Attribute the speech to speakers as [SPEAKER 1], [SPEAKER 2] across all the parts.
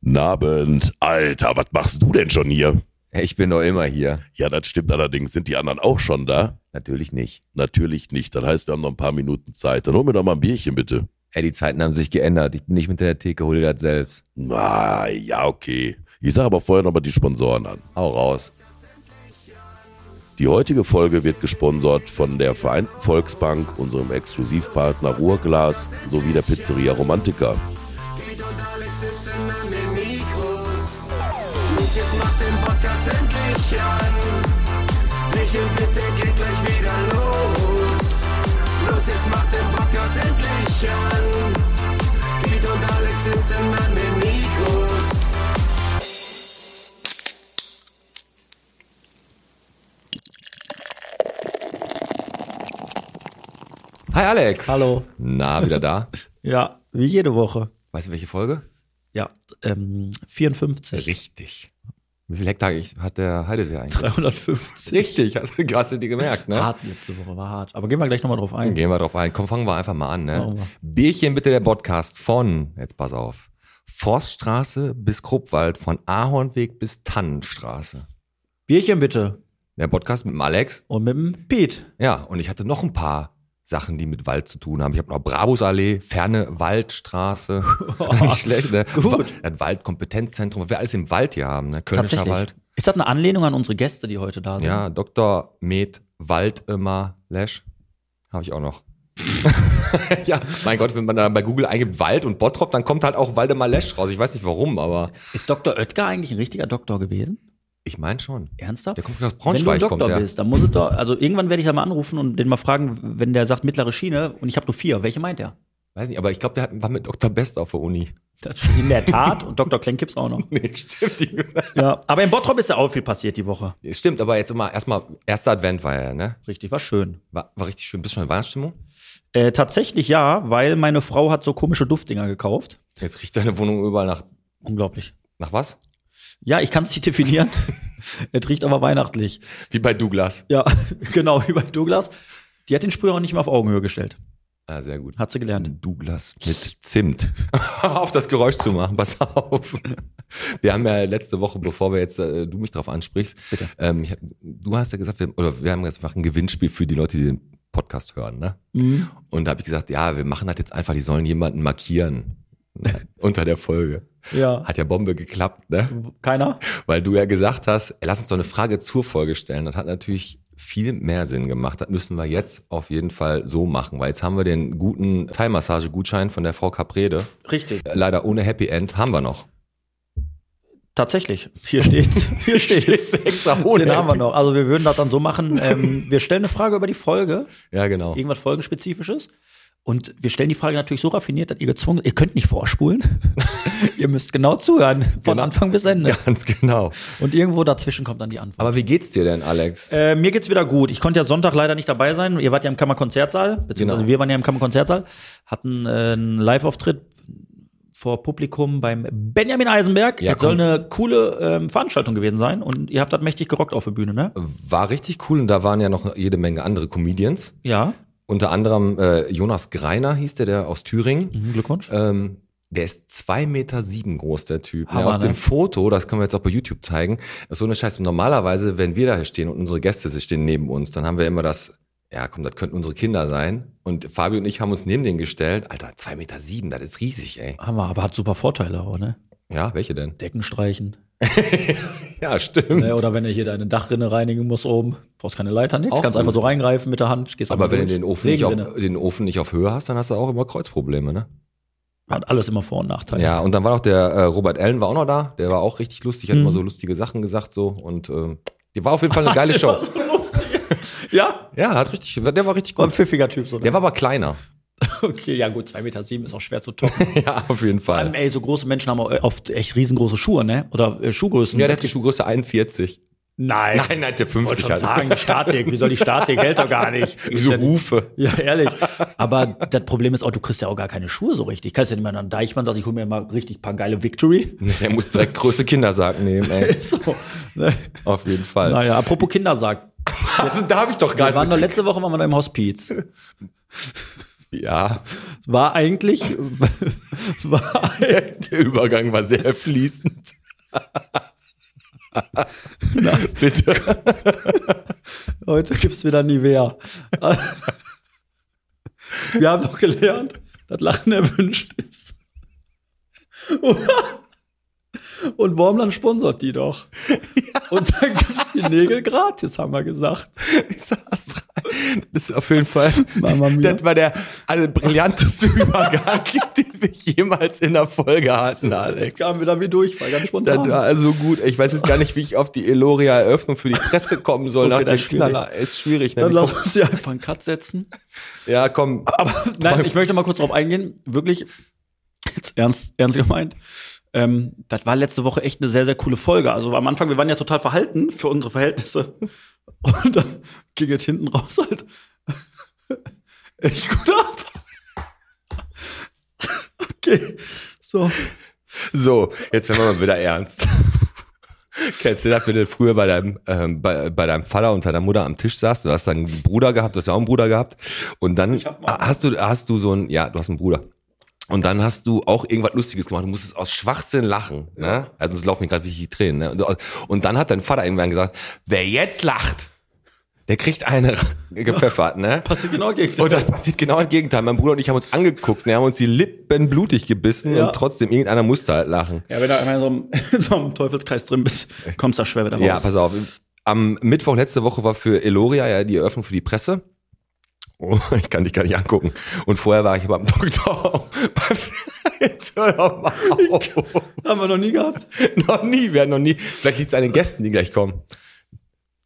[SPEAKER 1] Nabend. Alter, was machst du denn schon hier?
[SPEAKER 2] Ich bin doch immer hier.
[SPEAKER 1] Ja, das stimmt allerdings. Sind die anderen auch schon da?
[SPEAKER 2] Natürlich nicht.
[SPEAKER 1] Natürlich nicht. Das heißt, wir haben noch ein paar Minuten Zeit. Dann hol mir doch mal ein Bierchen, bitte.
[SPEAKER 2] Ey, die Zeiten haben sich geändert. Ich bin nicht mit der Theke, hol dir das selbst.
[SPEAKER 1] Na, ja, okay. Ich sage aber vorher nochmal die Sponsoren an.
[SPEAKER 2] Hau raus.
[SPEAKER 1] Die heutige Folge wird gesponsert von der Vereinten Volksbank, unserem Exklusivpartner Ruhrglas sowie der Pizzeria Romantica.
[SPEAKER 3] Piet und Alex sitzen an den Mikros. Los, jetzt macht den Podcast endlich an. Michel, bitte geht gleich wieder los. Los, jetzt macht den Podcast endlich an. Piet und Alex sitzen an den Mikros.
[SPEAKER 2] Hi Alex.
[SPEAKER 4] Hallo.
[SPEAKER 2] Na, wieder da?
[SPEAKER 4] Ja, wie jede Woche.
[SPEAKER 2] Weißt du, welche Folge?
[SPEAKER 4] Ja, ähm, 54.
[SPEAKER 2] Richtig. Wie viel Hektar ich- hat der Heidelbeer eigentlich?
[SPEAKER 4] 350.
[SPEAKER 2] Richtig, hast, du- hast du dir gemerkt, ne?
[SPEAKER 4] Hart letzte Woche, war hart. Aber gehen wir gleich nochmal drauf ein.
[SPEAKER 2] Gehen wir drauf ein. Komm, fangen wir einfach mal an, ne?
[SPEAKER 4] Machen wir.
[SPEAKER 2] Bierchen bitte der Podcast von, jetzt pass auf, Forststraße bis Kruppwald, von Ahornweg bis Tannenstraße.
[SPEAKER 4] Bierchen bitte.
[SPEAKER 2] Der Podcast mit dem Alex.
[SPEAKER 4] Und mit dem Piet.
[SPEAKER 2] Ja, und ich hatte noch ein paar Sachen, die mit Wald zu tun haben. Ich habe noch Brabusallee, ferne Waldstraße. Nicht schlecht, ne?
[SPEAKER 4] Gut.
[SPEAKER 2] Das Waldkompetenzzentrum, was wir alles im Wald hier haben, ne? Kölnischer Wald.
[SPEAKER 4] Ist das eine Anlehnung an unsere Gäste, die heute da sind?
[SPEAKER 2] Ja, Dr. Med Wald immer Lash. Habe ich auch noch. ja, mein Gott, wenn man da bei Google eingibt Wald und Bottrop, dann kommt halt auch Waldemar Lesch raus. Ich weiß nicht warum, aber
[SPEAKER 4] Ist Dr. Oetker eigentlich ein richtiger Doktor gewesen?
[SPEAKER 2] ich meine schon.
[SPEAKER 4] Ernsthaft?
[SPEAKER 2] Der kommt aus
[SPEAKER 4] wenn du ein
[SPEAKER 2] Braunschweig,
[SPEAKER 4] Doktor
[SPEAKER 2] kommt der.
[SPEAKER 4] bist, dann muss es doch, also irgendwann werde ich da mal anrufen und den mal fragen, wenn der sagt mittlere Schiene und ich habe nur vier, welche meint er?
[SPEAKER 2] Weiß nicht, aber ich glaube, der hat- war mit Dr. Best auf der Uni.
[SPEAKER 4] Das in der Tat und Dr. Klenk gibt's auch noch.
[SPEAKER 2] Nee, stimmt.
[SPEAKER 4] Ja, aber in Bottrop ist ja auch viel passiert die Woche.
[SPEAKER 2] die- Stimmt, aber jetzt immer erstmal, erster Advent war ja, ne?
[SPEAKER 4] Richtig, war schön.
[SPEAKER 2] War, war richtig schön. Bist du schon in Weihnachtsstimmung?
[SPEAKER 4] Äh, tatsächlich ja, weil meine Frau hat so komische Duftdinger gekauft.
[SPEAKER 2] Jetzt riecht deine Wohnung überall nach,
[SPEAKER 4] Unglaublich.
[SPEAKER 2] nach was?
[SPEAKER 4] Ja, ich kann es nicht definieren. es riecht aber weihnachtlich.
[SPEAKER 2] Wie bei Douglas.
[SPEAKER 4] Ja, genau, wie bei Douglas. Die hat den Sprüher auch nicht mehr auf Augenhöhe gestellt.
[SPEAKER 2] Ah, sehr gut.
[SPEAKER 4] Hat sie gelernt.
[SPEAKER 2] Douglas mit Zimt. auf das Geräusch zu machen, pass auf. Wir haben ja letzte Woche, bevor wir jetzt äh, du mich drauf ansprichst,
[SPEAKER 4] Bitte.
[SPEAKER 2] Ähm, ich, hab- du hast ja gesagt, wir, oder wir haben gesagt, wir machen ein Gewinnspiel für die Leute, die den Podcast hören, ne?
[SPEAKER 4] Mhm.
[SPEAKER 2] Und da habe ich gesagt, ja, wir machen halt jetzt einfach, die sollen jemanden markieren ne? unter der Folge.
[SPEAKER 4] Ja.
[SPEAKER 2] Hat ja Bombe geklappt, ne?
[SPEAKER 4] Keiner?
[SPEAKER 2] Weil du ja gesagt hast, ey, lass uns doch eine Frage zur Folge stellen. Das hat natürlich viel mehr Sinn gemacht. Das müssen wir jetzt auf jeden Fall so machen, weil jetzt haben wir den guten Thai-Massage-Gutschein von der Frau Caprede.
[SPEAKER 4] Richtig.
[SPEAKER 2] Äh, Leider ohne Happy End haben wir noch.
[SPEAKER 4] Tatsächlich. Hier steht's. Hier steht's.
[SPEAKER 2] extra
[SPEAKER 4] Den haben wir noch. Also wir würden das dann so machen. Ähm, wir stellen eine Frage über die Folge,
[SPEAKER 2] Ja, genau.
[SPEAKER 4] irgendwas Folgenspezifisches. Und wir stellen die Frage natürlich so raffiniert, dass ihr gezwungen, ihr könnt nicht vorspulen. ihr müsst genau zuhören. Von
[SPEAKER 2] Genau.
[SPEAKER 4] Anfang bis Ende.
[SPEAKER 2] Ganz genau.
[SPEAKER 4] Und irgendwo dazwischen kommt dann die Antwort.
[SPEAKER 2] Aber wie geht's dir denn, Alex?
[SPEAKER 4] Äh, mir geht's wieder gut. Ich konnte ja Sonntag leider nicht dabei sein. Ihr wart ja im Kammerkonzertsaal, beziehungsweise
[SPEAKER 2] Genau.
[SPEAKER 4] wir waren ja im Kammerkonzertsaal, hatten äh, einen Live-Auftritt vor Publikum beim Benjamin Eisenberg.
[SPEAKER 2] Ja,
[SPEAKER 4] das soll
[SPEAKER 2] komm.
[SPEAKER 4] eine coole ähm, Veranstaltung gewesen sein und ihr habt das mächtig gerockt auf der Bühne, ne?
[SPEAKER 2] War richtig cool und da waren ja noch jede Menge andere Comedians.
[SPEAKER 4] Ja.
[SPEAKER 2] Unter anderem äh, Jonas Greiner hieß der, der aus Thüringen.
[SPEAKER 4] Mhm, Glückwunsch.
[SPEAKER 2] Ähm, der ist zwei Meter sieben groß, der Typ.
[SPEAKER 4] Hammer,
[SPEAKER 2] ja, auf
[SPEAKER 4] ne?
[SPEAKER 2] dem Foto, das können wir jetzt auch bei YouTube zeigen, ist so eine Scheiße. Normalerweise, wenn wir da stehen und unsere Gäste stehen neben uns, dann haben wir immer das, ja komm, das könnten unsere Kinder sein. Und Fabio und ich haben uns neben den gestellt. Alter, zwei Meter sieben, das ist riesig, ey.
[SPEAKER 4] Hammer, aber hat super Vorteile auch, ne?
[SPEAKER 2] Ja, welche denn?
[SPEAKER 4] Decken streichen.
[SPEAKER 2] Ja, stimmt.
[SPEAKER 4] Ne, Oder wenn du hier deine Dachrinne reinigen musst oben, brauchst keine Leiter, nix.
[SPEAKER 2] Auch
[SPEAKER 4] Kannst
[SPEAKER 2] gut.
[SPEAKER 4] einfach so reingreifen mit der Hand. Gehst
[SPEAKER 2] Aber
[SPEAKER 4] einfach
[SPEAKER 2] wenn du
[SPEAKER 4] durch.
[SPEAKER 2] den Ofen, nicht auf,
[SPEAKER 4] Regenrinne.
[SPEAKER 2] den Ofen nicht auf Höhe hast, dann hast du auch immer Kreuzprobleme, ne?
[SPEAKER 4] Hat alles immer Vor- und Nachteile.
[SPEAKER 2] Ja, und dann war noch der äh, Robert Allen war auch noch da. Der war auch richtig lustig, hat
[SPEAKER 4] Mhm.
[SPEAKER 2] immer so lustige Sachen gesagt so und ähm, die war auf jeden Fall eine geile Show.
[SPEAKER 4] So lustig. ja?
[SPEAKER 2] Ja, hat richtig, der war richtig
[SPEAKER 4] War ein
[SPEAKER 2] gut.
[SPEAKER 4] pfiffiger Typ so. ne?
[SPEAKER 2] Der war aber kleiner.
[SPEAKER 4] Okay, ja gut, 2,7 Meter sieben ist auch schwer zu toppen.
[SPEAKER 2] ja, auf jeden
[SPEAKER 4] Vor allem, ey, so große Menschen haben auch äh, oft echt riesengroße Schuhe, ne? Oder äh, Schuhgrößen.
[SPEAKER 2] Ja, der hat die Schuhgröße 41.
[SPEAKER 4] Nein.
[SPEAKER 2] Nein, nein, der
[SPEAKER 4] Ich wollte
[SPEAKER 2] 50
[SPEAKER 4] schon
[SPEAKER 2] halt.
[SPEAKER 4] sagen, Statik, wie soll die Statik? Hält doch gar nicht.
[SPEAKER 2] Wieso Hufe?
[SPEAKER 4] Ja, ehrlich. Aber das Problem ist auch, du kriegst ja auch gar keine Schuhe so richtig. Kannst ja nicht mal an Deichmann sagen, ich hol mir mal richtig paar geile Victory.
[SPEAKER 2] Der muss direkt größte Kindersack nehmen, ey.
[SPEAKER 4] Ist so. Ne?
[SPEAKER 2] Auf jeden Fall.
[SPEAKER 4] Naja, apropos Kindersack.
[SPEAKER 2] Also da habe ich doch
[SPEAKER 4] Wir waren
[SPEAKER 2] gerade.
[SPEAKER 4] doch letzte Woche waren wir noch im Hospiz.
[SPEAKER 2] Ja.
[SPEAKER 4] War eigentlich,
[SPEAKER 2] war, der Übergang war sehr fließend.
[SPEAKER 4] Na,
[SPEAKER 2] Bitte.
[SPEAKER 4] heute gibt's wieder Nivea. Wir haben doch gelernt, dass Lachen erwünscht ist. Oder? Und Wormland sponsert die doch. Und dann gibt's die Nägel gratis, haben wir gesagt.
[SPEAKER 2] Das ist auf jeden Fall,
[SPEAKER 4] Mama mia.
[SPEAKER 2] das war der also, brillanteste Übergang, den wir jemals in der Folge hatten, Alex.
[SPEAKER 4] Kamen wir da wie durch, war ganz
[SPEAKER 2] Das
[SPEAKER 4] spontan.
[SPEAKER 2] war also gut. Ich weiß jetzt gar nicht, wie ich auf die Eloria-Eröffnung für die Presse kommen soll.
[SPEAKER 4] Okay,
[SPEAKER 2] nach dem
[SPEAKER 4] das ist schwierig.
[SPEAKER 2] Knaller ist schwierig. Ne?
[SPEAKER 4] dann lass uns hier einfach einen Cut setzen.
[SPEAKER 2] ja, komm.
[SPEAKER 4] Aber nein, ich möchte mal kurz drauf eingehen. Wirklich, jetzt ernst, ernst gemeint. Ähm, das war letzte Woche echt eine sehr, sehr coole Folge. Also am Anfang, wir waren ja total verhalten für unsere Verhältnisse. Und dann ging es hinten raus halt echt gut ab. Okay, so.
[SPEAKER 2] So, jetzt werden wir mal wieder ernst. Kennst du das, wenn du früher bei deinem, ähm, bei, bei deinem Vater und deiner Mutter am Tisch saßt? Du hast dann einen Bruder gehabt, du hast ja auch einen Bruder gehabt. Und dann
[SPEAKER 4] hab mal
[SPEAKER 2] hast du, hast du so einen, ja, du hast einen Bruder. Und dann hast du auch irgendwas Lustiges gemacht. Du musstest aus Schwachsinn lachen. Ne? Also es laufen mir gerade richtig die Tränen. Ne? Und, und dann hat dein Vater irgendwann gesagt, wer jetzt lacht, der kriegt eine gepfeffert. Ne?
[SPEAKER 4] Passiert genau gegen
[SPEAKER 2] Und dann passiert genau das Gegenteil. Mein Bruder und ich haben uns angeguckt, ne, haben uns die Lippen blutig gebissen
[SPEAKER 4] Ja.
[SPEAKER 2] und trotzdem irgendeiner musste halt lachen.
[SPEAKER 4] Ja, wenn du einmal in so einem, in so einem Teufelskreis drin bist, kommst du da schwer wieder raus.
[SPEAKER 2] Ja, pass auf. Am Mittwoch letzte Woche war für Eloria ja die Eröffnung für die Presse. Oh, ich kann dich gar nicht angucken. Und vorher war ich beim Doktor. Jetzt hör doch mal auf.
[SPEAKER 4] Haben wir noch nie gehabt.
[SPEAKER 2] Noch nie, wir hatten noch nie. Vielleicht liegt es an den Gästen, die gleich kommen.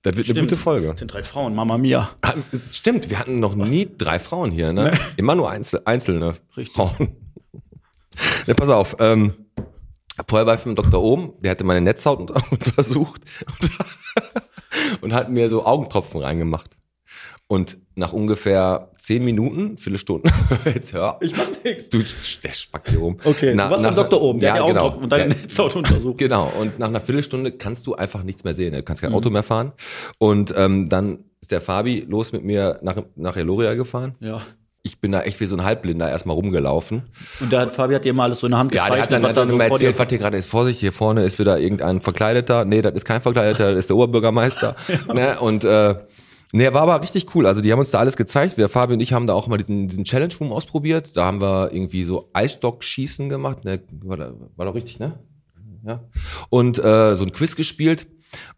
[SPEAKER 2] Das wird eine gute Folge.
[SPEAKER 4] Das sind drei Frauen, Mama Mia.
[SPEAKER 2] Hatten- Stimmt, wir hatten noch nie drei Frauen hier, ne? Immer nur einzel einzelne
[SPEAKER 4] Richtig.
[SPEAKER 2] Frauen. Ne, pass auf, ähm, vorher war ich beim Dr. Ohm, der hatte meine Netzhaut unter- untersucht und, und hat mir so Augentropfen reingemacht. Und nach ungefähr zehn Minuten, viele Stunden, jetzt hör.
[SPEAKER 4] Ich mach nichts.
[SPEAKER 2] Du, der spackt hier oben.
[SPEAKER 4] Okay,
[SPEAKER 2] Na-
[SPEAKER 4] du warst
[SPEAKER 2] nach-
[SPEAKER 4] beim Doktor oben, der
[SPEAKER 2] ja,
[SPEAKER 4] hat die Augen
[SPEAKER 2] genau.
[SPEAKER 4] drauf und deine
[SPEAKER 2] Ja.
[SPEAKER 4] Netzhaut untersucht.
[SPEAKER 2] Genau, und nach einer Viertelstunde kannst du einfach nichts mehr sehen. Du kannst
[SPEAKER 4] Mhm.
[SPEAKER 2] kein Auto mehr fahren. Und ähm, dann ist der Fabi los mit mir nach, nach Eloria gefahren.
[SPEAKER 4] Ja.
[SPEAKER 2] Ich bin da echt wie so ein Halbblinder erstmal rumgelaufen.
[SPEAKER 4] Und da hat Fabi hat dir mal alles so in der Hand
[SPEAKER 2] Ja,
[SPEAKER 4] gezeigt.
[SPEAKER 2] der hat dann,
[SPEAKER 4] was
[SPEAKER 2] hat
[SPEAKER 4] da
[SPEAKER 2] dann
[SPEAKER 4] so
[SPEAKER 2] immer
[SPEAKER 4] vor dir-
[SPEAKER 2] erzählt, was hier gerade ist. Vorsicht, hier vorne ist wieder irgendein Verkleideter. Nee, das ist kein Verkleideter, das ist der Oberbürgermeister. ne? Und äh, nee, war aber richtig cool. Also die haben uns da alles gezeigt. Wir, Fabi und ich, haben da auch mal diesen, diesen Challenge Room ausprobiert. Da haben wir irgendwie so Eisstockschießen gemacht. Ne? War, da, war doch richtig, ne? Ja. Und äh, so ein Quiz gespielt.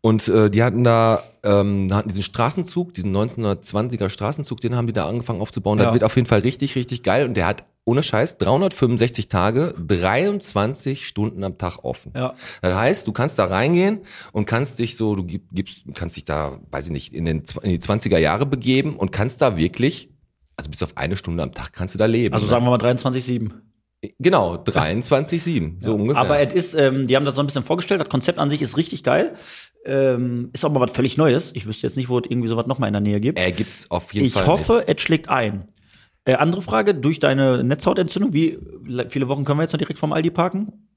[SPEAKER 2] Und äh, die hatten da ähm, hatten diesen Straßenzug, diesen 1920er Straßenzug, den haben die da angefangen aufzubauen.
[SPEAKER 4] Ja.
[SPEAKER 2] Das wird auf jeden Fall richtig, richtig geil. Und der hat ohne Scheiß 365 Tage, 23 Stunden am Tag offen.
[SPEAKER 4] Ja.
[SPEAKER 2] Das heißt, du kannst da reingehen und kannst dich so, du gib- gibst, kannst dich da, weiß ich nicht, in, den, zw- in die 20er Jahre begeben und kannst da wirklich, also bis auf eine Stunde am Tag kannst du da leben.
[SPEAKER 4] Also sagen wir mal 23,7.
[SPEAKER 2] wir genau 23/7 so ungefähr.
[SPEAKER 4] Aber es ist, ähm, die haben das so ein bisschen vorgestellt. Das Konzept an sich ist richtig geil. Ähm, ist auch mal was völlig Neues. Ich wüsste jetzt nicht, wo es irgendwie sowas nochmal in der Nähe gibt.
[SPEAKER 2] er gibt's Äh, auf jeden
[SPEAKER 4] ich
[SPEAKER 2] Fall. nicht.
[SPEAKER 4] hoffe, es schlägt ein. Äh, andere Frage, durch deine Netzhautentzündung, wie le- viele Wochen können wir jetzt noch direkt vom Aldi parken?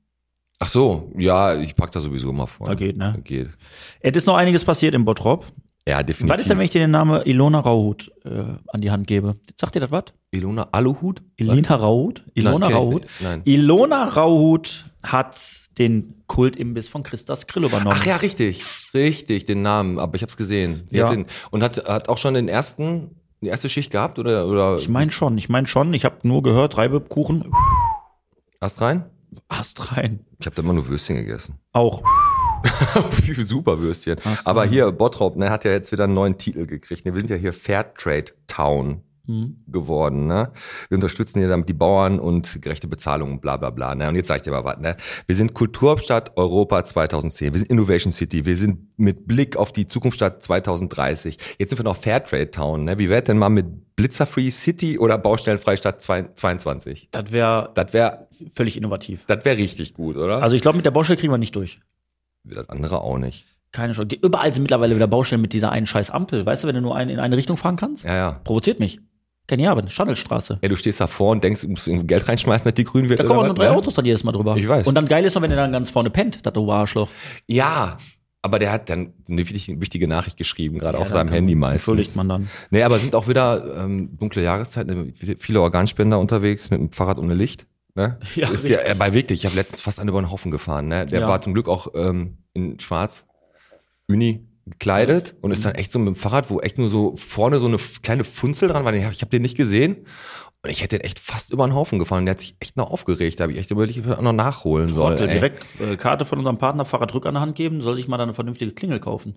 [SPEAKER 2] Ach so, ja, ich pack da sowieso mal vor.
[SPEAKER 4] Da geht, ne?
[SPEAKER 2] Geht.
[SPEAKER 4] Es ist noch einiges passiert in Bottrop.
[SPEAKER 2] Ja, definitiv.
[SPEAKER 4] Was ist denn, wenn ich dir den Namen Ilona Rauhut äh, an die Hand gebe? Sagt dir das was?
[SPEAKER 2] Ilona Aluhut?
[SPEAKER 4] Ilina Rauhut? Ilona
[SPEAKER 2] kenn ich
[SPEAKER 4] Rauhut?
[SPEAKER 2] nicht. Nein.
[SPEAKER 4] Ilona Rauhut hat den Kultimbiss von Christas Grill übernommen.
[SPEAKER 2] Ach ja, richtig. Richtig, den Namen, aber ich hab's gesehen. Sie
[SPEAKER 4] Ja.
[SPEAKER 2] hat den, und hat, hat auch schon den ersten, die erste Schicht gehabt oder, oder
[SPEAKER 4] Ich meine schon, ich meine schon. Ich habe nur gehört, Reibekuchen,
[SPEAKER 2] hast rein?
[SPEAKER 4] Ast rein.
[SPEAKER 2] Ich habe da immer nur Würstchen gegessen.
[SPEAKER 4] Auch.
[SPEAKER 2] Super Würstchen.
[SPEAKER 4] Hast
[SPEAKER 2] aber
[SPEAKER 4] rein.
[SPEAKER 2] hier, Bottrop, ne, hat ja jetzt wieder einen neuen Titel gekriegt. Ne? Wir sind ja hier Fairtrade Town geworden. Ne? Wir unterstützen hier damit die Bauern und gerechte Bezahlung und bla bla bla. Ne? Und jetzt sag ich dir mal was. Ne? Wir sind Kulturhauptstadt Europa 2010. Wir sind Innovation City. Wir sind mit Blick auf die Zukunftsstadt 2030. Jetzt sind wir noch Fairtrade Town. Ne? Wie wäre denn mal mit Blitzerfree City oder Baustellenfreie Stadt 22?
[SPEAKER 4] Das wäre
[SPEAKER 2] Das wäre
[SPEAKER 4] völlig innovativ.
[SPEAKER 2] das wär richtig gut, oder?
[SPEAKER 4] Also ich glaube, mit der Baustelle kriegen wir nicht durch.
[SPEAKER 2] das andere auch nicht.
[SPEAKER 4] Keine Chance. Die- Überall sind mittlerweile wieder Baustellen mit dieser einen scheiß Ampel. Weißt du, wenn du nur einen, in eine Richtung fahren kannst?
[SPEAKER 2] Ja, ja.
[SPEAKER 4] Provoziert mich. Kann ich haben. Schandelstraße.
[SPEAKER 2] Ey, du stehst da vor und denkst, du musst irgendwie Geld reinschmeißen, dass die grün wird.
[SPEAKER 4] Da kommen
[SPEAKER 2] oder
[SPEAKER 4] aber nur
[SPEAKER 2] was,
[SPEAKER 4] drei
[SPEAKER 2] ne?
[SPEAKER 4] Autos dann jedes Mal drüber.
[SPEAKER 2] Ich weiß.
[SPEAKER 4] Und dann geil ist noch, wenn der dann ganz vorne pennt, das doofe Arschloch.
[SPEAKER 2] Ja, aber der hat dann eine wichtig- wichtige Nachricht geschrieben, gerade
[SPEAKER 4] Ja,
[SPEAKER 2] auf
[SPEAKER 4] dann
[SPEAKER 2] seinem
[SPEAKER 4] kann-
[SPEAKER 2] Handy meistens.
[SPEAKER 4] Entschuldigt man dann.
[SPEAKER 2] Nee, aber sind auch wieder ähm, dunkle Jahreszeit, ne, viele Organspender unterwegs mit dem Fahrrad ohne Licht. Ne?
[SPEAKER 4] Ja,
[SPEAKER 2] ist ja, er war wirklich, ich habe letztens fast einen über den Haufen gefahren. Ne? Der
[SPEAKER 4] Ja.
[SPEAKER 2] war zum Glück auch ähm, in schwarz, Uni gekleidet und
[SPEAKER 4] Mhm.
[SPEAKER 2] ist dann echt so mit dem Fahrrad, wo echt nur so vorne so eine f- kleine Funzel dran war. Ich habe ich hab den nicht gesehen und ich hätte den echt fast über den Haufen gefahren. Und der hat sich echt noch aufgeregt. Da habe ich echt überlegt, ob ich das noch nachholen soll.
[SPEAKER 4] Sollte
[SPEAKER 2] ey.
[SPEAKER 4] direkt äh, Karte von unserem Partner Fahrradrück an der Hand geben, soll sich mal da eine vernünftige Klingel kaufen.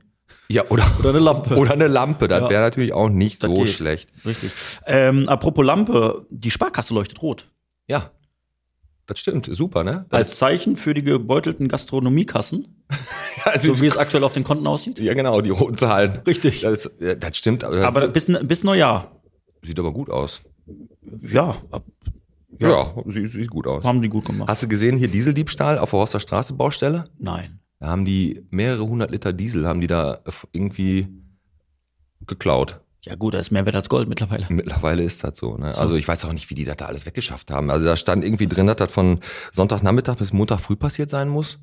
[SPEAKER 2] Ja, oder,
[SPEAKER 4] Oder eine Lampe.
[SPEAKER 2] Oder eine Lampe. Das
[SPEAKER 4] Ja.
[SPEAKER 2] wäre natürlich auch nicht
[SPEAKER 4] Das
[SPEAKER 2] so
[SPEAKER 4] geht.
[SPEAKER 2] schlecht.
[SPEAKER 4] Richtig. Ähm, apropos Lampe, die Sparkasse leuchtet rot.
[SPEAKER 2] Ja. Das stimmt. Super, ne? Das
[SPEAKER 4] Als Zeichen für die gebeutelten Gastronomiekassen,
[SPEAKER 2] ist, also,
[SPEAKER 4] so wie es aktuell auf den Konten aussieht.
[SPEAKER 2] ja, genau, die roten Zahlen. Richtig. Das, ist, äh, das stimmt, aber, das
[SPEAKER 4] Aber bis, bis Neujahr,
[SPEAKER 2] sieht aber gut aus.
[SPEAKER 4] ja, ab-
[SPEAKER 2] Ja, sieht, sieht gut aus.
[SPEAKER 4] haben die gut gemacht.
[SPEAKER 2] Hast du gesehen hier Dieseldiebstahl auf der Horster Straße Baustelle?
[SPEAKER 4] Nein.
[SPEAKER 2] Da haben die mehrere hundert Liter Diesel haben die da irgendwie geklaut.
[SPEAKER 4] Ja gut, da ist mehr wert als Gold mittlerweile.
[SPEAKER 2] Mittlerweile ist das so, ne? Also ich weiß auch nicht, wie die das da alles weggeschafft haben. Also da stand irgendwie drin, dass das von Sonntagnachmittag bis Montag früh passiert sein muss.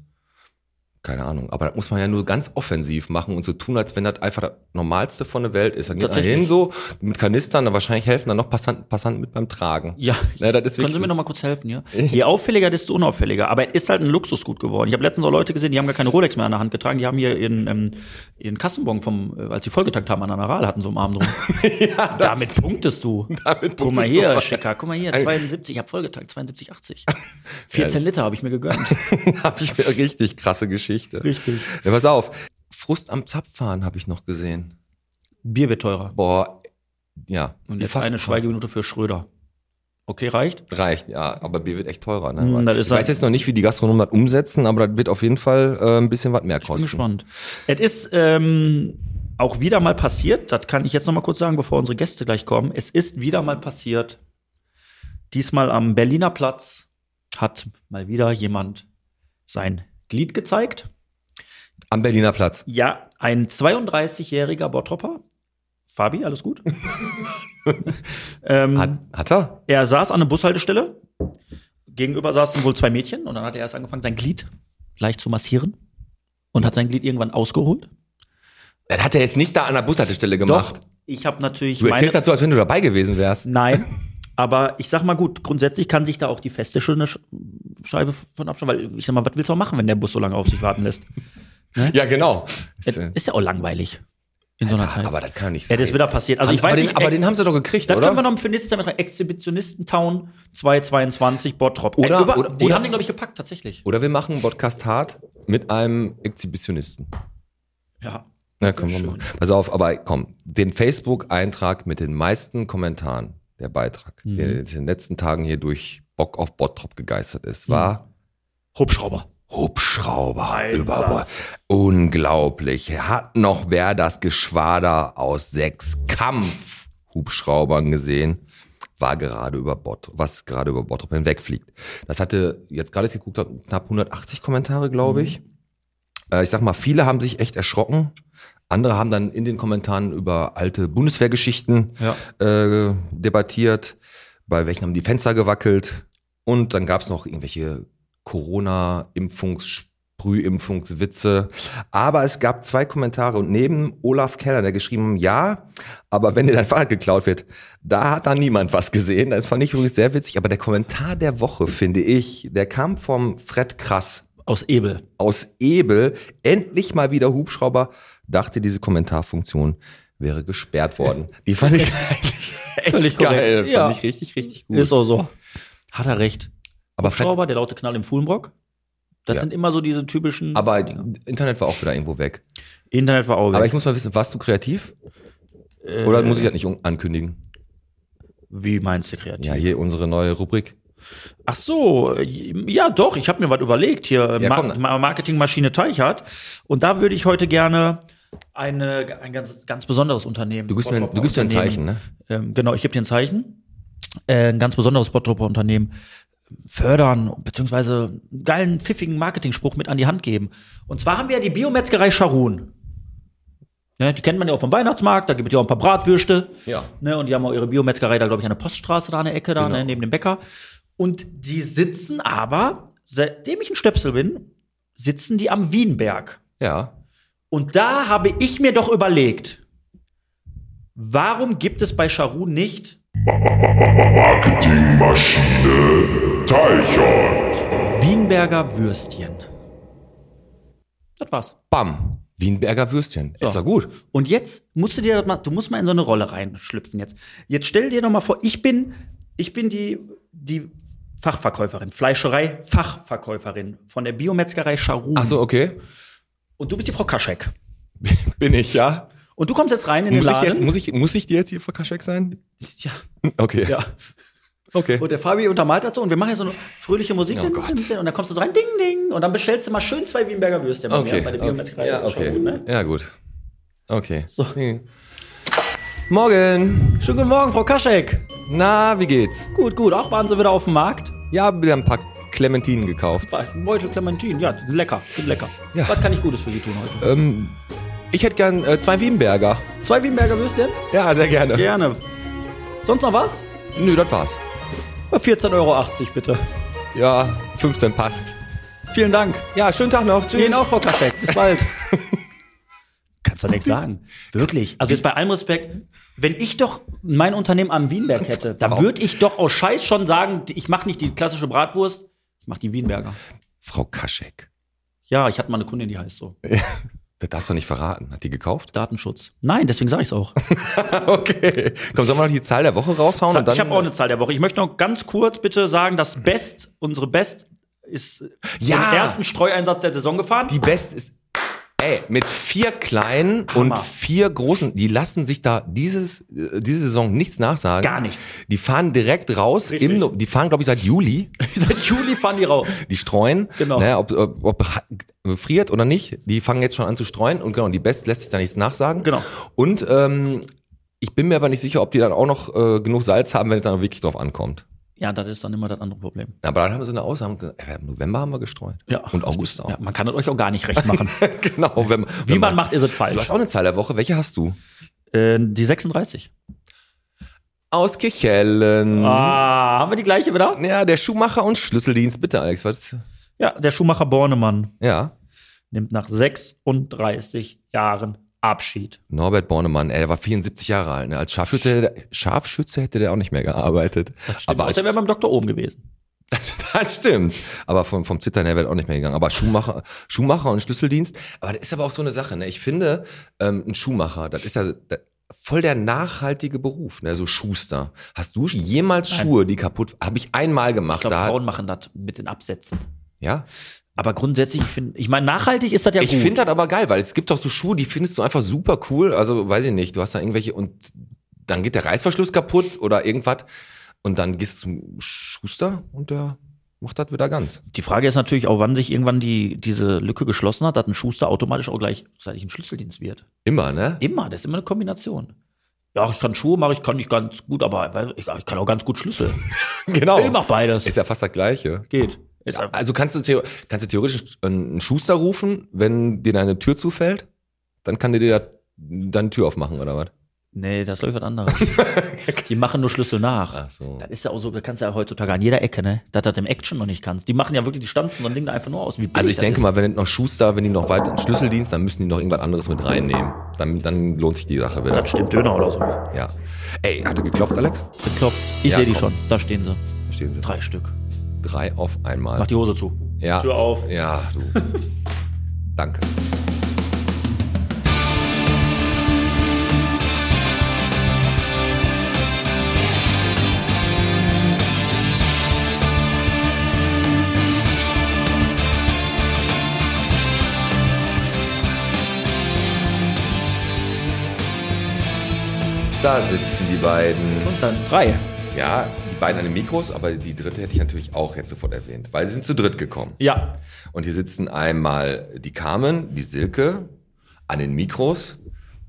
[SPEAKER 2] Keine Ahnung. Aber das muss man ja nur ganz offensiv machen und so tun, als wenn das einfach das Normalste von der Welt ist. Dann geht man
[SPEAKER 4] Tatsächlich.
[SPEAKER 2] hin so mit Kanistern, dann wahrscheinlich helfen dann noch Passanten, Passanten mit beim Tragen. Ja,
[SPEAKER 4] Ja,
[SPEAKER 2] das ist
[SPEAKER 4] können
[SPEAKER 2] wirklich
[SPEAKER 4] Sie mir
[SPEAKER 2] so.
[SPEAKER 4] noch mal kurz helfen, ja? Je auffälliger, desto unauffälliger. Aber es ist halt ein Luxusgut geworden. Ich habe letztens auch Leute gesehen, die haben gar keine Rolex mehr an der Hand getragen. Die haben hier ihren, ähm, ihren Kassenbon vom, äh, als sie vollgetankt haben, an einer Rahl hatten so im Arm drum. Damit punktest du.
[SPEAKER 2] Damit
[SPEAKER 4] guck mal
[SPEAKER 2] punktest
[SPEAKER 4] hier,
[SPEAKER 2] du.
[SPEAKER 4] Schicker, guck mal hier, 72, ich habe vollgetankt, 72,80. 14 Liter habe ich mir gegönnt.
[SPEAKER 2] habe ich mir richtig krasse Geschichte.
[SPEAKER 4] Richtig.
[SPEAKER 2] Ja, pass auf. Frust am Zapfhahn habe ich noch gesehen.
[SPEAKER 4] Bier wird teurer.
[SPEAKER 2] Boah, ja.
[SPEAKER 4] Und
[SPEAKER 2] Die
[SPEAKER 4] jetzt
[SPEAKER 2] Fass-
[SPEAKER 4] eine Schweigeminute für Schröder. Okay, reicht?
[SPEAKER 2] Reicht, ja. Aber Bier wird echt teurer. Ne?
[SPEAKER 4] Hm, das ist
[SPEAKER 2] ich weiß
[SPEAKER 4] halt-
[SPEAKER 2] jetzt noch nicht, wie die Gastronomen das umsetzen, aber das wird auf jeden Fall äh, ein bisschen was mehr
[SPEAKER 4] Bin
[SPEAKER 2] kosten.
[SPEAKER 4] gespannt. Es ist ähm, auch wieder mal passiert, das kann ich jetzt noch mal kurz sagen, bevor unsere Gäste gleich kommen. Es ist wieder mal passiert. Diesmal am Berliner Platz hat mal wieder jemand sein Glied gezeigt.
[SPEAKER 2] Am Berliner Platz.
[SPEAKER 4] Ja, ein 32-jähriger Bottropper. Fabi, alles gut? ähm,
[SPEAKER 2] Hat, hat er?
[SPEAKER 4] er saß an einer Bushaltestelle. Gegenüber saßen wohl zwei Mädchen und dann hat er erst angefangen, sein Glied leicht zu massieren und hat sein Glied irgendwann ausgeholt.
[SPEAKER 2] Das hat er jetzt nicht da an der Bushaltestelle gemacht.
[SPEAKER 4] Doch, ich Ne? habe natürlich
[SPEAKER 2] Du erzählst das so, als wenn du dabei gewesen wärst.
[SPEAKER 4] Nein, aber ich sag mal gut, grundsätzlich kann sich da auch die feste schöne Sch- Scheibe von abschneiden, weil ich sag mal, was willst du auch machen, wenn der Bus so lange auf sich warten lässt?
[SPEAKER 2] Ja, genau. ah,
[SPEAKER 4] Es ist ja auch langweilig in so einer Zeit.
[SPEAKER 2] aber das kann doch nicht
[SPEAKER 4] ja,
[SPEAKER 2] sein.
[SPEAKER 4] das ist wieder passiert. Also ich
[SPEAKER 2] aber
[SPEAKER 4] weiß
[SPEAKER 2] den,
[SPEAKER 4] nicht,
[SPEAKER 2] aber
[SPEAKER 4] äh,
[SPEAKER 2] den haben sie doch gekriegt,
[SPEAKER 4] das
[SPEAKER 2] oder?
[SPEAKER 4] können wir noch für nächstes Jahr mit rein. Exhibitionisten-Town 222 Bottrop.
[SPEAKER 2] Oder-
[SPEAKER 4] über,
[SPEAKER 2] oder-
[SPEAKER 4] die
[SPEAKER 2] oder-
[SPEAKER 4] haben den, glaube ich, gepackt, tatsächlich.
[SPEAKER 2] Oder wir machen einen Podcast hart mit einem Exhibitionisten.
[SPEAKER 4] Ja.
[SPEAKER 2] Na, komm, komm. Pass auf, aber komm, den Facebook-Eintrag mit den meisten Kommentaren, der Beitrag, der jetzt in den letzten Tagen hier durch Bock auf Bottrop gegeistert ist, war
[SPEAKER 4] Hubschrauber.
[SPEAKER 2] Hubschrauber
[SPEAKER 4] Einsatz.
[SPEAKER 2] über Bord. Unglaublich. Hat noch wer das Geschwader aus sechs Kampfhubschraubern gesehen? War gerade über Bottrop, was gerade über Bottrop hinwegfliegt. Das hatte, jetzt gerade ich geguckt habe, knapp 180 Kommentare, glaube ich. Äh, ich sag mal, viele haben sich echt erschrocken. Andere haben dann in den Kommentaren über alte Bundeswehrgeschichten
[SPEAKER 4] Ja.
[SPEAKER 2] äh, debattiert. Bei welchen haben die Fenster gewackelt? Und dann gab es noch irgendwelche Corona-Impfungs- Sprühimpfungswitze. Aber es gab zwei Kommentare und neben Olaf Keller, der geschrieben hat, ja, aber wenn dir dein Fahrrad geklaut wird, da hat dann niemand was gesehen. Das fand ich übrigens sehr witzig. Aber der Kommentar der Woche, finde ich, der kam vom Fred Krass
[SPEAKER 4] Aus Ebel.
[SPEAKER 2] aus Ebel endlich mal wieder Hubschrauber, dachte, diese Kommentarfunktion wäre gesperrt worden. Die fand ich eigentlich
[SPEAKER 4] Völlig
[SPEAKER 2] echt geil.
[SPEAKER 4] korrekt. Ja.
[SPEAKER 2] Fand ich richtig, richtig gut.
[SPEAKER 4] Ist auch so. Hat er recht.
[SPEAKER 2] aber, Fred,
[SPEAKER 4] Hubschrauber, der laute Knall im Fuhlenbrock. Das
[SPEAKER 2] Ja.
[SPEAKER 4] sind immer so diese typischen.
[SPEAKER 2] aber
[SPEAKER 4] Dinger.
[SPEAKER 2] Internet war auch wieder irgendwo weg.
[SPEAKER 4] Internet war auch weg.
[SPEAKER 2] Aber ich muss mal wissen, warst du kreativ?
[SPEAKER 4] Äh,
[SPEAKER 2] Oder muss ich das nicht un- ankündigen?
[SPEAKER 4] Wie meinst du kreativ?
[SPEAKER 2] Ja, hier unsere neue Rubrik.
[SPEAKER 4] Ach so, ja doch, ich habe mir was überlegt hier.
[SPEAKER 2] Ja,
[SPEAKER 4] Mar
[SPEAKER 2] komm.
[SPEAKER 4] Ma- Marketingmaschine Teichert. Und da würde ich heute gerne eine, ein ganz, ganz besonderes Unternehmen.
[SPEAKER 2] Du gibst mir, ein- du gibst mir ein
[SPEAKER 4] Unternehmen-
[SPEAKER 2] Zeichen, ne?
[SPEAKER 4] Ähm, genau, ich gebe dir ein Zeichen. Äh, ein ganz besonderes Bottropper Unternehmen fördern, beziehungsweise einen geilen, pfiffigen Marketingspruch mit an die Hand geben. Und zwar haben wir ja die Biometzgerei Scharun. Ne, die kennt man ja auch vom Weihnachtsmarkt, da gibt es ja auch ein paar Bratwürste.
[SPEAKER 2] Ja.
[SPEAKER 4] Ne, und die haben auch ihre Biometzgerei da, glaube ich, an der Poststraße da an der Ecke, da
[SPEAKER 2] Genau.
[SPEAKER 4] ne, neben dem Bäcker. Und die sitzen aber, seitdem ich ein Stöpsel bin, sitzen die am Wienberg.
[SPEAKER 2] Ja.
[SPEAKER 4] Und da habe ich mir doch überlegt, warum gibt es bei Charun nicht
[SPEAKER 5] Marketingmaschine
[SPEAKER 6] Teichert.
[SPEAKER 4] Wienberger Würstchen. Das war's.
[SPEAKER 2] Bam. Wienberger Würstchen. Ist doch gut.
[SPEAKER 4] Und jetzt musst du dir das mal, du musst mal in so eine Rolle reinschlüpfen jetzt. Jetzt stell dir doch mal vor, ich bin, ich bin die, die Fachverkäuferin, Fleischerei Fachverkäuferin von der Biometzgerei Scharun.
[SPEAKER 2] Ach so, okay.
[SPEAKER 4] Und du bist die Frau Kaschek.
[SPEAKER 2] Bin ich, ja.
[SPEAKER 4] Und du kommst jetzt rein in den
[SPEAKER 2] Muss ich,
[SPEAKER 4] Laden.
[SPEAKER 2] jetzt, muss, ich, muss ich dir jetzt hier für Kaschek sein?
[SPEAKER 4] ja,
[SPEAKER 2] Okay.
[SPEAKER 4] ja.
[SPEAKER 2] Okay.
[SPEAKER 4] Und der Fabi untermalt dazu und wir machen jetzt so eine fröhliche Musik.
[SPEAKER 2] Oh Gott.
[SPEAKER 4] Und dann kommst du so rein, ding, ding. Und dann bestellst du mal schön zwei Wienberger Würstchen bei mir,
[SPEAKER 2] okay.
[SPEAKER 4] bei der
[SPEAKER 2] okay.
[SPEAKER 4] Biometzgerei
[SPEAKER 2] Ja, okay.
[SPEAKER 4] Scharun. Ne?
[SPEAKER 2] Ja, gut. Okay. Nee. Morgen.
[SPEAKER 4] Schönen guten Morgen, Frau Kaschek.
[SPEAKER 2] Na, wie geht's?
[SPEAKER 4] Gut, gut. Auch waren Sie wieder auf dem Markt?
[SPEAKER 2] Ja, wir haben ein paar Clementinen gekauft.
[SPEAKER 4] Beutel Clementin, ja, die sind lecker, die sind lecker.
[SPEAKER 2] Ja.
[SPEAKER 4] Was kann ich Gutes für Sie tun heute?
[SPEAKER 2] Ähm, ich hätte gern äh, zwei Wienberger.
[SPEAKER 4] Zwei Wienberger Würstchen?
[SPEAKER 2] Ja, sehr gerne.
[SPEAKER 4] Gerne. Sonst noch was?
[SPEAKER 2] Nö, das war's.
[SPEAKER 4] 14,80 Euro bitte.
[SPEAKER 2] Ja, 15 passt.
[SPEAKER 4] Vielen Dank.
[SPEAKER 2] Ja, schönen Tag noch. Tschüss.
[SPEAKER 4] Ihnen auch, Frau Kaschek. Bis bald. Kannst du nichts sagen. Wirklich. Also jetzt bei allem Respekt, wenn ich doch mein Unternehmen am Wienberg hätte, dann würde ich doch aus Scheiß schon sagen, ich mache nicht die klassische Bratwurst, ich mache die Wienberger.
[SPEAKER 2] Frau Kaschek.
[SPEAKER 4] Ja, ich hatte mal eine Kundin, die heißt so.
[SPEAKER 2] Das darfst du nicht verraten. Hat die gekauft?
[SPEAKER 4] Datenschutz. Nein, deswegen sage ich es auch.
[SPEAKER 2] Okay. Komm, sollen wir noch die Zahl der Woche raushauen? und dann,
[SPEAKER 4] ich habe auch eine Zahl der Woche. Ich möchte noch ganz kurz bitte sagen, das Best, unsere Best ist
[SPEAKER 2] Ja!
[SPEAKER 4] zum ersten Streueinsatz der Saison gefahren.
[SPEAKER 2] Die Best ist. Ey, mit vier kleinen
[SPEAKER 4] Hammer.
[SPEAKER 2] und vier großen, die lassen sich da dieses, äh, diese Saison nichts nachsagen.
[SPEAKER 4] Gar nichts.
[SPEAKER 2] Die fahren direkt raus. Im, No- die fahren, glaube ich, seit Juli.
[SPEAKER 4] Seit Juli fahren die raus.
[SPEAKER 2] Die streuen.
[SPEAKER 4] Genau.
[SPEAKER 2] Ne, ob, ob, ob ha- friert oder nicht, die fangen jetzt schon an zu streuen. Und genau, die Best lässt sich da nichts nachsagen.
[SPEAKER 4] Genau.
[SPEAKER 2] Und ähm, ich bin mir aber nicht sicher, ob die dann auch noch äh, genug Salz haben, wenn es dann wirklich drauf ankommt.
[SPEAKER 4] Ja, das ist dann immer das andere Problem.
[SPEAKER 2] Aber dann haben sie eine Ausnahme. ge- äh, Im November haben wir gestreut.
[SPEAKER 4] Ja.
[SPEAKER 2] Und August auch.
[SPEAKER 4] Ja, man kann es euch auch gar nicht recht machen.
[SPEAKER 2] Genau. Wenn,
[SPEAKER 4] Wie
[SPEAKER 2] wenn
[SPEAKER 4] man macht, ist es falsch.
[SPEAKER 2] Du hast auch eine Zahl der Woche. Welche hast du?
[SPEAKER 4] Äh, die 36.
[SPEAKER 2] Aus Kirchhellen.
[SPEAKER 4] Ah, haben wir die gleiche wieder?
[SPEAKER 2] Ja, der Schuhmacher und Schlüsseldienst. Bitte, Alex. Was?
[SPEAKER 4] Ja, der Schuhmacher Bornemann
[SPEAKER 2] Ja.
[SPEAKER 4] nimmt nach 36 Jahren Abschied.
[SPEAKER 2] Norbert Bornemann, ey, der war 74 Jahre alt. Ne? Als Scharfschütze, hätte der- Scharfschütze hätte der auch nicht mehr gearbeitet. Aber als,
[SPEAKER 4] Außer wäre beim Doktor oben gewesen.
[SPEAKER 2] das, das stimmt. Aber vom, vom Zittern her wäre er auch nicht mehr gegangen. Aber Schuhmacher, Schuhmacher und Schlüsseldienst. Aber das ist aber auch so eine Sache. Ne? Ich finde, ähm, ein Schuhmacher, das ist ja da- voll der nachhaltige Beruf. Ne? So Schuster. Hast du jemals Schuhe, die kaputt? Habe ich einmal gemacht.
[SPEAKER 4] Ich glaube,
[SPEAKER 2] da,
[SPEAKER 4] Frauen machen das mit den Absätzen.
[SPEAKER 2] ja.
[SPEAKER 4] Aber grundsätzlich, ich finde, ich meine, nachhaltig ist das ja
[SPEAKER 2] Ich
[SPEAKER 4] gut.
[SPEAKER 2] finde das aber geil, weil es gibt doch so Schuhe, die findest du einfach super cool. Also weiß ich nicht, du hast da irgendwelche und dann geht der Reißverschluss kaputt oder irgendwas und dann gehst du zum Schuster und der macht das wieder ganz.
[SPEAKER 4] Die Frage ist natürlich auch, wann sich irgendwann die, diese Lücke geschlossen hat, dass ein Schuster automatisch auch gleichzeitig ein Schlüsseldienst wird.
[SPEAKER 2] Immer, ne?
[SPEAKER 4] Immer, das ist immer eine Kombination. Ja, ich kann Schuhe machen, ich kann nicht ganz gut, aber weil- ich, ich kann auch ganz gut Schlüssel.
[SPEAKER 2] Genau.
[SPEAKER 4] Ich mach beides.
[SPEAKER 2] Ist ja fast das gleiche.
[SPEAKER 4] Geht. Ist einfach-
[SPEAKER 2] Also kannst du, theo kannst du theoretisch einen Schuster rufen, wenn dir deine Tür zufällt, dann kann der dir da deine Tür aufmachen oder was?
[SPEAKER 4] nee, das läuft was anderes. die machen nur Schlüssel nach.
[SPEAKER 2] Ach so.
[SPEAKER 4] Das ist ja auch so, das kannst du ja heutzutage an jeder Ecke, ne? Dass du das im Action noch nicht kannst. Die machen ja wirklich, die stampfen so ein Ding da einfach nur aus. Wie billig
[SPEAKER 2] Also ich
[SPEAKER 4] das
[SPEAKER 2] denke
[SPEAKER 4] ist.
[SPEAKER 2] mal, wenn noch Schuster, wenn die noch weiter Schlüsseldienst, dann müssen die noch irgendwas anderes mit reinnehmen. Dann, dann lohnt sich die Sache wieder.
[SPEAKER 4] Das stimmt, Döner oder so.
[SPEAKER 2] Ja. Ey, hat er geklopft, Alex?
[SPEAKER 4] Ich, glaub, ich
[SPEAKER 2] Ja,
[SPEAKER 4] sehe die
[SPEAKER 2] komm.
[SPEAKER 4] schon. Da stehen sie.
[SPEAKER 2] Da stehen sie.
[SPEAKER 4] Drei Stück.
[SPEAKER 2] Drei auf einmal.
[SPEAKER 4] Mach die Hose zu.
[SPEAKER 2] ja.
[SPEAKER 4] Tür auf.
[SPEAKER 2] Ja, du. Danke. Da sitzen die beiden.
[SPEAKER 4] Und dann drei.
[SPEAKER 2] Ja, die beiden an den Mikros, aber die dritte hätte ich natürlich auch jetzt sofort erwähnt, weil sie sind zu dritt gekommen.
[SPEAKER 4] Ja.
[SPEAKER 2] Und hier sitzen einmal die Carmen, die Silke an den Mikros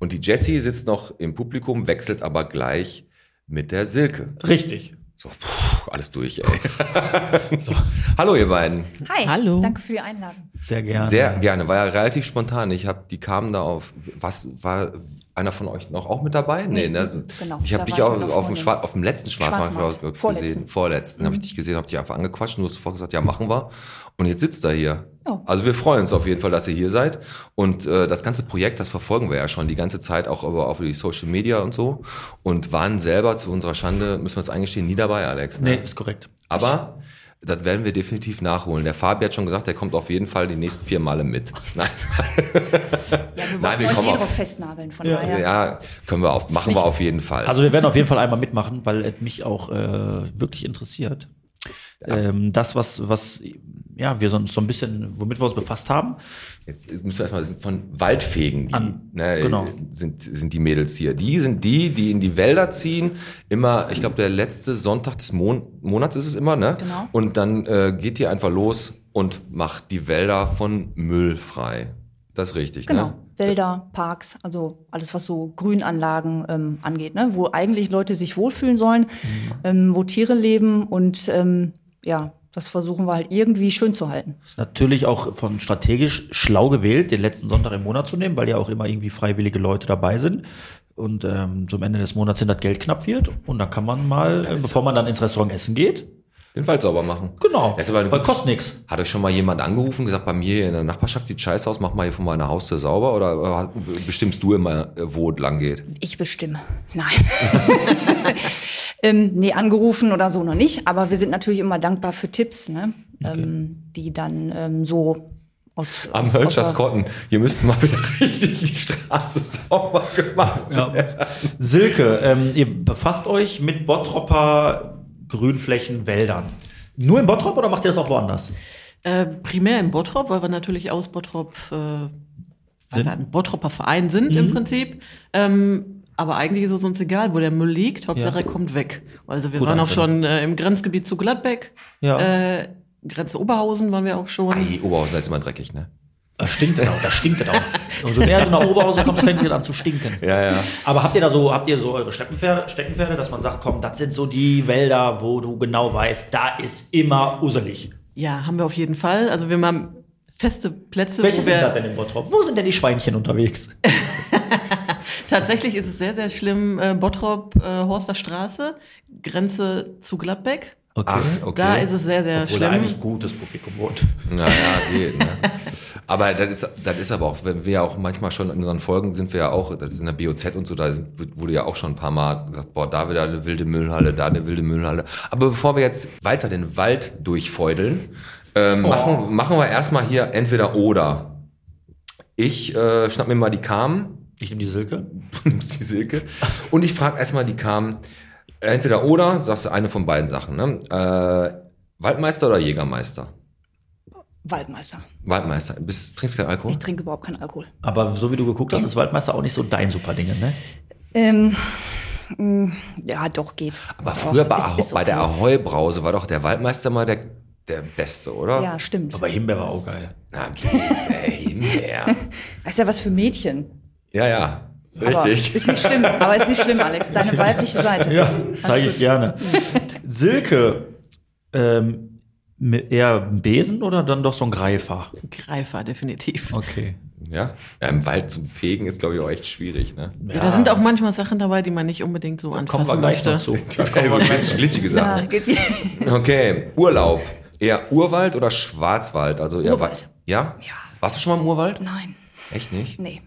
[SPEAKER 2] und die Jessie sitzt noch im Publikum, wechselt aber gleich mit der Silke.
[SPEAKER 4] Richtig.
[SPEAKER 2] So, puh, alles durch, ey. so. Hallo ihr beiden.
[SPEAKER 7] Hi.
[SPEAKER 8] Hallo.
[SPEAKER 7] Danke für die Einladung.
[SPEAKER 4] Sehr gerne.
[SPEAKER 2] Sehr gerne, war ja relativ spontan. Ich habe die Carmen da auf was war einer von euch noch auch mit dabei? Nee, ne?
[SPEAKER 7] genau.
[SPEAKER 2] Ich habe
[SPEAKER 7] Da
[SPEAKER 2] dich
[SPEAKER 7] war ich
[SPEAKER 2] auch
[SPEAKER 7] mit auf
[SPEAKER 2] auf dem,
[SPEAKER 7] Vorlesung.
[SPEAKER 2] Schwa- auf dem letzten Schwarzmarkt,
[SPEAKER 7] Schwarzmarkt.
[SPEAKER 2] glaub ich, gesehen.
[SPEAKER 7] Vorletzten. Mhm.
[SPEAKER 2] Vorletzten habe ich dich gesehen, habe dich einfach angequatscht und du hast sofort gesagt, ja, machen wir. Und jetzt sitzt er hier.
[SPEAKER 7] Oh.
[SPEAKER 2] Also wir freuen uns auf jeden Fall, dass ihr hier seid. Und äh, das ganze Projekt, das verfolgen wir ja schon die ganze Zeit, auch über, auf die Social Media und so. Und waren selber zu unserer Schande, müssen wir uns eingestehen, nie dabei, Alex. Ne?
[SPEAKER 4] Nee, ist korrekt.
[SPEAKER 2] Aber das werden wir definitiv nachholen. Der Fabi hat schon gesagt, der kommt auf jeden Fall die nächsten vier Male mit. Nein,
[SPEAKER 7] Ja, wir
[SPEAKER 2] Nein, wir
[SPEAKER 7] wollen
[SPEAKER 2] kommen
[SPEAKER 7] eh
[SPEAKER 2] auf-
[SPEAKER 7] drauf festnageln, von
[SPEAKER 2] ja,
[SPEAKER 7] daher.
[SPEAKER 2] können wir auf, machen wir auf jeden Fall.
[SPEAKER 4] Also wir werden auf jeden Fall einmal mitmachen, weil es mich auch äh, wirklich interessiert. Ähm, das, was, was ja, wir so, so ein bisschen, womit wir uns befasst haben.
[SPEAKER 2] Jetzt, jetzt müssen wir erstmal sind von Waldfegen, die,
[SPEAKER 4] An-
[SPEAKER 2] ne,
[SPEAKER 4] genau.
[SPEAKER 2] sind, sind die Mädels hier. Die sind die, die in die Wälder ziehen. Immer, ich glaube, der letzte Sonntag des Mon Monats ist es immer, ne?
[SPEAKER 7] Genau.
[SPEAKER 2] Und dann äh, geht die einfach los und macht die Wälder von Müll frei. Das ist richtig,
[SPEAKER 7] Genau.
[SPEAKER 2] ne?
[SPEAKER 7] Wälder, Parks, also alles, was so Grünanlagen ähm, angeht, ne? wo eigentlich Leute sich wohlfühlen sollen,
[SPEAKER 2] Mhm.
[SPEAKER 7] ähm, wo Tiere leben und ähm, ja, das versuchen wir halt irgendwie schön zu halten.
[SPEAKER 4] Ist natürlich auch von strategisch schlau gewählt, den letzten Sonntag im Monat zu nehmen, weil ja auch immer irgendwie freiwillige Leute dabei sind. Und ähm, zum Ende des Monats, wenn das Geld knapp wird, und dann kann man mal, äh, bevor man dann ins Restaurant essen geht,
[SPEAKER 2] Den Wald sauber machen.
[SPEAKER 4] genau,
[SPEAKER 2] Das ist aber eine
[SPEAKER 4] weil
[SPEAKER 2] gute-
[SPEAKER 4] kostet nichts.
[SPEAKER 2] Hat euch schon mal jemand angerufen, gesagt, bei mir in der Nachbarschaft sieht scheiße aus, mach mal hier von meiner Haustür sauber? Oder äh, bestimmst du immer, äh, wo es lang geht?
[SPEAKER 7] Ich bestimme. Nein. ähm, nee, angerufen oder so noch nicht, aber wir sind natürlich immer dankbar für Tipps, ne? ähm, die dann ähm, so aus.
[SPEAKER 2] Am
[SPEAKER 7] aus- aus
[SPEAKER 2] Hölschers
[SPEAKER 7] der-
[SPEAKER 2] Kotten. Hier müsste mal wieder richtig die Straße sauber gemacht werden.
[SPEAKER 4] Ja. Silke, ähm, ihr befasst euch mit Bottropper Grünflächen, Wäldern. Nur in Bottrop oder macht ihr das auch woanders?
[SPEAKER 9] Äh, primär in Bottrop, weil wir natürlich aus Bottrop, äh, weil wir ein Bottroper Verein sind
[SPEAKER 4] Mhm.
[SPEAKER 9] im Prinzip. Ähm, aber eigentlich ist es uns egal, wo der Müll liegt. Hauptsache
[SPEAKER 4] Ja.
[SPEAKER 9] er kommt weg. Also wir
[SPEAKER 4] Gute
[SPEAKER 9] waren auch
[SPEAKER 4] Antwort.
[SPEAKER 9] schon äh, im Grenzgebiet zu Gladbeck.
[SPEAKER 4] Ja.
[SPEAKER 9] Äh, Grenze Oberhausen waren wir auch schon.
[SPEAKER 2] Ei, Oberhausen ist immer dreckig, ne?
[SPEAKER 4] Das stinkt das auch, das stinkt das auch. Umso näher du nach Oberhausen kommst, fängt ihr an zu stinken.
[SPEAKER 2] Ja, ja.
[SPEAKER 4] Aber habt ihr da so, habt ihr so eure Steckenpferde, Steckenpferde, dass man sagt, komm, das sind so die Wälder, wo du genau weißt, da ist immer uselig.
[SPEAKER 9] Ja, haben wir auf jeden Fall. Also wir haben feste Plätze,
[SPEAKER 4] Welche
[SPEAKER 9] wo
[SPEAKER 4] sind
[SPEAKER 9] wir
[SPEAKER 4] da denn in Bottrop? Wo sind denn die Schweinchen unterwegs?
[SPEAKER 9] Tatsächlich ist es sehr, sehr schlimm. Äh, Bottrop, äh, Horster Straße, Grenze zu Gladbeck.
[SPEAKER 4] Okay.
[SPEAKER 2] Ach, okay.
[SPEAKER 9] Da ist es sehr, sehr
[SPEAKER 4] Obwohl da
[SPEAKER 9] schlimm.
[SPEAKER 4] eigentlich gutes Publikum wohnt.
[SPEAKER 2] Naja, geht, ne? Aber das ist, das ist aber auch, wenn wir auch manchmal schon in unseren Folgen sind wir ja auch, das ist in der BOZ und so, da sind- wurde ja auch schon ein paar Mal gesagt, boah, da wieder eine wilde Müllhalle, da eine wilde Müllhalle. Aber bevor wir jetzt weiter den Wald durchfeudeln, ähm, machen, machen wir erstmal hier entweder oder. Ich äh, schnapp mir mal die Kamen,
[SPEAKER 4] Ich nehme die Silke.
[SPEAKER 2] Du nimmst die Silke. Und ich frage erstmal die Kamen, entweder oder, sagst du eine von beiden Sachen, ne? Äh, Waldmeister oder Jägermeister?
[SPEAKER 7] Waldmeister.
[SPEAKER 2] Waldmeister. Bist, trinkst keinen Alkohol?
[SPEAKER 7] Ich trinke überhaupt keinen Alkohol.
[SPEAKER 4] Aber so wie du geguckt hast, ist Waldmeister auch nicht so dein Superdinge, ne?
[SPEAKER 7] Ähm, mh, ja, doch geht.
[SPEAKER 2] Aber
[SPEAKER 7] Doch,
[SPEAKER 2] früher bei,
[SPEAKER 7] ist-
[SPEAKER 2] Aho
[SPEAKER 7] ist
[SPEAKER 2] bei der
[SPEAKER 7] okay.
[SPEAKER 2] Ahoi-Brause war doch der Waldmeister mal der, der Beste, oder?
[SPEAKER 7] Ja, stimmt.
[SPEAKER 4] Aber Himbeer war auch geil.
[SPEAKER 2] Na, geht, ey, Himbeer.
[SPEAKER 7] Ist ja was für Mädchen.
[SPEAKER 2] ja, ja.
[SPEAKER 7] Aber
[SPEAKER 2] Richtig.
[SPEAKER 7] Ist nicht schlimm, aber ist nicht schlimm, Alex. Deine weibliche Seite.
[SPEAKER 4] Ja, zeige ich gerne. Silke, ähm, mit eher ein Besen oder dann doch so ein Greifer?
[SPEAKER 9] Greifer, definitiv.
[SPEAKER 4] Okay.
[SPEAKER 2] Ja? ja, im Wald zum Fegen ist, glaube ich, auch echt schwierig, ne?
[SPEAKER 9] Ja. da sind auch manchmal Sachen dabei, die man nicht unbedingt so
[SPEAKER 4] Kommen wir
[SPEAKER 9] anfassen
[SPEAKER 4] gleich
[SPEAKER 9] möchte.
[SPEAKER 4] dazu.
[SPEAKER 2] Also, glitsch- glitschige
[SPEAKER 7] Ja,
[SPEAKER 2] Sachen.
[SPEAKER 7] geht-
[SPEAKER 2] Okay, Urlaub. Eher Urwald oder Schwarzwald? Also eher
[SPEAKER 7] Urwald.
[SPEAKER 2] Wa- Ja?
[SPEAKER 7] Ja.
[SPEAKER 2] Warst du schon mal im Urwald?
[SPEAKER 7] Nein,
[SPEAKER 2] Echt nicht?
[SPEAKER 7] nee.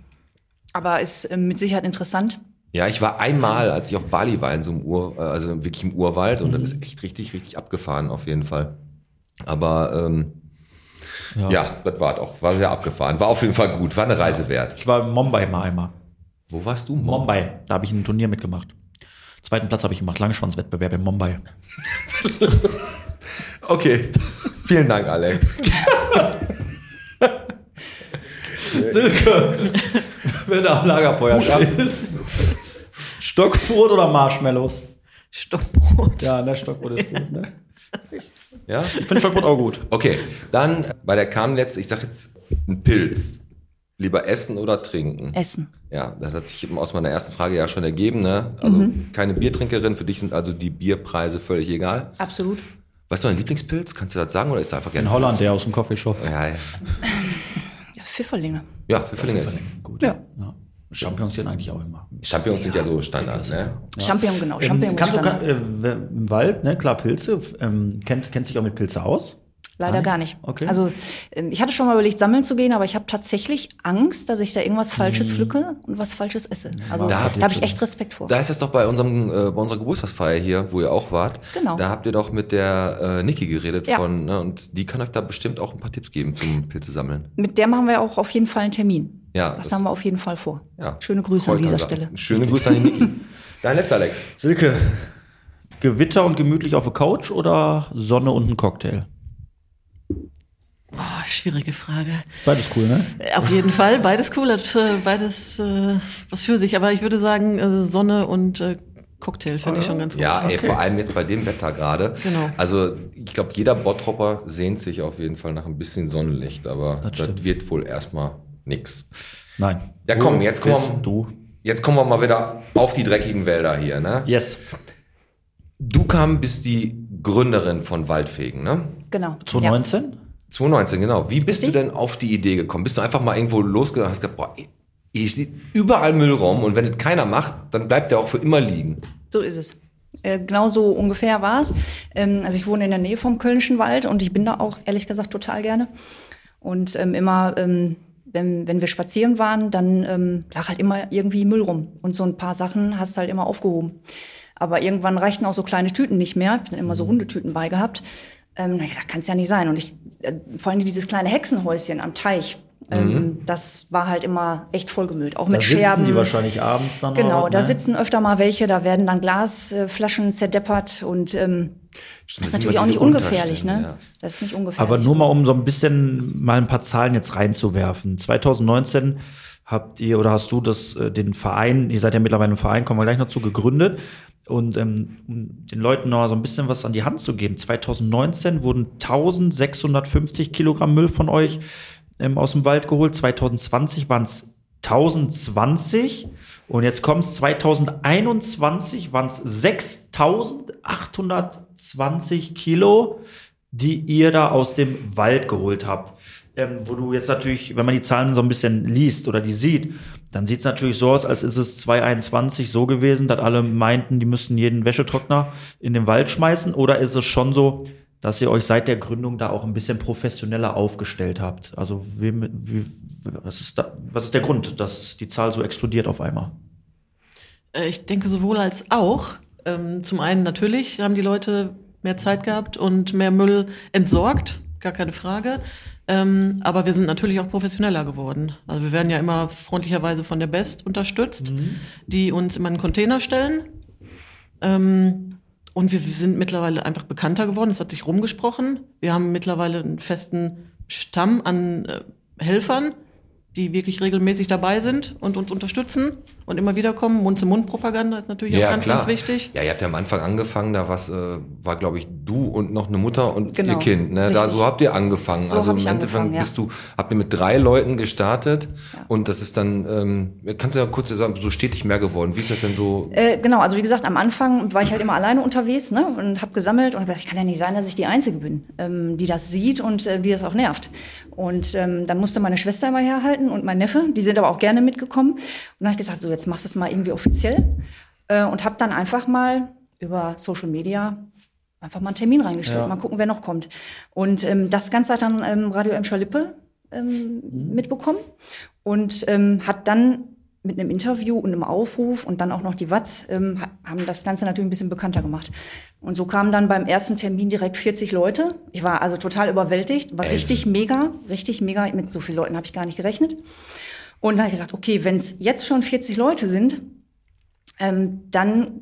[SPEAKER 7] Aber ist ähm, mit Sicherheit interessant.
[SPEAKER 2] Ja, ich war einmal, als ich auf Bali war, in so einem Ur, äh, also wirklich im Urwald und das ist echt richtig, richtig abgefahren auf jeden Fall. Aber ähm, ja. das war auch, war sehr abgefahren, war auf jeden Fall gut, war eine Reise wert.
[SPEAKER 4] Ich war in Mumbai mal einmal.
[SPEAKER 2] Wo warst du?
[SPEAKER 4] Mumbai, da habe ich ein Turnier mitgemacht. Zweiten Platz habe ich gemacht, Langschwanzwettbewerb in Mumbai.
[SPEAKER 2] Okay, vielen Dank, Alex.
[SPEAKER 4] Silke, wenn du am Lagerfeuer stehst. Stockbrot oder Marshmallows?
[SPEAKER 9] Stoppbrot.
[SPEAKER 4] Ja, ne, Stockbrot ist gut, ne?
[SPEAKER 2] Ja?
[SPEAKER 4] Ich finde Stockbrot auch gut.
[SPEAKER 2] Okay, dann bei der kam letzte, ich sag jetzt ein Pilz. Lieber essen oder trinken?
[SPEAKER 7] Essen.
[SPEAKER 2] Ja, das hat sich eben aus meiner ersten Frage ja schon ergeben, ne? Also
[SPEAKER 7] Mhm.
[SPEAKER 2] keine Biertrinkerin, für dich sind also die Bierpreise völlig egal.
[SPEAKER 7] Absolut.
[SPEAKER 2] Weißt du, dein Lieblingspilz? Kannst du das sagen oder ist er einfach gerne?
[SPEAKER 4] In Holland, der aus dem Coffeeshop.
[SPEAKER 2] Ja, ja.
[SPEAKER 7] Ja, Pfifferlinge.
[SPEAKER 2] ja Pfifferlinge ist.
[SPEAKER 4] Gut.
[SPEAKER 7] Ja.
[SPEAKER 4] ja. Champions sind eigentlich auch immer.
[SPEAKER 2] Champions sind ja so Standard, ne?
[SPEAKER 7] Champignon, genau.
[SPEAKER 4] Ähm,
[SPEAKER 7] Champignon
[SPEAKER 4] kannst du,
[SPEAKER 7] gestanden.
[SPEAKER 4] kann, äh, Im Wald, ne, klar, Pilze. Ähm, kennt, kennt sich auch mit Pilze aus.
[SPEAKER 7] Leider gar nicht.
[SPEAKER 4] Okay.
[SPEAKER 7] Also ähm, ich hatte schon mal überlegt, sammeln zu gehen, aber ich habe tatsächlich Angst, dass ich da irgendwas Falsches pflücke und was Falsches esse. Also
[SPEAKER 2] Hm. Da
[SPEAKER 7] da,
[SPEAKER 2] habt ihr
[SPEAKER 7] habe ich
[SPEAKER 2] schon-
[SPEAKER 7] echt Respekt vor.
[SPEAKER 2] Da ist das doch bei unserem äh, bei unserer Geburtstagsfeier hier, wo ihr auch wart.
[SPEAKER 7] Genau.
[SPEAKER 2] Da habt ihr doch mit der äh, Niki geredet
[SPEAKER 7] Ja.
[SPEAKER 2] von ne, und die kann euch da bestimmt auch ein paar Tipps geben zum Pilze sammeln.
[SPEAKER 7] Mit der machen wir auch auf jeden Fall einen Termin.
[SPEAKER 2] Ja,
[SPEAKER 7] Das,
[SPEAKER 2] das-
[SPEAKER 7] haben wir auf jeden Fall vor.
[SPEAKER 2] Ja.
[SPEAKER 7] Schöne Grüße an dieser Stelle.
[SPEAKER 2] Schöne Grüße an die Niki. Dein letzter Alex.
[SPEAKER 4] Silke, Gewitter und gemütlich auf der Couch oder Sonne und ein Cocktail?
[SPEAKER 9] Boah, Oh, schwierige Frage.
[SPEAKER 4] Beides cool, ne?
[SPEAKER 9] Auf jeden Fall, beides cool, hat äh, beides äh, was für sich. Aber ich würde sagen, äh, Sonne und äh, Cocktail finde ich schon ganz gut.
[SPEAKER 2] Ja, ey, vor allem jetzt bei dem Wetter gerade.
[SPEAKER 9] Genau.
[SPEAKER 2] Also ich glaube, jeder Bottropper sehnt sich auf jeden Fall nach ein bisschen Sonnenlicht, aber das, wird wohl erstmal nix.
[SPEAKER 4] Nein.
[SPEAKER 2] Ja, komm, jetzt
[SPEAKER 4] Wo
[SPEAKER 2] komm.
[SPEAKER 4] bist Du.
[SPEAKER 2] Jetzt kommen wir mal wieder auf die dreckigen Wälder hier, ne?
[SPEAKER 4] Yes.
[SPEAKER 2] Dukam bist die Gründerin von Waldfegen, ne?
[SPEAKER 7] Genau.
[SPEAKER 4] 2019?
[SPEAKER 2] 2019, genau. Wie bist du denn auf die Idee gekommen? Bist du einfach mal irgendwo losgegangen und hast gesagt, boah, hier steht überall Müll rum und wenn das keiner macht, dann bleibt der auch für immer liegen.
[SPEAKER 7] So ist es. Äh, Genau so ungefähr war es. Ähm, also ich wohne in der Nähe vom Kölnischen Wald und ich bin da auch ehrlich gesagt total gerne. Und ähm, immer, ähm, wenn, wenn wir spazieren waren, dann ähm, lag halt immer irgendwie Müll rum. Und so ein paar Sachen hast du halt immer aufgehoben. Aber irgendwann reichten auch so kleine Tüten nicht mehr. Ich habe dann immer
[SPEAKER 4] Mhm.
[SPEAKER 7] so Hundetüten bei gehabt. Ähm, na ja, das kann es ja nicht sein. Und ich, äh, vor allem dieses kleine Hexenhäuschen am Teich, ähm, das war halt immer echt vollgemüllt. Auch
[SPEAKER 4] Mhm. Da
[SPEAKER 7] mit Scherben.
[SPEAKER 4] sitzen die wahrscheinlich abends dann.
[SPEAKER 7] Genau,
[SPEAKER 4] oder,
[SPEAKER 7] da
[SPEAKER 4] ne?
[SPEAKER 7] sitzen öfter mal welche, da werden dann Glasflaschen zerdeppert und ähm, das ist
[SPEAKER 2] sind
[SPEAKER 7] natürlich
[SPEAKER 2] immer
[SPEAKER 7] auch
[SPEAKER 2] diese
[SPEAKER 7] nicht ungefährlich,
[SPEAKER 2] Unterstände,
[SPEAKER 7] ne?
[SPEAKER 2] ja.
[SPEAKER 7] Das ist nicht ungefährlich.
[SPEAKER 4] Aber nur mal, um so ein bisschen mal ein paar Zahlen jetzt reinzuwerfen. 2019 habt ihr oder hast du das, äh, den Verein, ihr seid ja mittlerweile ein Verein, kommen wir gleich noch zu, gegründet. Und ähm, um den Leuten noch mal so ein bisschen was an die Hand zu geben. 2019 wurden 1650 Kilogramm Müll von euch ähm, aus dem Wald geholt. 2020 waren es 1020 und jetzt kommt es 2021 waren es 6820 Kilo, die ihr da aus dem Wald geholt habt. Ähm, wo du jetzt natürlich, wenn man die Zahlen so ein bisschen liest oder die sieht, dann sieht es natürlich so aus, als ist es 2021 so gewesen, dass alle meinten, die müssten jeden Wäschetrockner in den Wald schmeißen oder ist es schon so, dass ihr euch seit der Gründung da auch ein bisschen professioneller aufgestellt habt. Also wem, wie, was, ist da, was ist der Grund, dass die Zahl so explodiert auf einmal?
[SPEAKER 9] Äh, Ich denke sowohl als auch. Ähm, Zum einen natürlich haben die Leute mehr Zeit gehabt und mehr Müll entsorgt, gar keine Frage. Ähm, Aber wir sind natürlich auch professioneller geworden. Also wir werden ja immer freundlicherweise von der Best unterstützt,
[SPEAKER 4] Mhm.
[SPEAKER 9] die uns immer einen Container stellen. Ähm, Und wir sind mittlerweile einfach bekannter geworden. Es hat sich rumgesprochen. Wir haben mittlerweile einen festen Stamm an äh, Helfern, die wirklich regelmäßig dabei sind und uns unterstützen und immer wieder kommen. Mund-zu-Mund-Propaganda ist natürlich auch ganz, ganz wichtig.
[SPEAKER 2] Ja, ihr habt ja am Anfang angefangen, da war's, äh, war, glaube ich, du und noch eine Mutter und
[SPEAKER 7] Genau,
[SPEAKER 2] ihr Kind. Ne? Da,
[SPEAKER 7] richtig.
[SPEAKER 2] so habt ihr angefangen.
[SPEAKER 7] So
[SPEAKER 2] also
[SPEAKER 7] hab
[SPEAKER 2] im
[SPEAKER 7] ich
[SPEAKER 2] Endeffekt
[SPEAKER 7] angefangen, ja.
[SPEAKER 2] bist du, habt ihr mit drei Leuten gestartet und das ist dann, ähm, kannst du ja kurz sagen, so stetig mehr geworden. Wie ist das denn so?
[SPEAKER 7] Äh, genau, also wie gesagt, am Anfang war ich halt immer alleine unterwegs ne, und habe gesammelt und hab gesagt, ich kann ja nicht sein, dass ich die Einzige bin, ähm, die das sieht und äh, die das auch nervt. Und ähm, dann musste meine Schwester immer herhalten und mein Neffe, die sind aber auch gerne mitgekommen. Und dann habe ich gesagt, so jetzt machst du es mal irgendwie offiziell äh, und habe dann einfach mal über Social Media einfach mal einen Termin reingestellt, mal gucken, wer noch kommt. Und ähm, das Ganze hat dann ähm, Radio Emscher Lippe ähm, mitbekommen und ähm, hat dann mit einem Interview und einem Aufruf und dann auch noch die Watz ähm, ha- haben das Ganze natürlich ein bisschen bekannter gemacht. Und so kamen dann beim ersten Termin direkt 40 Leute. Ich war also total überwältigt, war richtig mega, richtig mega. Mit so vielen Leuten habe ich gar nicht gerechnet. Und dann habe ich gesagt, okay, wenn es jetzt schon 40 Leute sind, ähm, dann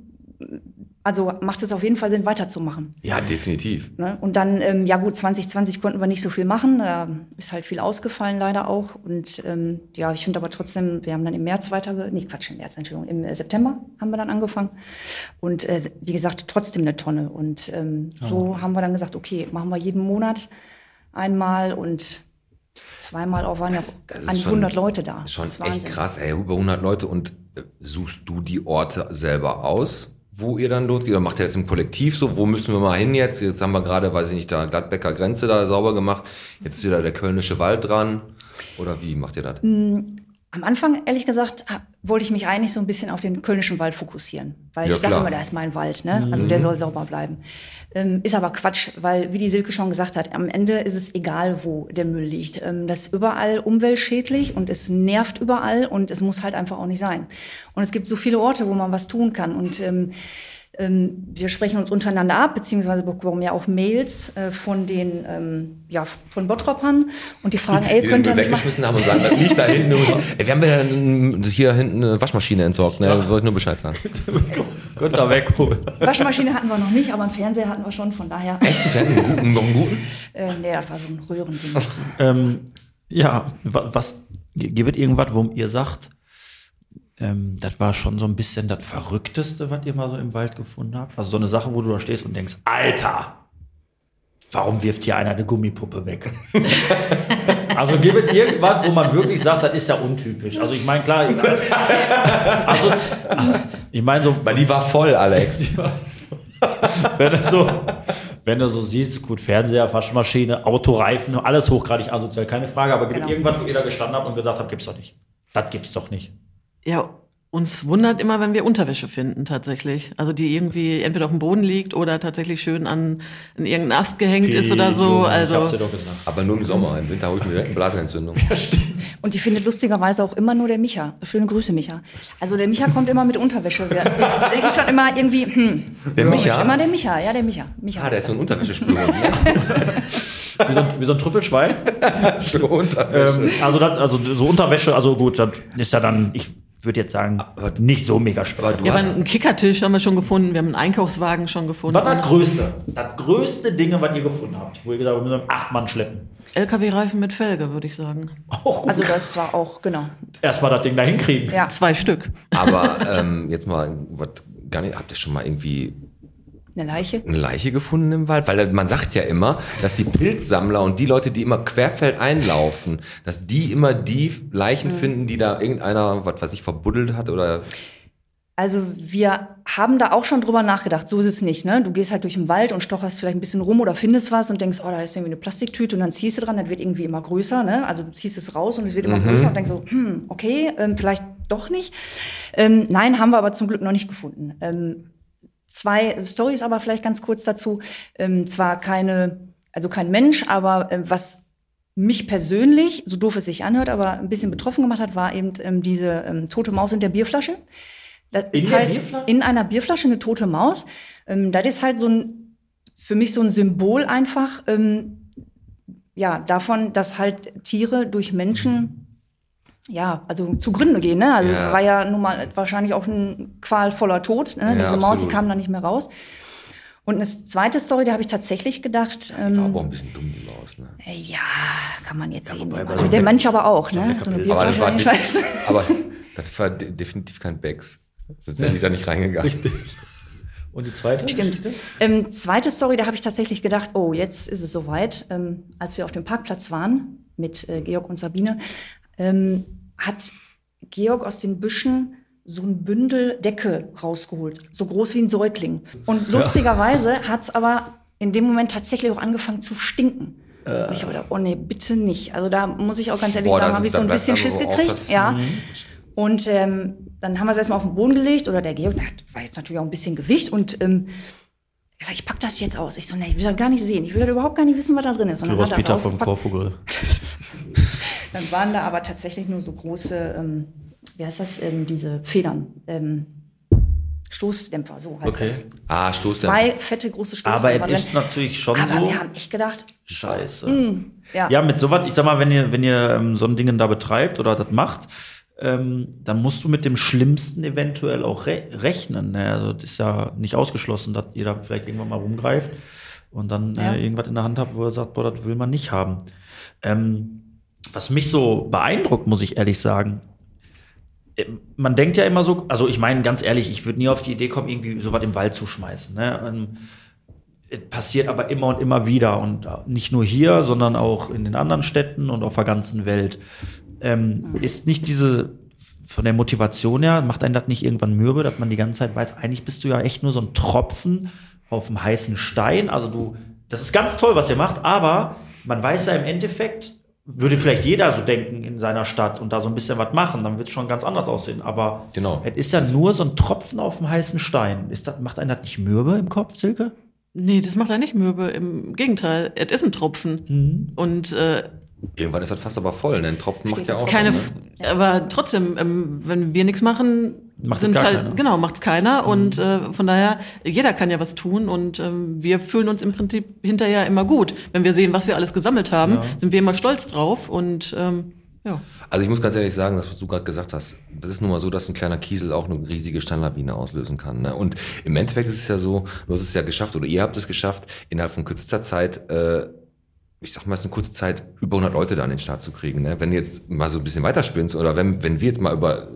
[SPEAKER 7] also macht es auf jeden Fall Sinn, weiterzumachen.
[SPEAKER 2] Ja, definitiv.
[SPEAKER 7] Ne? Und dann, ähm, ja gut, 2020 konnten wir nicht so viel machen. Da ist halt viel ausgefallen leider auch. Und ähm, ja, ich finde aber trotzdem, wir haben dann im März weiterge... Nee, Quatsch, im März, Entschuldigung. Im äh, September haben wir dann angefangen. Und äh, wie gesagt, trotzdem eine Tonne. Und ähm, so haben wir dann gesagt, okay, machen wir jeden Monat einmal und zweimal auch waren ja
[SPEAKER 2] Das ist
[SPEAKER 7] an die
[SPEAKER 2] schon-
[SPEAKER 7] 100 Leute da. Das
[SPEAKER 2] Schon
[SPEAKER 7] ist
[SPEAKER 2] echt
[SPEAKER 7] Wahnsinn.
[SPEAKER 2] krass, ey, über 100 Leute. Und äh, suchst du die Orte selber aus, wo ihr dann losgeht? Oder macht ihr das im Kollektiv so? Wo müssen wir mal hin jetzt? Jetzt haben wir gerade, weiß ich nicht, da Gladbecker Grenze da sauber gemacht. Jetzt ist wieder der Kölnische Wald dran. Oder wie macht ihr das?
[SPEAKER 7] Am Anfang, ehrlich gesagt, hab- wollte ich mich eigentlich so ein bisschen auf den kölnischen Wald fokussieren. Weil
[SPEAKER 2] Ja,
[SPEAKER 7] ich sage
[SPEAKER 2] klar. Mhm.
[SPEAKER 7] immer, da ist mein Wald, ne? Also der soll sauber bleiben. Ähm, ist aber Quatsch, weil, wie die Silke schon gesagt hat, am Ende ist es egal, wo der Müll liegt. Ähm, das ist überall umweltschädlich und es nervt überall und es muss halt einfach auch nicht sein. Und es gibt so viele Orte, wo man was tun kann. Und ähm, ähm, wir sprechen uns untereinander ab, beziehungsweise bekommen ja auch Mails äh, von den, ähm, ja, von Bottropern und die fragen, ey,
[SPEAKER 2] Die den
[SPEAKER 7] könnt ihr
[SPEAKER 2] Müll
[SPEAKER 7] nicht mal...
[SPEAKER 2] weggeschmissen haben und sagen, das liegt da hinten. Ey, wir haben ja ähm, hier hinten eine Waschmaschine entsorgt, ne? Wollte ich nur Bescheid sagen.
[SPEAKER 4] Könnt ihr wegholen.
[SPEAKER 7] Waschmaschine hatten wir noch nicht, aber einen Fernseher hatten wir schon, von daher...
[SPEAKER 2] Wir hatten einen guten, noch einen guten.
[SPEAKER 7] Äh, nee, das war so ein Röhrending.
[SPEAKER 4] Ähm, ja, wa- was ge- gibt irgendwas, wo ihr sagt, ähm, das war schon so ein bisschen das Verrückteste, was ihr mal so im Wald gefunden habt? Also so eine Sache, wo du da stehst und denkst, Alter, warum wirft hier einer eine Gummipuppe weg? also gibt irgendwas, wo man wirklich sagt, das ist ja untypisch. Also ich meine, klar, also, also, ich meine so,
[SPEAKER 2] Weil die war voll, Alex.
[SPEAKER 4] wenn du so, wenn du so siehst, gut, Fernseher, Waschmaschine, Autoreifen, alles hochgradig asozial, keine Frage, aber gibt
[SPEAKER 7] Genau.
[SPEAKER 4] irgendwas, wo ihr da gestanden habt und gesagt habt, gibt's doch nicht. Das gibt's doch nicht.
[SPEAKER 9] Ja, uns wundert immer, wenn wir Unterwäsche finden, tatsächlich. Also die irgendwie entweder auf dem Boden liegt oder tatsächlich schön an, an irgendeinen Ast gehängt ist oder so.
[SPEAKER 4] Junge, Ich hab's dir
[SPEAKER 9] also
[SPEAKER 4] doch gesagt.
[SPEAKER 2] Aber nur im Sommer. Im Winter hole ich mir direkt eine Blasenentzündung.
[SPEAKER 7] Und die findet lustigerweise auch immer nur der Micha. Schöne Grüße, Micha. Also der Micha kommt immer mit Unterwäsche. Da denke ich schon immer irgendwie, hm.
[SPEAKER 2] Der
[SPEAKER 7] komisch.
[SPEAKER 2] Micha?
[SPEAKER 7] Immer der Micha, ja, der Micha. Micha
[SPEAKER 2] Ah, da ist so ein Unterwäschespülung. Ne?
[SPEAKER 4] Wie so ein, wie so ein Trüffelschwein.
[SPEAKER 2] Schöne Unterwäsche.
[SPEAKER 4] ähm, also, das, also so Unterwäsche, also gut, das ist ja dann, ich würde jetzt sagen, nicht so mega
[SPEAKER 2] Aber
[SPEAKER 4] spannend.
[SPEAKER 2] du
[SPEAKER 9] ja, aber
[SPEAKER 2] hast,
[SPEAKER 9] einen Kickertisch haben wir schon gefunden, wir haben einen Einkaufswagen schon gefunden.
[SPEAKER 4] Was war das Größte? Das größte Ding, was ihr gefunden habt, wo ihr gesagt habt, wir müssen acht Mann schleppen.
[SPEAKER 9] LKW-Reifen mit Felge, würde ich sagen.
[SPEAKER 4] Auch gut.
[SPEAKER 7] Also das war auch, genau.
[SPEAKER 4] Erstmal das Ding da hinkriegen.
[SPEAKER 7] Ja.
[SPEAKER 9] Zwei Stück.
[SPEAKER 2] aber ähm, jetzt mal, was gar nicht, habt ihr schon mal irgendwie
[SPEAKER 7] Eine Leiche.
[SPEAKER 2] eine Leiche gefunden im Wald? Weil man sagt ja immer, dass die Pilzsammler und die Leute, die immer querfeld einlaufen, dass die immer die Leichen
[SPEAKER 9] Mhm.
[SPEAKER 2] finden, die da irgendeiner, was weiß ich, verbuddelt hat oder
[SPEAKER 7] Also wir haben da auch schon drüber nachgedacht. So ist es nicht, ne? Du gehst halt durch den Wald und stocherst vielleicht ein bisschen rum oder findest was und denkst, oh, da ist irgendwie eine Plastiktüte und dann ziehst du dran, das wird irgendwie immer größer, ne? Also du ziehst es raus und es wird immer größer und denkst so, hm, okay, ähm, vielleicht doch nicht. Ähm, nein, haben wir aber zum Glück noch nicht gefunden. Ähm, zwei Stories aber vielleicht ganz kurz dazu. Ähm, zwar keine, also kein Mensch, aber äh, was mich persönlich, so doof es sich anhört, aber ein bisschen betroffen gemacht hat, war eben ähm, diese ähm, tote Maus in der Bierflasche. Das
[SPEAKER 4] In
[SPEAKER 7] ist
[SPEAKER 4] der
[SPEAKER 7] halt
[SPEAKER 4] Bierflasche?
[SPEAKER 7] in einer Bierflasche eine tote Maus. Ähm, das ist halt so ein, für mich so ein Symbol einfach, ähm, ja, davon, dass halt Tiere durch Menschen, ja, also zu Gründe gehen, ne? Also
[SPEAKER 2] Ja.
[SPEAKER 7] war ja nun mal wahrscheinlich auch ein qualvoller Tod, ne?
[SPEAKER 2] Ja,
[SPEAKER 7] Diese Maus, die
[SPEAKER 2] absolut.
[SPEAKER 7] kam da nicht mehr raus. Und eine zweite Story, da habe ich tatsächlich gedacht,
[SPEAKER 2] war
[SPEAKER 7] ähm,
[SPEAKER 2] aber auch ein bisschen dumm die Maus, ne?
[SPEAKER 7] ja, kann man jetzt sehen.
[SPEAKER 4] wobei,
[SPEAKER 7] wie man-
[SPEAKER 4] also
[SPEAKER 7] der
[SPEAKER 4] Beck-
[SPEAKER 7] Mensch aber auch, ne? So eine
[SPEAKER 2] Aber das
[SPEAKER 7] Bierflasche
[SPEAKER 2] war,
[SPEAKER 7] in den
[SPEAKER 2] nicht,
[SPEAKER 7] Schweiß.
[SPEAKER 2] aber das war de- definitiv kein Becks. Sonst wäre ich da nicht reingegangen.
[SPEAKER 4] Und die zweite?
[SPEAKER 7] Stimmt. Ähm, zweite Story, da habe ich tatsächlich gedacht, oh, jetzt ist es soweit. Ähm, als wir auf dem Parkplatz waren mit äh, Georg und Sabine, ähm, hat Georg aus den Büschen so ein Bündel Decke rausgeholt, so groß wie ein Säugling. Und lustigerweise hat es aber in dem Moment tatsächlich auch angefangen zu stinken. Und ich habe gedacht, oh nee, bitte nicht. Also da muss ich auch ganz ehrlich
[SPEAKER 2] Äh. Boah,
[SPEAKER 7] sagen,
[SPEAKER 2] das-
[SPEAKER 7] habe ich
[SPEAKER 2] da
[SPEAKER 7] so ein
[SPEAKER 2] bleibt
[SPEAKER 7] bisschen
[SPEAKER 2] einem
[SPEAKER 7] Schiss
[SPEAKER 2] auch
[SPEAKER 7] gekriegt.
[SPEAKER 2] das-
[SPEAKER 7] Ja. Und ähm, dann haben wir es erstmal auf den Boden gelegt oder der Georg, der hat- war jetzt natürlich auch ein bisschen Gewicht und ähm, ich sag, ich pack das jetzt aus. Ich so, nee, ich will das gar nicht sehen. Ich will das überhaupt gar nicht wissen, was da drin ist. Und dann, hat er das ausgepackt.
[SPEAKER 4] Korfugel.
[SPEAKER 7] dann waren da aber tatsächlich nur so große, ähm, wie heißt das, ähm, diese Federn. Ähm, Stoßdämpfer, so heißt
[SPEAKER 4] Okay.
[SPEAKER 7] das.
[SPEAKER 2] Ah, Stoß
[SPEAKER 7] Zwei fette große
[SPEAKER 4] Aber
[SPEAKER 7] Stoßdämpfer
[SPEAKER 4] es ist
[SPEAKER 7] drin.
[SPEAKER 4] natürlich schon
[SPEAKER 7] Aber
[SPEAKER 4] so.
[SPEAKER 7] wir haben echt gedacht,
[SPEAKER 4] Scheiße.
[SPEAKER 7] ja,
[SPEAKER 4] Ja, mit sowas, ich sag mal, wenn ihr, wenn ihr ähm, so ein Ding da betreibt oder das macht, ähm, dann musst du mit dem Schlimmsten eventuell auch re rechnen. Ne? Also das ist ja nicht ausgeschlossen, dass ihr da vielleicht irgendwann mal rumgreift und dann
[SPEAKER 7] Ja.
[SPEAKER 4] äh, irgendwas in der Hand habt, wo ihr sagt, boah, das will man nicht haben. Ähm, was mich so beeindruckt, muss ich ehrlich sagen, äh, man denkt ja immer so, also ich meine ganz ehrlich, ich würde nie auf die Idee kommen, irgendwie sowas im Wald zu schmeißen. Ne? Ähm, es passiert aber immer und immer wieder und nicht nur hier, sondern auch in den anderen Städten und auf der ganzen Welt. Ähm, ist nicht diese von der Motivation her, macht einen das nicht irgendwann mürbe, dass man die ganze Zeit weiß, eigentlich bist du ja echt nur so ein Tropfen auf dem heißen Stein. Also du, das ist ganz toll, was ihr macht, aber man weiß ja im Endeffekt, würde vielleicht jeder so denken in seiner Stadt und da so ein bisschen was machen, dann wird es schon ganz anders aussehen. Aber
[SPEAKER 2] Genau.
[SPEAKER 4] es ist ja nur so ein Tropfen auf dem heißen Stein. Ist das, macht einen das nicht mürbe im Kopf, Silke?
[SPEAKER 9] Nee, das macht er nicht mürbe. Im Gegenteil, es ist ein Tropfen. Und äh,
[SPEAKER 2] Irgendwann ist das fast aber voll, denn Tropfen macht ja auch
[SPEAKER 9] keine,
[SPEAKER 2] schon, ne?
[SPEAKER 9] F- aber trotzdem, ähm, wenn wir nichts machen,
[SPEAKER 4] Macht
[SPEAKER 9] sind's
[SPEAKER 4] gar
[SPEAKER 9] halt,
[SPEAKER 4] keiner.
[SPEAKER 9] genau, macht's keiner. Und äh, von daher, jeder kann ja was tun und ähm, wir fühlen uns im Prinzip hinterher immer gut. Wenn wir sehen, was wir alles gesammelt haben, sind wir immer stolz drauf und ähm, ja.
[SPEAKER 2] Also ich muss ganz ehrlich sagen, das, was du gerade gesagt hast, das ist nun mal so, dass ein kleiner Kiesel auch eine riesige Steinlawine auslösen kann. Ne? Und im Endeffekt ist es ja so, du hast es ja geschafft oder ihr habt es geschafft, innerhalb von kürzester Zeit, äh, ich sag mal, es ist eine kurze Zeit, über 100 Leute da an den Start zu kriegen. Ne? Wenn du jetzt mal so ein bisschen weiterspinnst oder wenn, wenn wir jetzt mal über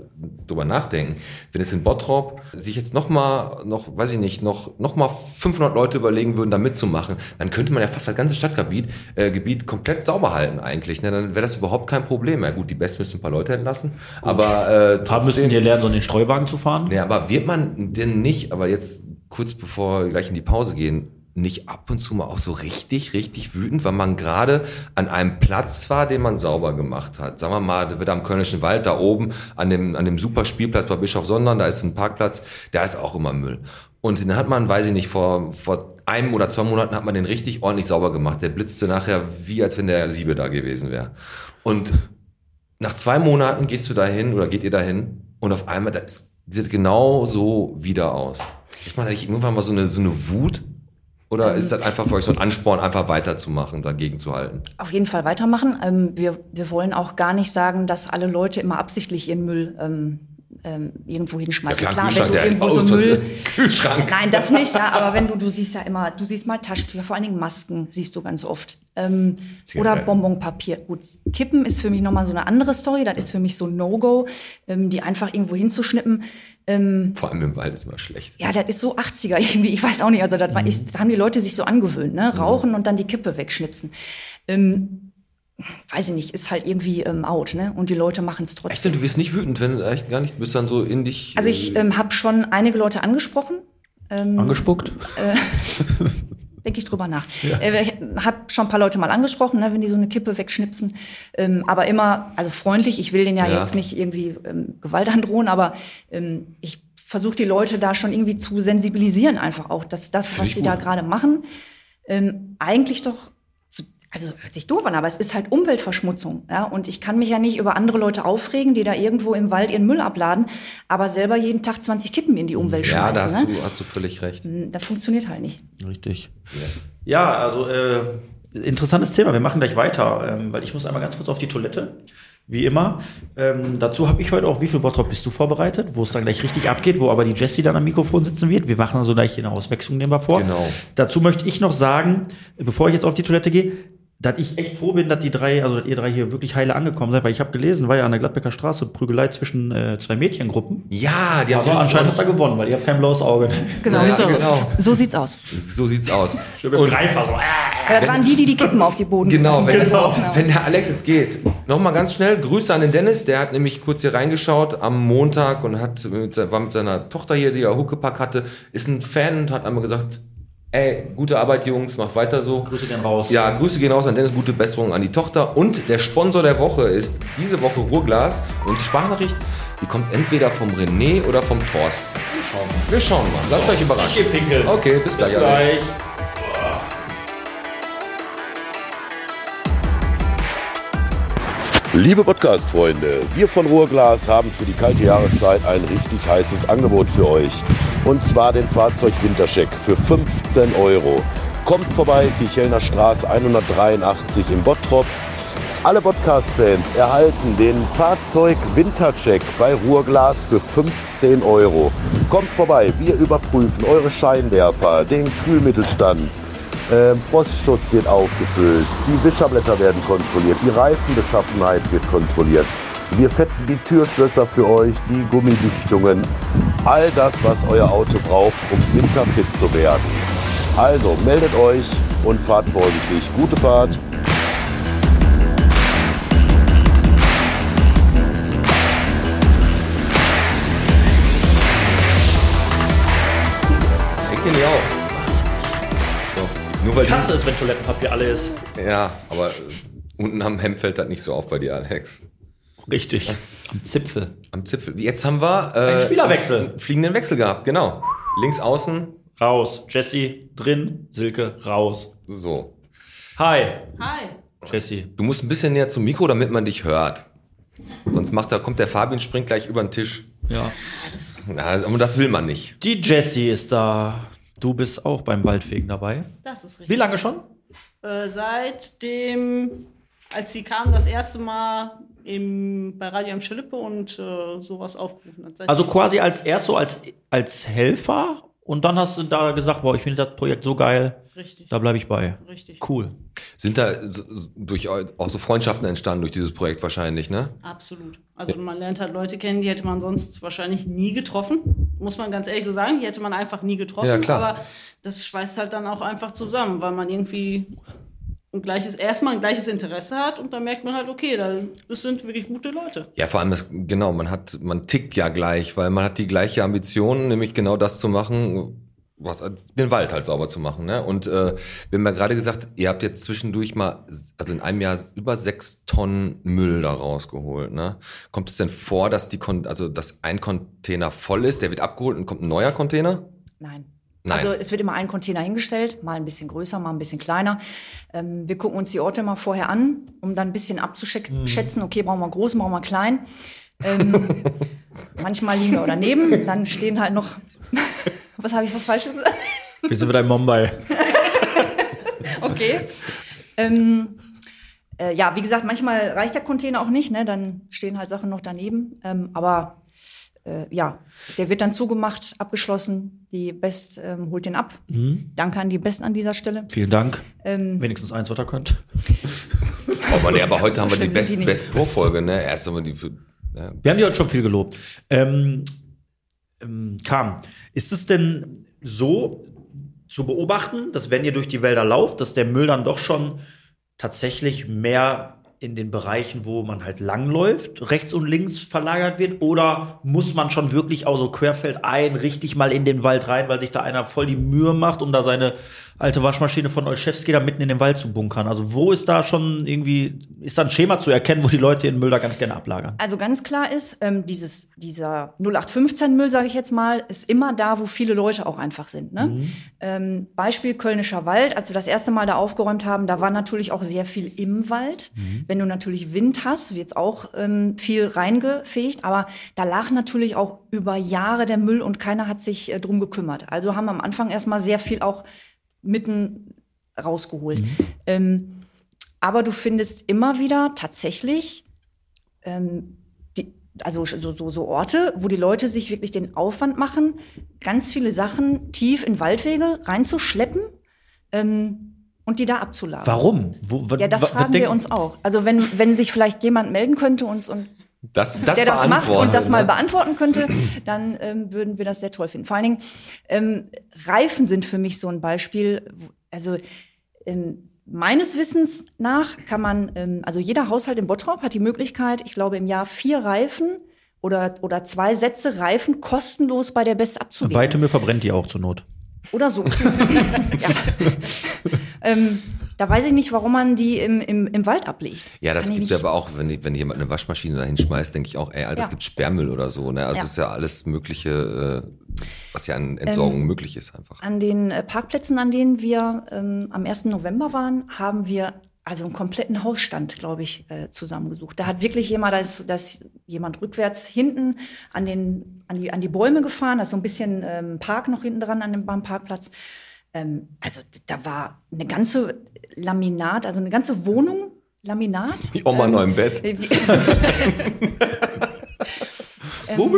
[SPEAKER 2] drüber nachdenken, wenn es in Bottrop sich jetzt noch mal, noch, weiß ich nicht, noch, noch mal 500 Leute überlegen würden, da mitzumachen, dann könnte man ja fast das ganze Stadtgebiet äh, Gebiet komplett sauber halten eigentlich. Ne? Dann wäre das überhaupt kein Problem. Ja gut, die Besten müssen ein paar Leute entlassen, aber äh,
[SPEAKER 4] Da müssen die lernen, so in den Streuwagen zu fahren.
[SPEAKER 2] ja, aber wird man denn nicht, aber jetzt kurz bevor wir gleich in die Pause gehen, nicht ab und zu mal auch so richtig, richtig wütend, weil man gerade an einem Platz war, den man sauber gemacht hat. Sagen wir mal, da wird am Kölnischen Wald da oben an dem, an dem super Spielplatz bei Bischof Sondern, da ist ein Parkplatz, da ist auch immer Müll. Und den hat man, weiß ich nicht, vor, vor einem oder zwei Monaten hat man den richtig ordentlich sauber gemacht. Der blitzte nachher wie, als wenn der Siebe da gewesen wäre. Und nach zwei Monaten gehst du dahin oder geht ihr dahin und auf einmal das sieht genau so wieder aus. Kriegt man eigentlich irgendwann mal so eine, so eine Wut? Oder
[SPEAKER 7] Mhm.
[SPEAKER 2] ist das einfach für euch so ein Ansporn, einfach weiterzumachen, dagegen zu halten?
[SPEAKER 7] auf jeden Fall weitermachen. Ähm, wir, wir wollen auch gar nicht sagen, dass alle Leute immer absichtlich ihren Müll ähm, ähm, irgendwo hinschmeißen. wenn du irgendwo so Müll.
[SPEAKER 2] Kühlschrank.
[SPEAKER 7] Nein, das nicht, ja, aber wenn du, du siehst ja immer, du siehst mal Taschentücher, vor allen Dingen Masken siehst du ganz oft. Ähm, oder
[SPEAKER 2] Zigaretten.
[SPEAKER 7] Bonbonpapier. Gut, Kippen ist für mich nochmal so eine andere Story, das ist für mich so ein No-Go, ähm, die einfach irgendwo hinzuschnippen. Ähm,
[SPEAKER 2] Vor allem im Wald ist immer schlecht.
[SPEAKER 7] Ja, das ist so 80er irgendwie, ich weiß auch nicht. Also das war, ich, da haben die Leute sich so angewöhnt, ne? Rauchen und dann die Kippe wegschnipsen. Ähm, weiß ich nicht, ist halt irgendwie ähm, out, ne? Und die Leute machen es trotzdem.
[SPEAKER 2] Echt, denn du wirst nicht wütend, wenn echt gar nicht, bist dann so in dich. äh,
[SPEAKER 7] Also ich ähm, habe schon einige Leute angesprochen,
[SPEAKER 4] Angespuckt.
[SPEAKER 7] denke ich drüber nach. Äh, ich habe schon ein paar Leute mal angesprochen, ne, wenn die so eine Kippe wegschnipsen. Ähm, aber immer, also freundlich, ich will denen ja,
[SPEAKER 2] Ja.
[SPEAKER 7] jetzt nicht irgendwie ähm, Gewalt androhen, aber ähm, ich versuche die Leute da schon irgendwie zu sensibilisieren, einfach auch, dass das, was
[SPEAKER 2] ich
[SPEAKER 7] sie da
[SPEAKER 2] gut.
[SPEAKER 7] gerade machen, ähm, eigentlich doch, so- also hört sich doof an, aber es ist halt Umweltverschmutzung. Ja? Und ich kann mich ja nicht über andere Leute aufregen, die da irgendwo im Wald ihren Müll abladen, aber selber jeden Tag 20 Kippen in die Umwelt
[SPEAKER 2] ja,
[SPEAKER 7] schmeißen.
[SPEAKER 2] da hast
[SPEAKER 7] ne?
[SPEAKER 2] du, hast du völlig recht.
[SPEAKER 7] Das funktioniert halt nicht.
[SPEAKER 4] Richtig. Ja, also äh, interessantes Thema. Wir machen gleich weiter, ähm, weil ich muss einmal ganz kurz auf die Toilette. Wie immer. Ähm, dazu habe ich heute auch, wie viel Bottrop bist du vorbereitet, wo es dann gleich richtig abgeht, wo aber die Jessie dann am Mikrofon sitzen wird. Wir machen also gleich eine Auswechslung, nehmen wir vor.
[SPEAKER 2] Genau.
[SPEAKER 4] Dazu möchte ich noch sagen, bevor ich jetzt auf die Toilette gehe, dass ich echt froh bin, dass die drei, also dass ihr drei hier wirklich heile angekommen seid, weil ich habe gelesen, war ja an der Gladbecker Straße Prügelei zwischen äh, zwei Mädchengruppen.
[SPEAKER 2] Ja, die haben
[SPEAKER 4] Also
[SPEAKER 2] sich-
[SPEAKER 4] anscheinend hat er gewonnen, weil ihr habt kein blaues Auge.
[SPEAKER 7] Genau,
[SPEAKER 2] Ja,
[SPEAKER 7] so.
[SPEAKER 2] genau.
[SPEAKER 7] so sieht's aus.
[SPEAKER 2] So sieht's aus.
[SPEAKER 4] Und Greifer so. Äh.
[SPEAKER 7] Ja, das waren die, die die Kippen auf die Boden
[SPEAKER 2] Genau, wenn,
[SPEAKER 7] genau.
[SPEAKER 2] wenn der Alex jetzt geht. Nochmal ganz schnell, Grüße an den Dennis, der hat nämlich kurz hier reingeschaut am Montag und hat mit, se- war mit seiner Tochter hier, die er Huckepack hatte, ist ein Fan und hat einmal gesagt, ey, gute Arbeit, Jungs, macht weiter so.
[SPEAKER 4] Grüße gehen raus.
[SPEAKER 2] Ja, Grüße gehen raus an Dennis, gute Besserung an die Tochter. Und der Sponsor der Woche ist diese Woche Ruhrglas und die Sprachnachricht, die kommt entweder vom René oder vom Thorsten. Wir schauen mal. Wir schauen mal, lasst euch überraschen.
[SPEAKER 4] pinkeln.
[SPEAKER 2] Okay, bis, gleich, Alex.
[SPEAKER 1] Liebe Podcast-Freunde, wir von Ruhrglas haben für die kalte Jahreszeit ein richtig heißes Angebot für euch. Und zwar den Fahrzeugwintercheck für 15 Euro. Kommt vorbei, Kichelner Straße 183 in Bottrop. Alle Podcast-Fans erhalten den Fahrzeugwintercheck bei Ruhrglas für 15 Euro. Kommt vorbei, wir überprüfen eure Scheinwerfer, den Kühlmittelstand. Ähm, Frostschutz wird aufgefüllt, die Wischerblätter werden kontrolliert, die Reifenbeschaffenheit wird kontrolliert. Wir fetten die Türschlösser für euch, die Gummidichtungen, all das, was euer Auto braucht, um winterfit zu werden. Also meldet euch und fahrt vorsichtig. Gute Fahrt.
[SPEAKER 2] Das regt ihr nicht auf. So, nur weil die-
[SPEAKER 4] Kasse ist, wenn Toilettenpapier alle ist.
[SPEAKER 2] Ja, aber äh, Unten am Hemd fällt das nicht so auf bei dir, Alex.
[SPEAKER 4] Richtig. Am Zipfel.
[SPEAKER 2] Am Zipfel. Jetzt haben wir äh,
[SPEAKER 4] Ein Spielerwechsel.
[SPEAKER 2] einen Fliegenden Wechsel gehabt, genau. Links außen,
[SPEAKER 4] Raus. Jesse drin. Silke raus.
[SPEAKER 2] so.
[SPEAKER 4] Hi.
[SPEAKER 9] Hi.
[SPEAKER 4] Jesse.
[SPEAKER 2] Du musst ein bisschen näher zum Mikro, damit man dich hört. Sonst macht da, kommt der Fabian, springt gleich über den Tisch.
[SPEAKER 4] Ja.
[SPEAKER 2] Na, aber das will man nicht.
[SPEAKER 4] Die Jessie ist da. Du bist auch beim Waldfegen dabei.
[SPEAKER 10] Das ist richtig.
[SPEAKER 4] Wie lange schon?
[SPEAKER 10] Äh, seitdem, als sie kam, das erste Mal im, bei Radio am Schlippe und äh, sowas aufgerufen hat. Seitdem-
[SPEAKER 4] Also quasi als erst so als, als Helfer und dann hast du da gesagt, boah, ich finde das Projekt so geil,
[SPEAKER 10] Richtig.
[SPEAKER 4] da bleibe ich bei.
[SPEAKER 10] Richtig.
[SPEAKER 4] Cool.
[SPEAKER 2] Sind da so- so- durch eu- auch so Freundschaften entstanden durch dieses Projekt wahrscheinlich, ne?
[SPEAKER 10] Absolut. Also man lernt halt Leute kennen, die hätte man sonst wahrscheinlich nie getroffen. Muss man ganz ehrlich so sagen, die hätte man einfach nie getroffen.
[SPEAKER 2] Ja, klar.
[SPEAKER 10] Aber das schweißt halt dann auch einfach zusammen, weil man irgendwie ein gleiches, erstmal ein gleiches Interesse hat und dann merkt man halt, okay, da- das sind wirklich gute Leute.
[SPEAKER 2] Ja, vor allem das, genau, man hat, man tickt ja gleich, weil man hat die gleiche Ambition, nämlich genau das zu machen, was, den Wald halt sauber zu machen, ne? Und, äh, wir haben ja gerade gesagt, ihr habt jetzt zwischendurch mal, also in einem Jahr über sechs Tonnen Müll da rausgeholt, ne? Kommt es denn vor, dass die, Kon also, dass ein Container voll ist, der wird abgeholt und kommt ein neuer Container?
[SPEAKER 7] Nein.
[SPEAKER 2] Nein.
[SPEAKER 7] Also es wird immer ein Container hingestellt, mal ein bisschen größer, mal ein bisschen kleiner. Ähm, wir gucken uns die Orte mal vorher an, um dann ein bisschen abzuschätzen, okay, brauchen wir groß, brauchen wir klein. Ähm, manchmal liegen wir auch daneben, dann stehen halt noch, was habe ich was Falsches gesagt?
[SPEAKER 4] Wir sind wieder in Mumbai.
[SPEAKER 7] Okay. ähm, äh, ja, wie gesagt, manchmal reicht der Container auch nicht, ne? dann stehen halt Sachen noch daneben. Ähm, aber äh, ja, der wird dann zugemacht, abgeschlossen. Die Best ähm, holt den ab. Danke an die Best an dieser Stelle.
[SPEAKER 4] Vielen Dank.
[SPEAKER 7] Ähm,
[SPEAKER 4] Wenigstens eins, was ihr könnt.
[SPEAKER 2] Oh Mann, ja, aber heute haben wir die
[SPEAKER 7] schlimm sind
[SPEAKER 2] Best,
[SPEAKER 7] die nicht.
[SPEAKER 2] Best Pro-Folge, ne? Erst haben wir die für. ne? Ja.
[SPEAKER 4] Wir haben die heute schon viel gelobt. Ähm, ähm, Kam, ist es denn so zu beobachten, dass wenn ihr durch die Wälder lauft, dass der Müll dann doch schon tatsächlich mehr in den Bereichen, wo man halt langläuft, rechts und links verlagert wird? Oder muss man schon wirklich auch so querfeldein richtig mal in den Wald rein, weil sich da einer voll die Mühe macht, um da seine alte Waschmaschine von Olszewski da mitten in den Wald zu bunkern? Also wo ist da schon irgendwie, ist da ein Schema zu erkennen, wo die Leute ihren Müll da ganz gerne ablagern?
[SPEAKER 7] Also ganz klar ist, ähm, dieses, dieser 0815-Müll, sage ich jetzt mal, ist immer da, wo viele Leute auch einfach sind. Ne? Ähm, Beispiel Kölnischer Wald, als wir das erste Mal da aufgeräumt haben, da war natürlich auch sehr viel im Wald. Wenn du natürlich Wind hast, wird's auch ähm, viel reingefegt, aber da lag natürlich auch über Jahre der Müll und keiner hat sich äh, drum gekümmert. Also haben wir am Anfang erstmal sehr viel auch mitten rausgeholt. Ähm, aber du findest immer wieder tatsächlich ähm, die, also so, so, so Orte, wo die Leute sich wirklich den Aufwand machen, ganz viele Sachen tief in Waldwege reinzuschleppen ähm, und die da abzulagern.
[SPEAKER 4] Warum? Wo, wa-
[SPEAKER 7] Ja, das
[SPEAKER 4] wa-
[SPEAKER 7] fragen
[SPEAKER 4] denken-
[SPEAKER 7] wir uns auch. Also wenn, wenn sich vielleicht jemand melden könnte uns und
[SPEAKER 2] Das, das
[SPEAKER 7] der das macht
[SPEAKER 2] beantwortet,
[SPEAKER 7] und das mal
[SPEAKER 2] ne?
[SPEAKER 7] beantworten könnte, dann ähm, würden wir das sehr toll finden. Vor allen Dingen, ähm, Reifen sind für mich so ein Beispiel. wo- Also ähm, meines Wissens nach kann man, ähm, also jeder Haushalt in Bottrop hat die Möglichkeit, ich glaube im Jahr vier Reifen oder, oder zwei Sätze Reifen kostenlos bei der Best abzugeben.
[SPEAKER 4] Weite mir verbrennt die auch zur Not.
[SPEAKER 7] Oder so. ja. ähm, da weiß ich nicht, warum man die im, im, im Wald ablegt.
[SPEAKER 2] Ja, das
[SPEAKER 7] Kann ich
[SPEAKER 2] gibt
[SPEAKER 7] nicht-
[SPEAKER 2] aber auch, wenn, die- wenn jemand eine Waschmaschine da hinschmeißt, denke ich auch, ey, Alter, es
[SPEAKER 7] Ja.
[SPEAKER 2] gibt Sperrmüll oder so. Ne? Also
[SPEAKER 7] Ja. Ähm,
[SPEAKER 2] es ist ja alles Mögliche, äh, was ja an Entsorgung möglich ist einfach.
[SPEAKER 7] An den äh, Parkplätzen, an denen wir ähm, am 1. November waren, haben wir also einen kompletten Hausstand, glaube ich, äh, zusammengesucht. Da hat wirklich jemand, da ist, da ist jemand rückwärts hinten an, den, an, die, an die Bäume gefahren, da ist so ein bisschen ähm, Park noch hinten dran an dem beim Parkplatz. Ähm, also d- da war eine ganze Laminat, also eine ganze Wohnung Laminat.
[SPEAKER 2] Die Oma neu im Bett.
[SPEAKER 7] ähm,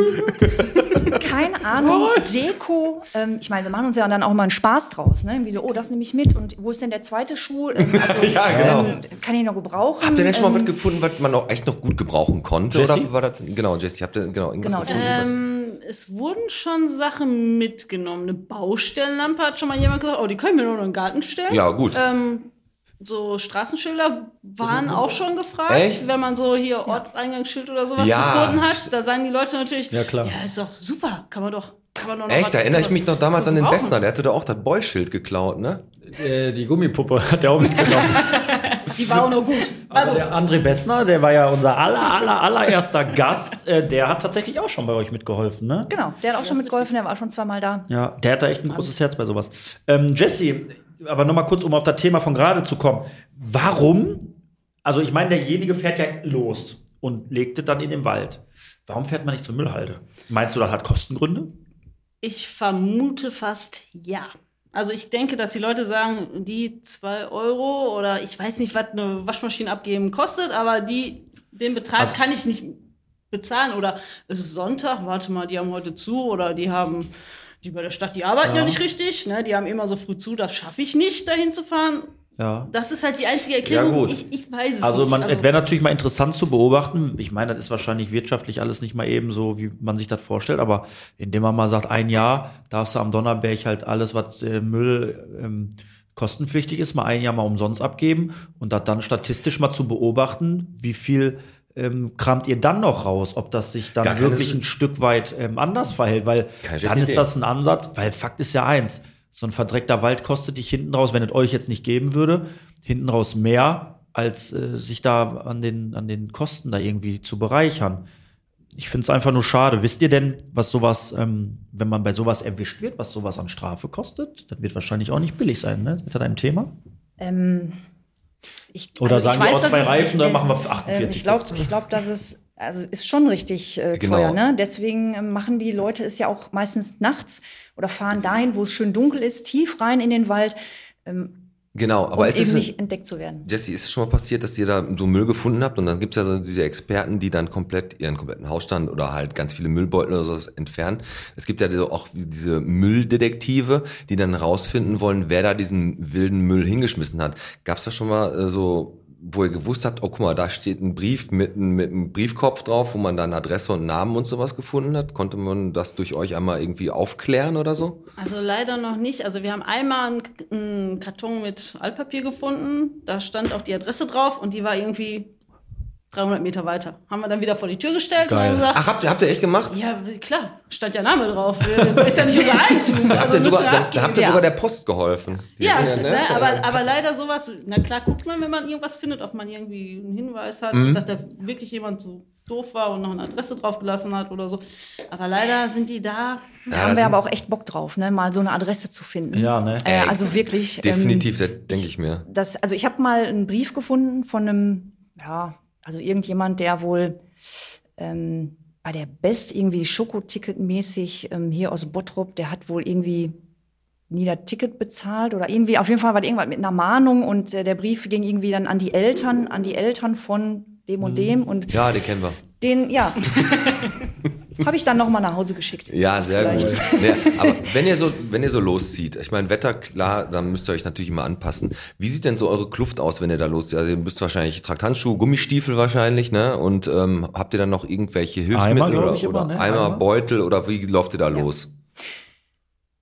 [SPEAKER 7] keine Ahnung, Deko. Ähm, ich meine, wir machen uns ja dann auch mal einen Spaß draus. Ne? Irgendwie so, oh, das nehme ich mit. Und wo ist denn der zweite Schuh? Ähm, also,
[SPEAKER 2] Ja, genau.
[SPEAKER 7] ähm, kann ich noch gebrauchen?
[SPEAKER 2] Habt ihr denn schon mal
[SPEAKER 7] Ähm,
[SPEAKER 2] was gefunden, was man auch echt noch gut gebrauchen konnte?
[SPEAKER 4] Jessie?
[SPEAKER 2] Oder war das, genau, Jesse, habt ihr genau irgendwas
[SPEAKER 7] Genau,
[SPEAKER 2] gefunden? was-
[SPEAKER 10] Ähm, es wurden schon Sachen mitgenommen. Eine Baustellenlampe hat schon mal jemand gesagt, oh, die können wir nur in den Garten stellen.
[SPEAKER 2] ja, gut.
[SPEAKER 10] Ähm, so Straßenschilder waren auch schon gefragt,
[SPEAKER 2] Mhm. Echt?
[SPEAKER 10] wenn man so hier Ortseingangsschild oder sowas
[SPEAKER 2] Ja.
[SPEAKER 10] gefunden hat. Da sagen die Leute natürlich, ja
[SPEAKER 4] klar.
[SPEAKER 10] ist doch super, kann man doch, kann man doch noch was-
[SPEAKER 2] Echt, da erinnere ich mich noch damals an den
[SPEAKER 10] Brauchen.
[SPEAKER 4] Äh,
[SPEAKER 2] Bessner, der hatte da auch das Boy-Schild geklaut, ne?
[SPEAKER 4] die Gummipuppe hat er auch mitgenommen.
[SPEAKER 10] Die war auch nur gut.
[SPEAKER 4] Also
[SPEAKER 10] Also,
[SPEAKER 4] der André Bessner, der war ja unser aller, aller, allererster Gast, äh, der hat tatsächlich auch schon bei euch mitgeholfen, ne?
[SPEAKER 7] Genau, der hat auch schon mitgeholfen, der war auch schon zweimal da.
[SPEAKER 4] Ja, der hat da echt ein großes Herz bei sowas. Ähm, Jesse, aber nochmal kurz, um auf das Thema von gerade zu kommen. Warum? Also ich meine, derjenige fährt ja los und legt es dann in den Wald. Warum fährt man nicht zur Müllhalde? Meinst du, das hat Kostengründe?
[SPEAKER 10] ich vermute fast ja. Also ich denke, dass die Leute sagen, die 2 Euro oder ich weiß nicht, was eine Waschmaschine abgeben kostet, aber die, den Betrag
[SPEAKER 4] Also-
[SPEAKER 10] kann ich nicht bezahlen. Oder es ist Sonntag, warte mal, die haben heute zu oder die haben, die bei der Stadt, die arbeiten ja,
[SPEAKER 4] Ja.
[SPEAKER 10] nicht richtig, ne? die haben immer so früh zu, das schaffe ich nicht, dahin zu fahren.
[SPEAKER 4] Ja.
[SPEAKER 10] Das ist halt die einzige Erklärung.
[SPEAKER 4] gut.
[SPEAKER 10] Ich, ich weiß es
[SPEAKER 4] Also
[SPEAKER 10] nicht.
[SPEAKER 4] man, es wäre natürlich mal interessant zu beobachten. Ich meine, das ist wahrscheinlich wirtschaftlich alles nicht mal eben so, wie man sich das vorstellt. Aber indem man mal sagt, ein Jahr darfst du am Donnerberg halt alles, was äh, Müll ähm, kostenpflichtig ist, mal ein Jahr mal umsonst abgeben und das dann statistisch mal zu beobachten, wie viel ähm, kramt ihr dann noch raus, ob das sich dann
[SPEAKER 2] Gar keine
[SPEAKER 4] wirklich
[SPEAKER 2] Sinn.
[SPEAKER 4] ein Stück weit ähm, anders verhält, weil
[SPEAKER 2] Keine
[SPEAKER 4] dann ist
[SPEAKER 2] Idee.
[SPEAKER 4] das ein Ansatz, weil Fakt ist ja eins, so ein verdreckter Wald kostet dich hinten raus, wenn es euch jetzt nicht geben würde, hinten raus mehr, als äh, sich da an den, an den Kosten da irgendwie zu bereichern. Ich finde es einfach nur schade. Wisst ihr denn, was sowas, ähm, wenn man bei sowas erwischt wird, was sowas an Strafe kostet? Das wird wahrscheinlich auch nicht billig sein, ne? Mit einem Thema?
[SPEAKER 7] Ähm, ich, also
[SPEAKER 4] Oder
[SPEAKER 7] ich
[SPEAKER 4] sagen wir, oh,
[SPEAKER 7] dass
[SPEAKER 4] zwei
[SPEAKER 7] es-
[SPEAKER 4] Reifen, dann machen wir für
[SPEAKER 7] Ähm,
[SPEAKER 4] 48,
[SPEAKER 7] ich glaube,
[SPEAKER 4] 50.
[SPEAKER 7] ich glaub, das ist, also ist schon richtig äh,
[SPEAKER 2] Genau.
[SPEAKER 7] teuer. Ne? Deswegen ähm, machen die Leute es ja auch meistens nachts oder fahren dahin, wo es schön dunkel ist, tief rein in den Wald,
[SPEAKER 2] Genau,
[SPEAKER 7] um
[SPEAKER 2] aber es
[SPEAKER 7] eben
[SPEAKER 2] ist
[SPEAKER 7] nicht entdeckt zu werden.
[SPEAKER 2] Jesse, ist es schon mal passiert, dass ihr da so Müll gefunden habt und dann gibt's ja so diese Experten, die dann komplett ihren kompletten Hausstand oder halt ganz viele Müllbeutel oder so entfernen. Es gibt ja so auch diese Mülldetektive, die dann rausfinden wollen, wer da diesen wilden Müll hingeschmissen hat. Gab's da schon mal äh, so, wo ihr gewusst habt, oh guck mal, da steht ein Brief mit, einem- mit einem Briefkopf drauf, wo man dann Adresse und Namen und sowas gefunden hat? Konnte man das durch euch einmal irgendwie aufklären oder so?
[SPEAKER 10] Also leider noch nicht. Also wir haben einmal einen, K- einen Karton mit Altpapier gefunden. Da stand auch die Adresse drauf und die war irgendwie 300 Meter weiter. Haben wir dann wieder vor die Tür gestellt
[SPEAKER 4] Geil.
[SPEAKER 10] und gesagt,
[SPEAKER 2] Ach, habt ihr, habt ihr echt gemacht?
[SPEAKER 10] ja klar, stand ja Name drauf. Wir- Ist ja nicht unser Eigentum.
[SPEAKER 2] Da habt
[SPEAKER 10] Also
[SPEAKER 2] ihr
[SPEAKER 10] müssen
[SPEAKER 2] sogar,
[SPEAKER 10] wir
[SPEAKER 2] da, da
[SPEAKER 10] abgeben.
[SPEAKER 2] habt ihr
[SPEAKER 7] Ja.
[SPEAKER 2] sogar der Post geholfen. Die
[SPEAKER 10] Ja,
[SPEAKER 2] sind
[SPEAKER 10] ne?
[SPEAKER 2] ne?
[SPEAKER 10] aber, aber leider sowas, na klar guckt man, wenn man irgendwas findet, ob man irgendwie einen Hinweis hat,
[SPEAKER 2] Mhm.
[SPEAKER 10] dass da wirklich jemand so doof war und noch eine Adresse drauf gelassen hat oder so. Aber leider sind die da
[SPEAKER 7] Da
[SPEAKER 2] Ja,
[SPEAKER 7] haben
[SPEAKER 2] das
[SPEAKER 7] wir
[SPEAKER 2] ist-
[SPEAKER 7] aber auch echt Bock drauf, ne? mal so eine Adresse zu finden.
[SPEAKER 4] Ja, ne?
[SPEAKER 7] Äh,
[SPEAKER 2] Ey,
[SPEAKER 7] also wirklich.
[SPEAKER 2] Definitiv, das denke ich mir.
[SPEAKER 7] das, also ich habe mal einen Brief gefunden von einem, ja, also irgendjemand, der wohl ähm, bei der Best irgendwie Schokoticket-mäßig ähm, hier aus Bottrop, der hat wohl irgendwie nie das Ticket bezahlt oder irgendwie, auf jeden Fall war das irgendwas mit einer Mahnung und äh, der Brief ging irgendwie dann an die Eltern, an die Eltern von dem und dem und
[SPEAKER 2] Mhm. Ja, den kennen wir.
[SPEAKER 7] den, ja, habe ich dann nochmal nach Hause geschickt.
[SPEAKER 2] Ja, sehr
[SPEAKER 7] Vielleicht.
[SPEAKER 2] gut. Ja, aber wenn ihr so, wenn ihr so loszieht, ich meine, Wetter klar, dann müsst ihr euch natürlich immer anpassen. Wie sieht denn so eure Kluft aus, wenn ihr da loszieht? Also ihr müsst wahrscheinlich tragt Handschuhe, Gummistiefel wahrscheinlich, ne? Und ähm, habt ihr dann noch irgendwelche Hilfsmittel
[SPEAKER 4] Eimer, glaub
[SPEAKER 2] oder,
[SPEAKER 4] ich,
[SPEAKER 2] oder
[SPEAKER 4] immer, ne?
[SPEAKER 2] Eimer,
[SPEAKER 4] Eimer.
[SPEAKER 2] Beutel oder wie läuft ihr da los?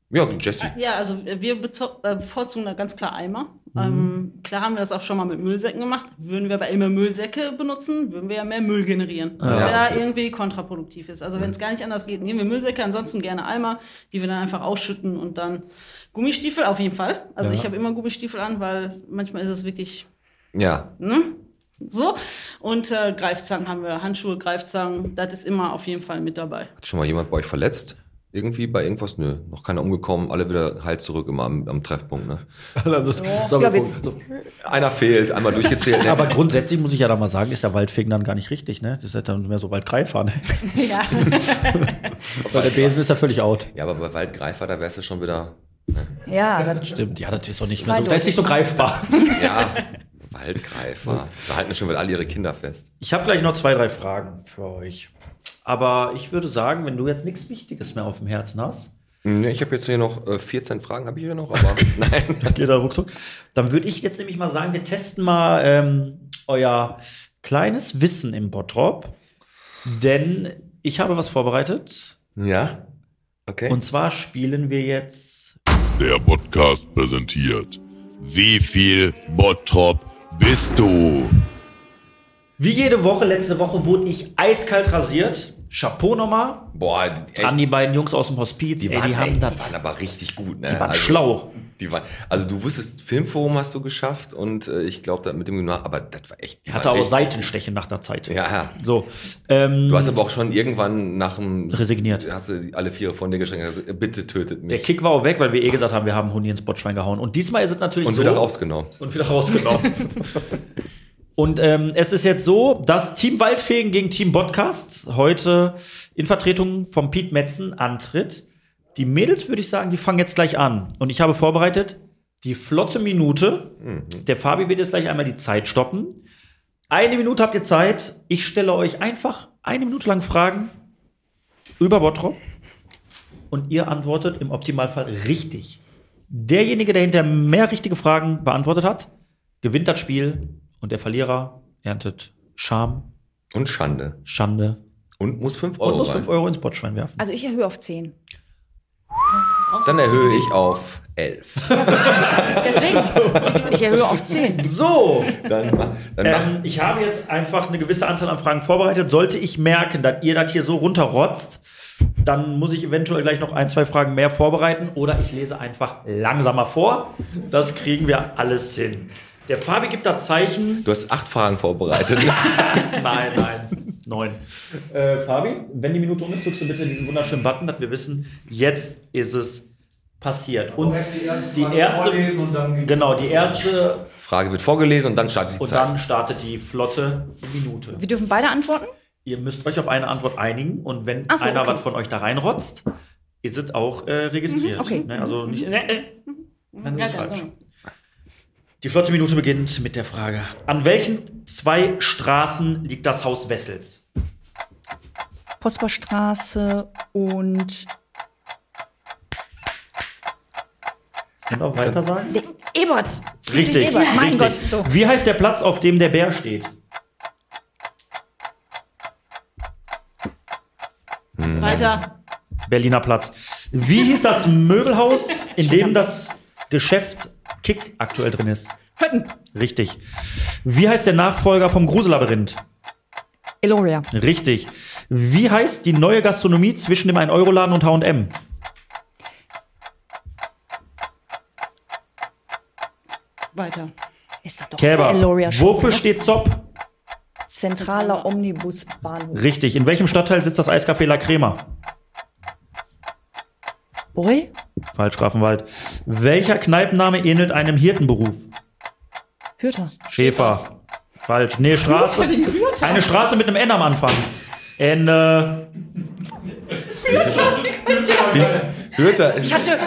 [SPEAKER 2] Ja, Jesse.
[SPEAKER 7] Ah,
[SPEAKER 10] Ja, also wir bezo- äh, bevorzugen da ganz klar Eimer. Ähm, klar haben wir das auch schon mal mit Müllsäcken gemacht. Würden wir aber immer Müllsäcke benutzen, würden wir ja mehr Müll generieren. Was ja, irgendwie kontraproduktiv ist. Also wenn es gar nicht anders geht, nehmen wir Müllsäcke, ansonsten gerne Eimer, die wir dann einfach ausschütten und dann Gummistiefel auf jeden Fall. Also ich habe immer Gummistiefel an, weil manchmal ist es wirklich
[SPEAKER 2] Ja.
[SPEAKER 10] so. Und äh, Greifzangen haben wir, Handschuhe, Greifzangen, das ist immer auf jeden Fall mit dabei.
[SPEAKER 2] Hat schon mal jemand bei euch verletzt? Irgendwie bei irgendwas? Nö, noch keiner umgekommen, alle wieder heil zurück immer am, am Treffpunkt, ne?
[SPEAKER 4] So,
[SPEAKER 7] Ja, wir-
[SPEAKER 2] Einer fehlt, einmal durchgezählt. Ne?
[SPEAKER 4] Aber grundsätzlich muss ich ja da mal sagen, ist ja Waldfegen dann gar nicht richtig, ne? Das ist ja dann mehr so Waldgreifer, ne?
[SPEAKER 10] Ja.
[SPEAKER 4] Weil der Besen ist ja völlig out.
[SPEAKER 2] ja, aber bei Waldgreifer, da wärst du schon wieder
[SPEAKER 7] Ja, das
[SPEAKER 4] Stimmt, ja, das ist doch nicht
[SPEAKER 7] Ist
[SPEAKER 4] mehr so. Das ist nicht so greifbar.
[SPEAKER 2] Ja, Waldgreifer. Da halten schon wieder alle ihre Kinder fest.
[SPEAKER 4] Ich habe gleich noch zwei, drei Fragen für euch. Aber ich würde sagen, wenn du jetzt nichts Wichtiges mehr auf dem Herzen hast,
[SPEAKER 2] Hm, Nee, ich habe jetzt hier noch äh, 14 Fragen, habe ich hier noch, aber nein.
[SPEAKER 4] geht da ruckzuck, dann würde ich jetzt nämlich mal sagen, wir testen mal ähm, euer kleines Wissen im Bottrop. Denn ich habe was vorbereitet.
[SPEAKER 2] Ja? Okay.
[SPEAKER 4] Und zwar spielen wir jetzt
[SPEAKER 11] Der Podcast präsentiert. Wie viel Bottrop bist du?
[SPEAKER 4] Wie jede Woche, letzte Woche wurde ich eiskalt rasiert. Chapeau nochmal
[SPEAKER 2] Boah, die- echt,
[SPEAKER 4] an die beiden Jungs aus dem Hospiz.
[SPEAKER 2] die,
[SPEAKER 4] ey,
[SPEAKER 2] waren,
[SPEAKER 4] die haben
[SPEAKER 2] echt,
[SPEAKER 4] das.
[SPEAKER 2] die waren aber richtig gut. Ne?
[SPEAKER 4] Die waren schlau.
[SPEAKER 2] Die waren, also du wusstest, Filmforum hast du geschafft und äh, ich glaube, mit dem Gymnasium, aber das war echt. die
[SPEAKER 4] Ich hatte
[SPEAKER 2] waren
[SPEAKER 4] auch
[SPEAKER 2] echt-
[SPEAKER 4] Seitenstechen nach einer Zeit.
[SPEAKER 2] Ja, ja.
[SPEAKER 4] So. Ähm,
[SPEAKER 2] Du hast aber auch schon irgendwann nach dem...
[SPEAKER 4] Resigniert.
[SPEAKER 2] Hast du alle vier von dir geschenkt, hast, gesagt, bitte tötet mich.
[SPEAKER 4] der Kick war auch weg, weil wir eh gesagt haben, wir haben Hundi ins Botschwein gehauen. Und diesmal ist es natürlich
[SPEAKER 2] und
[SPEAKER 4] so.
[SPEAKER 2] wieder rausgenommen.
[SPEAKER 4] Und wieder rausgenommen. Und ähm, es ist jetzt so, dass Team Waldfegen gegen Team Podcast heute in Vertretung von Pete Metzen antritt. Die Mädels, würde ich sagen, die fangen jetzt gleich an. Und ich habe vorbereitet die flotte Minute. Der Fabi wird jetzt gleich einmal die Zeit stoppen. Eine Minute habt ihr Zeit. Ich stelle euch einfach eine Minute lang Fragen über Bottrop. Und ihr antwortet im Optimalfall richtig. Derjenige, der hinter mehr richtige Fragen beantwortet hat, gewinnt das Spiel und der Verlierer erntet Scham,
[SPEAKER 2] Und Schande.
[SPEAKER 4] Schande
[SPEAKER 2] Und muss 5
[SPEAKER 4] und
[SPEAKER 2] Euro
[SPEAKER 4] muss
[SPEAKER 2] rein.
[SPEAKER 4] 5 Euro ins Botschwein werfen.
[SPEAKER 7] Also ich erhöhe auf 10.
[SPEAKER 2] Dann erhöhe ich auf 11.
[SPEAKER 7] Deswegen, ich erhöhe auf 10.
[SPEAKER 4] So,
[SPEAKER 2] Dann, ma- dann mach
[SPEAKER 4] ähm, ich habe jetzt einfach eine gewisse Anzahl an Fragen vorbereitet. Sollte ich merken, dass ihr das hier so runterrotzt, dann muss ich eventuell gleich noch ein, zwei Fragen mehr vorbereiten oder ich lese einfach langsamer vor. Das kriegen wir alles hin. Der Fabi gibt da Zeichen.
[SPEAKER 2] Du hast acht Fragen vorbereitet.
[SPEAKER 4] Nein, nein, neun. Äh, Fabi, wenn die Minute um ist, drückst du bitte diesen wunderschönen Button, dass wir wissen, jetzt ist es passiert. Und die erste, genau, die erste
[SPEAKER 2] Frage wird vorgelesen und dann startet die
[SPEAKER 4] und
[SPEAKER 2] Zeit.
[SPEAKER 4] dann startet die flotte Minute.
[SPEAKER 7] Wir dürfen beide antworten?
[SPEAKER 4] Ihr müsst euch auf eine Antwort einigen und wenn
[SPEAKER 7] Ach so,
[SPEAKER 4] einer
[SPEAKER 7] okay.
[SPEAKER 4] was von euch da reinrotzt, ist es auch äh, registriert.
[SPEAKER 7] Mhm, okay.
[SPEAKER 4] Ne, also nicht, ne, äh, dann ist es
[SPEAKER 10] Ja,
[SPEAKER 4] falsch.
[SPEAKER 10] genau.
[SPEAKER 4] Die flotte Minute beginnt mit der Frage: An welchen zwei Straßen liegt das Haus Wessels?
[SPEAKER 7] Postbachstraße und
[SPEAKER 4] Kann auch weiter sagen?
[SPEAKER 7] der Ebert. Friedrich
[SPEAKER 4] Richtig,
[SPEAKER 7] Ebert.
[SPEAKER 4] richtig.
[SPEAKER 7] Mein Gott. So.
[SPEAKER 4] Wie heißt der Platz, auf dem der Bär steht?
[SPEAKER 10] Weiter.
[SPEAKER 4] Berliner Platz. Wie hieß das Möbelhaus, in dem das Geschäft Kick aktuell drin ist?
[SPEAKER 7] Hötten.
[SPEAKER 4] Richtig. Wie heißt der Nachfolger vom Gruselabyrinth?
[SPEAKER 7] Eloria.
[SPEAKER 4] Richtig. Wie heißt die neue Gastronomie zwischen dem 1-Euro-Laden und H&M?
[SPEAKER 10] Weiter.
[SPEAKER 7] Ist das doch
[SPEAKER 4] Kälber.
[SPEAKER 7] Eloria schon,
[SPEAKER 4] Wofür
[SPEAKER 7] ne?
[SPEAKER 4] steht Zopp?
[SPEAKER 7] Zentraler Omnibusbahnhof.
[SPEAKER 4] Richtig. In welchem Stadtteil sitzt das Eiscafé La Crema?
[SPEAKER 7] Boy?
[SPEAKER 4] Falsch, Grafenwald. Welcher Kneipenname ähnelt einem Hirtenberuf?
[SPEAKER 7] Hürter.
[SPEAKER 4] Schäfer. Falsch. Nee, Straße. Eine Straße mit einem N am Anfang. N. Äh,
[SPEAKER 2] Hört er,
[SPEAKER 7] Hatte,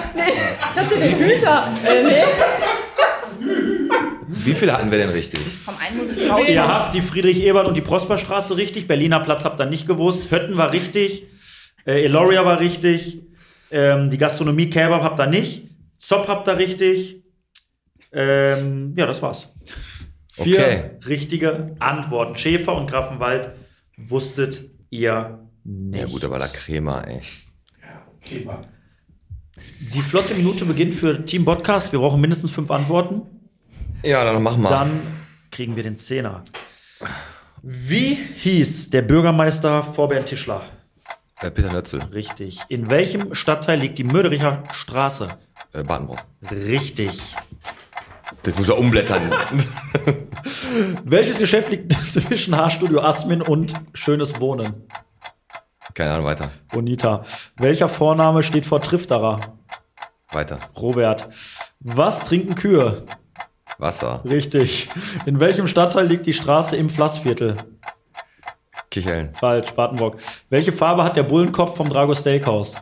[SPEAKER 2] wie viele hatten wir denn richtig?
[SPEAKER 7] komm, einen muss ich zu Hause
[SPEAKER 4] ihr
[SPEAKER 7] machen.
[SPEAKER 4] habt die Friedrich-Ebert- und die Prosperstraße richtig. Berliner Platz habt ihr nicht gewusst. Hötten war richtig. Äh, Eloria war richtig. Ähm, die Gastronomie Kebab habt ihr nicht. Zopp habt ihr richtig. Ähm, ja, das war's. Vier
[SPEAKER 2] Okay.
[SPEAKER 4] richtige Antworten. Schäfer und Grafenwald wusstet ihr nicht.
[SPEAKER 2] Ja gut, aber La Crema, ey.
[SPEAKER 4] Die flotte Minute beginnt für Team Podcast. Wir brauchen mindestens fünf Antworten.
[SPEAKER 2] Ja, dann mach mal.
[SPEAKER 4] Dann kriegen wir den Zehner. Wie hieß der Bürgermeister Vorbert Tischler?
[SPEAKER 2] Äh, Peter Nötzel,
[SPEAKER 4] Richtig. In welchem Stadtteil liegt die Mödericher Straße?
[SPEAKER 2] äh, Badenbrock.
[SPEAKER 4] Richtig.
[SPEAKER 2] Das muss er umblättern.
[SPEAKER 4] Welches Geschäft liegt zwischen Haarstudio Asmin und Schönes Wohnen?
[SPEAKER 2] Keine Ahnung, weiter.
[SPEAKER 4] Bonita. Welcher Vorname steht vor Trifterer?
[SPEAKER 2] Weiter.
[SPEAKER 4] Robert. Was trinken Kühe?
[SPEAKER 2] Wasser.
[SPEAKER 4] Richtig. In welchem Stadtteil liegt die Straße im Flassviertel?
[SPEAKER 2] Kicheln.
[SPEAKER 4] Falsch, Spartenburg. Welche Farbe hat der Bullenkopf vom Drago Steakhouse?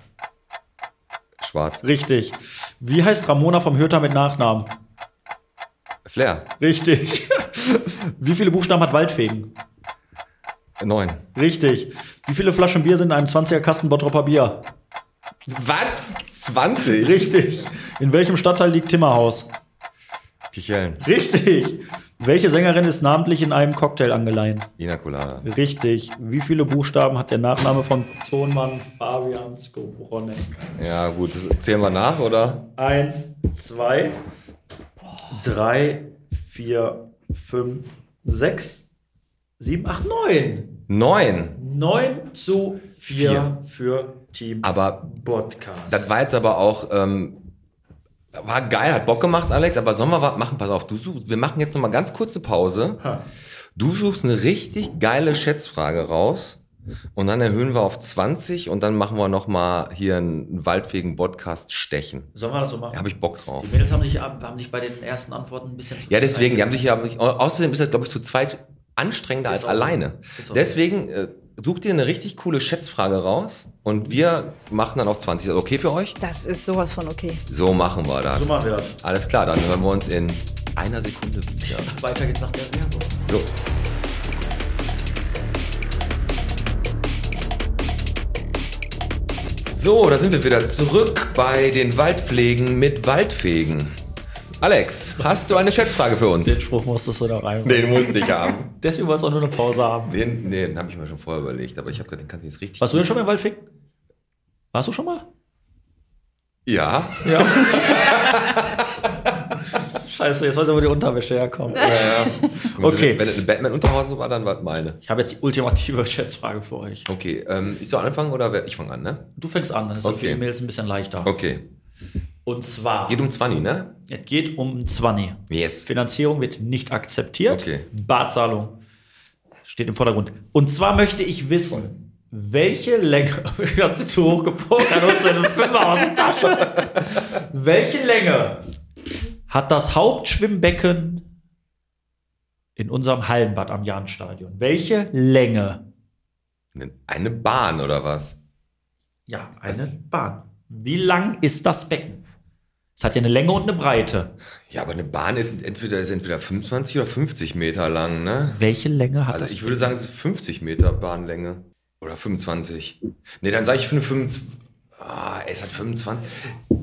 [SPEAKER 2] Schwarz.
[SPEAKER 4] Richtig. Wie heißt Ramona vom Hürter mit Nachnamen?
[SPEAKER 2] Flair.
[SPEAKER 4] Richtig. Wie viele Buchstaben hat Waldfegen?
[SPEAKER 2] Äh, Neun.
[SPEAKER 4] Richtig. Wie viele Flaschen Bier sind in einem 20er Kasten Bottropper Bier?
[SPEAKER 2] Was? 20?
[SPEAKER 4] Richtig. In welchem Stadtteil liegt Timmerhaus?
[SPEAKER 2] Kicheln.
[SPEAKER 4] Richtig. Welche Sängerin ist namentlich in einem Cocktail angeleint?
[SPEAKER 2] Inakulada.
[SPEAKER 4] Richtig. Wie viele Buchstaben hat der Nachname von Tonmann Fabian Skobronek?
[SPEAKER 2] Ja gut, zählen wir nach, oder?
[SPEAKER 4] Eins, zwei, drei, vier, fünf, sechs, 7, 8, 9.
[SPEAKER 2] Neun.
[SPEAKER 4] 9 zu 4,
[SPEAKER 2] Vier.
[SPEAKER 4] für Team
[SPEAKER 2] Aber
[SPEAKER 4] Podcast.
[SPEAKER 2] das war jetzt aber auch, ähm, war geil, hat Bock gemacht, Alex, aber sollen wir was machen? Pass auf, du suchst, wir machen jetzt nochmal ganz kurze Pause. Du suchst eine richtig geile Schätzfrage raus und dann erhöhen wir auf 20 und dann machen wir nochmal hier einen waldfähigen Podcast stechen.
[SPEAKER 4] Sollen wir das so machen?
[SPEAKER 2] Da habe ich Bock drauf.
[SPEAKER 4] Die Mädels haben sich, ab- haben sich bei den ersten Antworten ein bisschen zu
[SPEAKER 2] Ja, deswegen, die haben sich ja, außerdem ist das, glaube ich, zu zweit anstrengender als
[SPEAKER 4] auch so.
[SPEAKER 2] alleine.
[SPEAKER 4] Ist auch so.
[SPEAKER 2] Deswegen, äh, such dir eine richtig coole Schätzfrage raus und wir machen dann auf 20. Ist das okay für euch?
[SPEAKER 7] Das ist sowas von okay.
[SPEAKER 2] So machen wir das.
[SPEAKER 4] So machen wir das.
[SPEAKER 2] Alles klar, dann hören wir uns in einer Sekunde wieder.
[SPEAKER 4] Weiter geht's nach der Werbung.
[SPEAKER 2] So. So, da sind wir wieder zurück bei den Waldpflegen mit Waldfegen. Alex, hast du eine Schätzfrage für uns?
[SPEAKER 4] Den Spruch musstest du da rein.
[SPEAKER 2] Den musste ich haben.
[SPEAKER 4] Deswegen wolltest du auch nur eine Pause haben.
[SPEAKER 2] Den, nee, den habe ich mir schon vorher überlegt, aber ich habe gerade den kannte ich jetzt richtig.
[SPEAKER 4] Warst du denn schon mal im Waldfick? Warst du schon mal?
[SPEAKER 2] Ja.
[SPEAKER 4] Scheiße, jetzt weiß ich, wo die Unterwäsche herkommt.
[SPEAKER 2] Wenn es eine Batman-Unterhose war, dann war es meine.
[SPEAKER 4] Ich habe jetzt die ultimative Schätzfrage für euch.
[SPEAKER 2] Okay, ähm, ich soll anfangen oder wer- ich fange an, ne?
[SPEAKER 4] Du fängst an, dann ist das für
[SPEAKER 2] Okay.
[SPEAKER 4] die Mädels ein bisschen leichter.
[SPEAKER 2] Okay.
[SPEAKER 4] Und zwar,
[SPEAKER 2] Geht um 20, ne?
[SPEAKER 4] es geht um 20.
[SPEAKER 2] Yes.
[SPEAKER 4] Finanzierung wird nicht akzeptiert.
[SPEAKER 2] Okay.
[SPEAKER 4] Barzahlung steht im Vordergrund. Und zwar möchte ich wissen, welche Länge. Hast du zu hoch gepokert und holst deine Fünfer aus der Tasche? welche Länge hat das Hauptschwimmbecken in unserem Hallenbad am Jahnstadion? Welche Länge?
[SPEAKER 2] Eine Bahn oder was?
[SPEAKER 4] Ja, eine Bahn. Wie lang ist das Becken? Es hat ja eine Länge und eine Breite.
[SPEAKER 2] Ja, aber eine Bahn ist entweder, ist entweder 25 oder 50 Meter lang, ne?
[SPEAKER 4] Welche Länge hat
[SPEAKER 2] Also
[SPEAKER 4] das?
[SPEAKER 2] ich würde sagen, es ist 50 Meter Bahnlänge. Oder 25. Nee, dann sage ich für eine 25. Ah, es hat 25.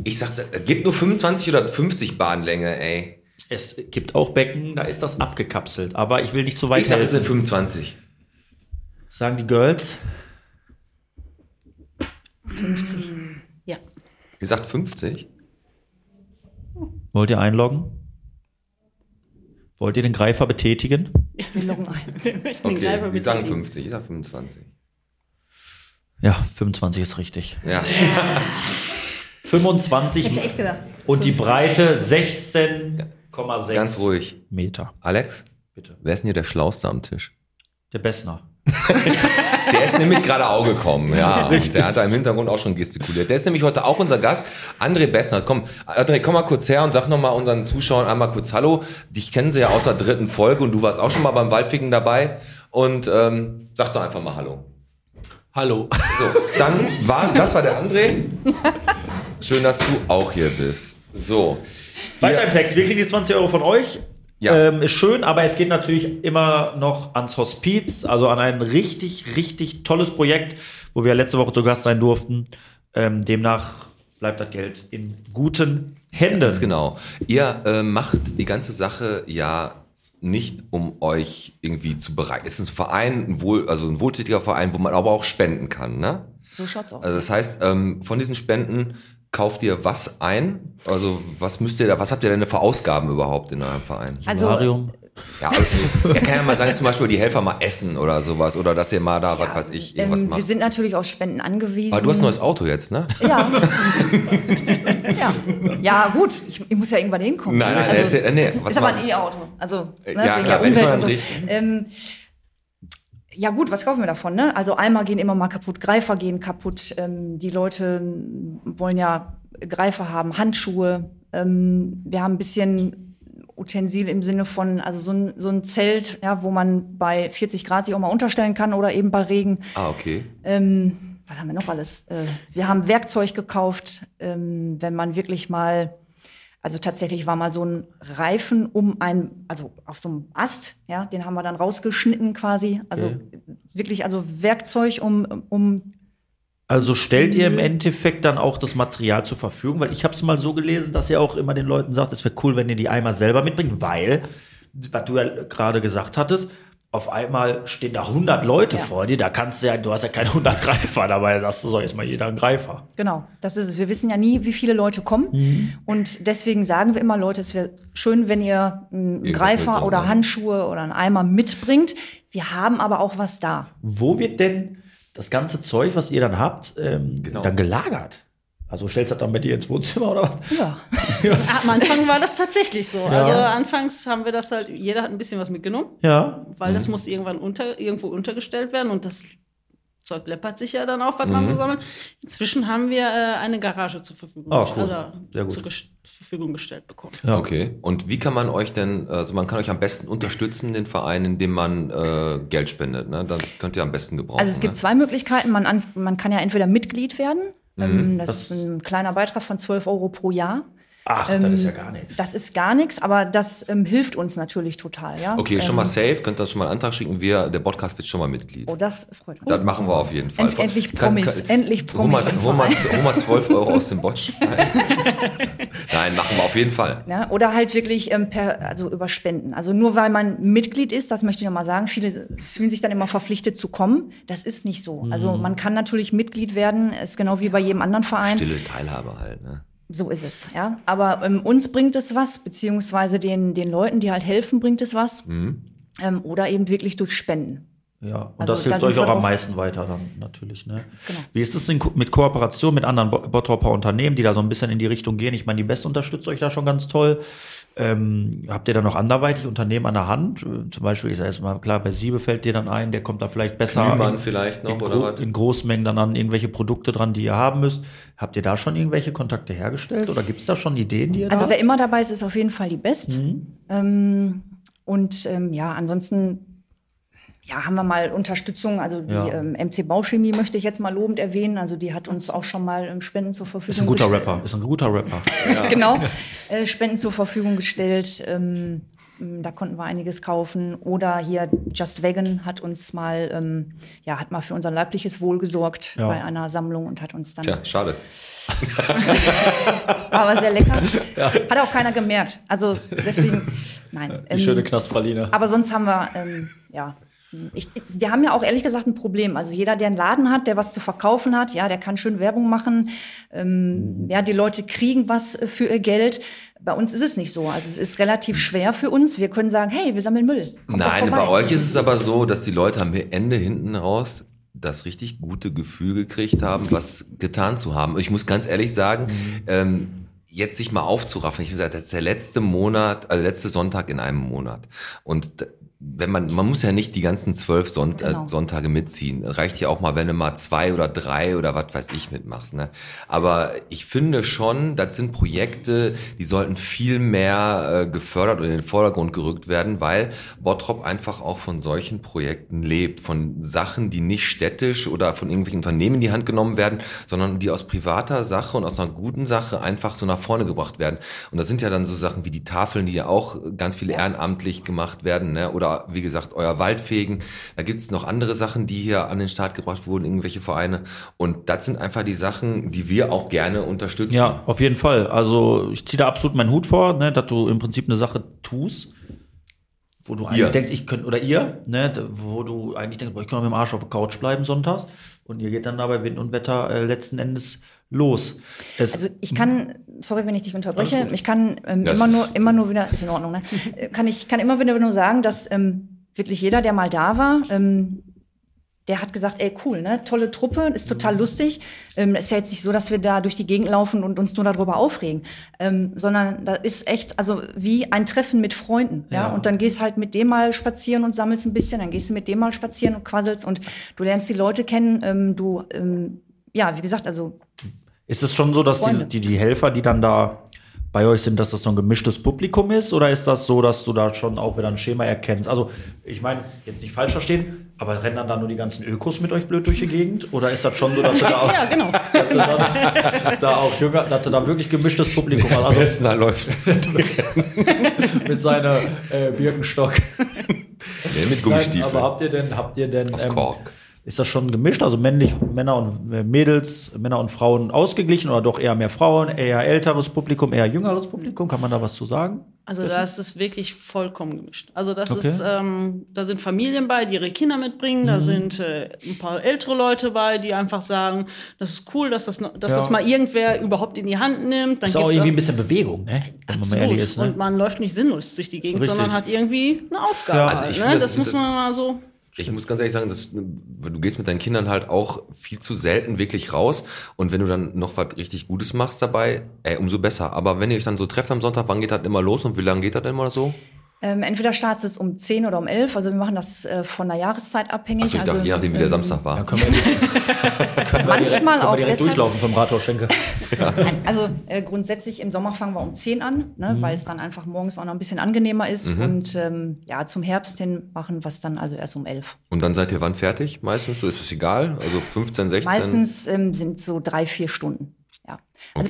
[SPEAKER 2] Ich sag, es gibt nur 25 oder 50 Bahnlänge, ey.
[SPEAKER 4] Es gibt auch Becken, da ist das abgekapselt. Aber ich will nicht zu weit
[SPEAKER 2] Ich sag, es
[SPEAKER 4] helfen.
[SPEAKER 2] sind 25.
[SPEAKER 4] Sagen die Girls.
[SPEAKER 10] Ja.
[SPEAKER 2] Ihr sagt 50?
[SPEAKER 4] Wollt ihr einloggen? Wollt ihr den Greifer betätigen?
[SPEAKER 7] Wir loggen ein.
[SPEAKER 10] Wir möchten den
[SPEAKER 2] Okay,
[SPEAKER 10] Greifer
[SPEAKER 2] die sagen
[SPEAKER 10] betätigen.
[SPEAKER 2] 50. Ich sag 25.
[SPEAKER 4] Ja, 25 ist richtig.
[SPEAKER 2] Ja.
[SPEAKER 4] 25
[SPEAKER 7] Hätte echt gedacht.
[SPEAKER 4] und die Breite 16,6
[SPEAKER 2] Ganz ruhig.
[SPEAKER 4] Meter.
[SPEAKER 2] Alex?
[SPEAKER 4] Bitte.
[SPEAKER 2] Wer ist denn hier der Schlauste am Tisch?
[SPEAKER 4] Der Bessner.
[SPEAKER 2] Der ist nämlich gerade auch gekommen, ja. Und Der hat da im Hintergrund auch schon gestikuliert. Der ist nämlich heute auch unser Gast, André Bessner. Komm, André, komm mal kurz her und sag nochmal unseren Zuschauern einmal kurz Hallo. Dich kennen sie ja aus der dritten Folge und du warst auch schon mal beim Waldficken dabei. Und ähm, sag doch einfach mal Hallo.
[SPEAKER 12] Hallo.
[SPEAKER 2] So, dann war, das war der André. Schön, dass du auch hier bist. So,
[SPEAKER 4] Weiter im Text. Wir kriegen die 20 Euro von euch.
[SPEAKER 2] Ja.
[SPEAKER 4] Ähm, ist schön, aber es geht natürlich immer noch ans Hospiz, also an ein richtig, richtig tolles Projekt, wo wir letzte Woche zu Gast sein durften. Ähm, demnach bleibt das Geld in guten Händen.
[SPEAKER 2] Ganz genau. Ihr äh, macht die ganze Sache ja nicht, um euch irgendwie zu bereichern. Es ist ein Verein, ein Wohl, also ein wohltätiger Verein, wo man aber auch spenden kann, ne?
[SPEAKER 7] So schaut's aus.
[SPEAKER 2] Also das heißt, ähm, von diesen Spenden kauft ihr was ein? Also was müsst ihr da, was habt ihr denn für Ausgaben überhaupt in eurem Verein?
[SPEAKER 7] Also,
[SPEAKER 4] Solarium.
[SPEAKER 2] Ja, also, ja, kann ja mal sein, dass zum Beispiel die Helfer mal essen oder sowas oder dass ihr mal da, was weiß ich, irgendwas
[SPEAKER 7] ähm, wir
[SPEAKER 2] macht.
[SPEAKER 7] sind natürlich auf Spenden angewiesen.
[SPEAKER 2] Aber du hast ein neues Auto jetzt, ne?
[SPEAKER 7] Ja. ja. ja, gut. Ich, ich muss ja irgendwann hinkommen.
[SPEAKER 2] Nein, nein,
[SPEAKER 7] also,
[SPEAKER 2] erzähl- äh, nee, was
[SPEAKER 7] Ist aber
[SPEAKER 2] man-
[SPEAKER 7] ein E-Auto. Also, ne,
[SPEAKER 2] ja,
[SPEAKER 7] wegen
[SPEAKER 2] klar,
[SPEAKER 7] der
[SPEAKER 2] wenn
[SPEAKER 7] Umwelt
[SPEAKER 2] man
[SPEAKER 7] und so.
[SPEAKER 2] richtig-
[SPEAKER 7] Ähm, ja gut, was kaufen wir davon? Ne? Also Eimer gehen immer mal kaputt, Greifer gehen kaputt. Ähm, die Leute ähm, wollen ja Greifer haben, Handschuhe. Ähm, wir haben ein bisschen Utensil im Sinne von, also so ein, so ein Zelt, ja, wo man bei 40 Grad sich auch mal unterstellen kann oder eben bei Regen.
[SPEAKER 2] Ah, okay.
[SPEAKER 7] Ähm, was haben wir noch alles? Äh, wir haben Werkzeug gekauft, ähm, wenn man wirklich mal, also tatsächlich war mal so ein Reifen um ein, also auf so einem Ast, ja, den haben wir dann rausgeschnitten quasi. Also wirklich, also Werkzeug um, um
[SPEAKER 4] Also stellt ihr im Endeffekt dann auch das Material zur Verfügung, weil ich habe es mal so gelesen, dass ihr auch immer den Leuten sagt, es wäre cool, wenn ihr die Eimer selber mitbringt, weil, was du ja gerade gesagt hattest, auf einmal stehen da 100 Leute
[SPEAKER 7] Ja.
[SPEAKER 4] vor dir, da kannst du ja, du hast ja keine 100 Greifer dabei, sagst du so, jetzt mal jeder ein Greifer.
[SPEAKER 7] Genau, das ist es. Wir wissen ja nie, wie viele Leute kommen.
[SPEAKER 2] Mhm.
[SPEAKER 7] Und deswegen sagen wir immer, Leute, es wäre schön, wenn ihr einen
[SPEAKER 2] Irgendwas
[SPEAKER 7] Greifer
[SPEAKER 2] mitbringt,
[SPEAKER 7] oder
[SPEAKER 2] ja.
[SPEAKER 7] Handschuhe oder einen Eimer mitbringt. Wir haben aber auch was da.
[SPEAKER 4] Wo wird denn das ganze Zeug, was ihr dann habt, ähm, dann gelagert? Also stellst du das dann bei dir ins Wohnzimmer oder was?
[SPEAKER 7] Ja.
[SPEAKER 10] Am Anfang war das tatsächlich so. Also anfangs haben wir das halt, jeder hat ein bisschen was mitgenommen,
[SPEAKER 4] Ja.
[SPEAKER 10] weil das muss irgendwann unter, irgendwo untergestellt werden und das Zeug läppert sich ja dann auf, was
[SPEAKER 4] Mhm.
[SPEAKER 10] man so sammelt. Inzwischen haben wir äh, eine Garage zur Verfügung,
[SPEAKER 4] Ah,
[SPEAKER 10] gest-
[SPEAKER 4] cool.
[SPEAKER 10] oder
[SPEAKER 4] Sehr gut.
[SPEAKER 10] zur Ges- Verfügung gestellt bekommen.
[SPEAKER 2] Okay. Und wie kann man euch denn, also man kann euch am besten unterstützen, den Verein, indem man äh, Geld spendet, ne? Das könnt ihr am besten gebrauchen.
[SPEAKER 7] Also es gibt
[SPEAKER 2] ne?
[SPEAKER 7] zwei Möglichkeiten. Man, an, man kann ja entweder Mitglied werden.
[SPEAKER 2] Mhm.
[SPEAKER 7] Ähm, Das, ist ein kleiner Beitrag von 12 Euro pro Jahr.
[SPEAKER 4] Ach, das ist ja gar nichts.
[SPEAKER 7] Das ist gar nichts, aber das ähm, hilft uns natürlich total. Ja?
[SPEAKER 2] Okay, schon
[SPEAKER 7] Ähm,
[SPEAKER 2] mal safe, könnt ihr schon mal einen Antrag schicken. Wir, der Podcast wird schon mal Mitglied.
[SPEAKER 7] Oh, das freut mich.
[SPEAKER 2] Das machen wir auf jeden Fall.
[SPEAKER 7] End- endlich Promis, endlich Promis
[SPEAKER 2] Hol
[SPEAKER 7] im
[SPEAKER 2] mal, hol mal, hol mal 12 Euro aus dem Botsch. Nein, machen wir auf jeden Fall.
[SPEAKER 7] Ne? Oder halt wirklich ähm, per, also über Spenden. Also nur weil man Mitglied ist, das möchte ich nochmal sagen, viele fühlen sich dann immer verpflichtet zu kommen. Das ist nicht so. Also man kann natürlich Mitglied werden, ist genau wie bei jedem anderen Verein.
[SPEAKER 2] Mhm. Stille Teilhabe halt. Ne?
[SPEAKER 7] So ist es, ja. Aber ähm, uns bringt es was, beziehungsweise den, den Leuten, die halt helfen, bringt es was.
[SPEAKER 4] Mhm.
[SPEAKER 7] Ähm, oder eben wirklich durch Spenden.
[SPEAKER 4] Ja, und
[SPEAKER 7] Also
[SPEAKER 4] das
[SPEAKER 7] da
[SPEAKER 4] hilft
[SPEAKER 7] sind
[SPEAKER 4] euch
[SPEAKER 7] wir
[SPEAKER 4] auch am
[SPEAKER 7] drauf- Genau.
[SPEAKER 4] meisten weiter dann natürlich. Ne? Wie ist es denn ko- mit Kooperation mit anderen Bo- Bottroper Unternehmen, die da so ein bisschen in die Richtung gehen? Ich meine, die Best unterstützt euch da schon ganz toll. Ähm, habt ihr da noch anderweitig Unternehmen an der Hand? Äh, Zum Beispiel, ich sage jetzt mal, klar, bei Siebe fällt dir dann ein, der kommt da vielleicht besser
[SPEAKER 2] Klümann
[SPEAKER 4] in,
[SPEAKER 2] vielleicht noch
[SPEAKER 4] in,
[SPEAKER 2] oder
[SPEAKER 4] gro
[SPEAKER 2] was?
[SPEAKER 4] in Großmengen dann an irgendwelche Produkte dran, die ihr haben müsst. Habt ihr da schon irgendwelche Kontakte hergestellt oder gibt es da schon Ideen, die ihr
[SPEAKER 7] Also
[SPEAKER 4] da
[SPEAKER 7] wer immer dabei ist, ist auf jeden Fall die Best.
[SPEAKER 4] Mhm.
[SPEAKER 7] Ähm, und ähm, ja, ansonsten ja, haben wir mal Unterstützung. Also die
[SPEAKER 4] Ja.
[SPEAKER 7] ähm, MC Bauchemie möchte ich jetzt mal lobend erwähnen. Also die hat uns auch schon mal ähm, Spenden zur Verfügung
[SPEAKER 4] Ist ein guter
[SPEAKER 7] gestellt.
[SPEAKER 4] Rapper, ist ein guter Rapper.
[SPEAKER 7] genau, äh, Spenden zur Verfügung gestellt. Ähm, m, da konnten wir einiges kaufen. Oder hier Just Vegan hat uns mal, ähm, ja, hat mal für unser leibliches Wohl gesorgt
[SPEAKER 4] Ja.
[SPEAKER 7] bei einer Sammlung und hat uns dann,
[SPEAKER 2] Tja, schade.
[SPEAKER 7] war aber sehr lecker. Hat auch keiner gemerkt. Also deswegen, nein. ähm,
[SPEAKER 2] Äh.
[SPEAKER 4] Knaspraline.
[SPEAKER 7] aber sonst haben wir, ähm, ja. Ich, ich- wir haben ja auch ehrlich gesagt ein Problem. Also jeder, der einen Laden hat, der was zu verkaufen hat, ja, der kann schön Werbung machen. Ähm, ja, die Leute kriegen was äh, für ihr Geld. Bei uns ist es nicht so. Also es ist relativ schwer für uns. Wir können sagen, hey, wir sammeln Müll. Kommt doch
[SPEAKER 2] Nein,
[SPEAKER 7] vorbei.
[SPEAKER 2] bei euch ist es aber so, dass die Leute am Ende hinten raus das richtig gute Gefühl gekriegt haben, was getan zu haben. Und Ich muss ganz ehrlich sagen,
[SPEAKER 7] Mhm.
[SPEAKER 2] ähm, jetzt sich mal aufzuraffen. Ich sage, das ist der letzte Monat, also letzte Sonntag in einem Monat. Und d- wenn man, man muss ja nicht die ganzen zwölf Sonnt
[SPEAKER 7] Genau.
[SPEAKER 2] äh, Sonntage mitziehen. Reicht ja auch mal, wenn du mal zwei oder drei oder was weiß ich mitmachst. Ne? Aber ich finde schon, das sind Projekte, die sollten viel mehr äh, gefördert und in den Vordergrund gerückt werden, weil Bottrop einfach auch von solchen Projekten lebt, von Sachen, die nicht städtisch oder von irgendwelchen Unternehmen in die Hand genommen werden, sondern die aus privater Sache und aus einer guten Sache einfach so nach vorne gebracht werden. Und das sind ja dann so Sachen wie die Tafeln, die ja auch ganz viel ehrenamtlich gemacht werden, ne? oder wie gesagt, euer Waldfegen. Da gibt's noch andere Sachen, die hier an den Start gebracht wurden, irgendwelche Vereine. Und das sind einfach die Sachen, die wir auch gerne unterstützen.
[SPEAKER 4] Ja, auf jeden Fall. Also ich ziehe da absolut meinen Hut vor, ne, dass du im Prinzip eine Sache tust, wo du eigentlich
[SPEAKER 2] Ihr.
[SPEAKER 4] denkst, ich könnte, oder ihr, ne, d- wo du eigentlich denkst, boah, ich kann mit dem Arsch auf der Couch bleiben sonntags und ihr geht dann dabei Wind und Wetter äh, letzten Endes los. Es,
[SPEAKER 7] Also ich kann, sorry, wenn ich dich unterbreche, ich kann ähm,
[SPEAKER 2] Ja, es
[SPEAKER 7] immer
[SPEAKER 2] ist-
[SPEAKER 7] nur, immer nur wieder, ist in Ordnung, ne? Äh, kann ich kann immer wieder nur sagen, dass ähm, wirklich jeder, der mal da war, ähm, der hat gesagt, ey, cool, ne? Tolle Truppe, ist
[SPEAKER 2] Mhm.
[SPEAKER 7] total lustig. Ähm, ist ja jetzt nicht so, dass wir da durch die Gegend laufen und uns nur darüber aufregen, ähm, sondern da ist echt, also wie ein Treffen mit Freunden, ja?
[SPEAKER 4] Ja.
[SPEAKER 7] Und dann gehst halt mit dem mal spazieren und sammelst ein bisschen, dann gehst du mit dem mal spazieren und quasselst und du lernst die Leute kennen, ähm, du, ähm, ja, wie gesagt, also
[SPEAKER 4] ist es schon so, dass die,
[SPEAKER 7] Freunde.
[SPEAKER 4] die, die Helfer, die dann da bei euch sind, dass das so ein gemischtes Publikum ist oder ist das so, dass du da schon auch wieder ein Schema erkennst? Also ich meine, jetzt nicht falsch verstehen, aber rennen dann da nur die ganzen Ökos mit euch blöd durch die Gegend oder ist das schon so, dass du da auch...
[SPEAKER 10] Ja, genau.
[SPEAKER 4] dass du da, da auch jünger, dass du da wirklich gemischtes Publikum hast. Also
[SPEAKER 2] Besten läuft.
[SPEAKER 4] mit seiner äh, Birkenstock.
[SPEAKER 2] Nee, mit
[SPEAKER 4] Nein,
[SPEAKER 2] Gummistiefeln.
[SPEAKER 4] aber habt ihr denn, habt ihr denn
[SPEAKER 2] Aus Kork.
[SPEAKER 4] Ist das schon gemischt? Also männlich, Männer und äh, Mädels, Männer und Frauen ausgeglichen oder doch eher mehr Frauen, eher älteres Publikum, eher jüngeres Publikum? Kann man da was zu sagen?
[SPEAKER 10] Also da ist es wirklich vollkommen gemischt. Also das
[SPEAKER 4] Okay. Mhm.
[SPEAKER 10] ist, ähm, da sind Familien bei, die ihre Kinder mitbringen, da sind äh, ein paar ältere Leute bei, die einfach sagen, das ist cool, dass das, no- dass
[SPEAKER 4] Ja.
[SPEAKER 10] das mal irgendwer überhaupt in die Hand nimmt. Dann
[SPEAKER 4] Ist auch
[SPEAKER 10] gibt's
[SPEAKER 4] irgendwie ein bisschen Bewegung, ne? Wenn man mal
[SPEAKER 10] Absolut.
[SPEAKER 4] ehrlich ist.
[SPEAKER 10] Und
[SPEAKER 4] Ne?
[SPEAKER 10] man läuft nicht sinnlos durch die Gegend,
[SPEAKER 4] Richtig.
[SPEAKER 10] sondern hat irgendwie eine Aufgabe.
[SPEAKER 4] Ja,
[SPEAKER 2] also ich
[SPEAKER 10] ne?
[SPEAKER 2] finde,
[SPEAKER 10] das,
[SPEAKER 2] das-
[SPEAKER 10] muss
[SPEAKER 2] das-
[SPEAKER 10] man mal so.
[SPEAKER 2] Ich muss ganz ehrlich sagen, das, du gehst mit deinen Kindern halt auch viel zu selten wirklich raus. Und wenn du dann noch was richtig Gutes machst dabei, ey, umso besser. Aber wenn ihr euch dann so trefft am Sonntag, wann geht das immer los und wie lange geht das immer so?
[SPEAKER 7] Ähm, entweder startet es um 10 oder um 11. Also wir machen das äh, von der Jahreszeit abhängig.
[SPEAKER 2] Achso, ich dachte,
[SPEAKER 7] also,
[SPEAKER 2] je nachdem, wie der
[SPEAKER 7] ähm,
[SPEAKER 2] Samstag
[SPEAKER 4] Ja,
[SPEAKER 2] war.
[SPEAKER 4] können wir, können
[SPEAKER 7] Manchmal
[SPEAKER 4] wir
[SPEAKER 7] auch
[SPEAKER 4] direkt
[SPEAKER 7] deshalb.
[SPEAKER 4] durchlaufen vom Rathausschenker.
[SPEAKER 7] Nein, Also äh, grundsätzlich im Sommer fangen wir um 10 an, ne,
[SPEAKER 2] Mhm.
[SPEAKER 7] weil es dann einfach morgens auch noch ein bisschen angenehmer ist. Und ähm, ja, zum Herbst hin machen wir es dann also erst um 11.
[SPEAKER 2] Und dann seid ihr wann fertig? Meistens, so ist es egal. Also 15, 16.
[SPEAKER 7] Meistens ähm, sind so drei, vier Stunden. Ja. Also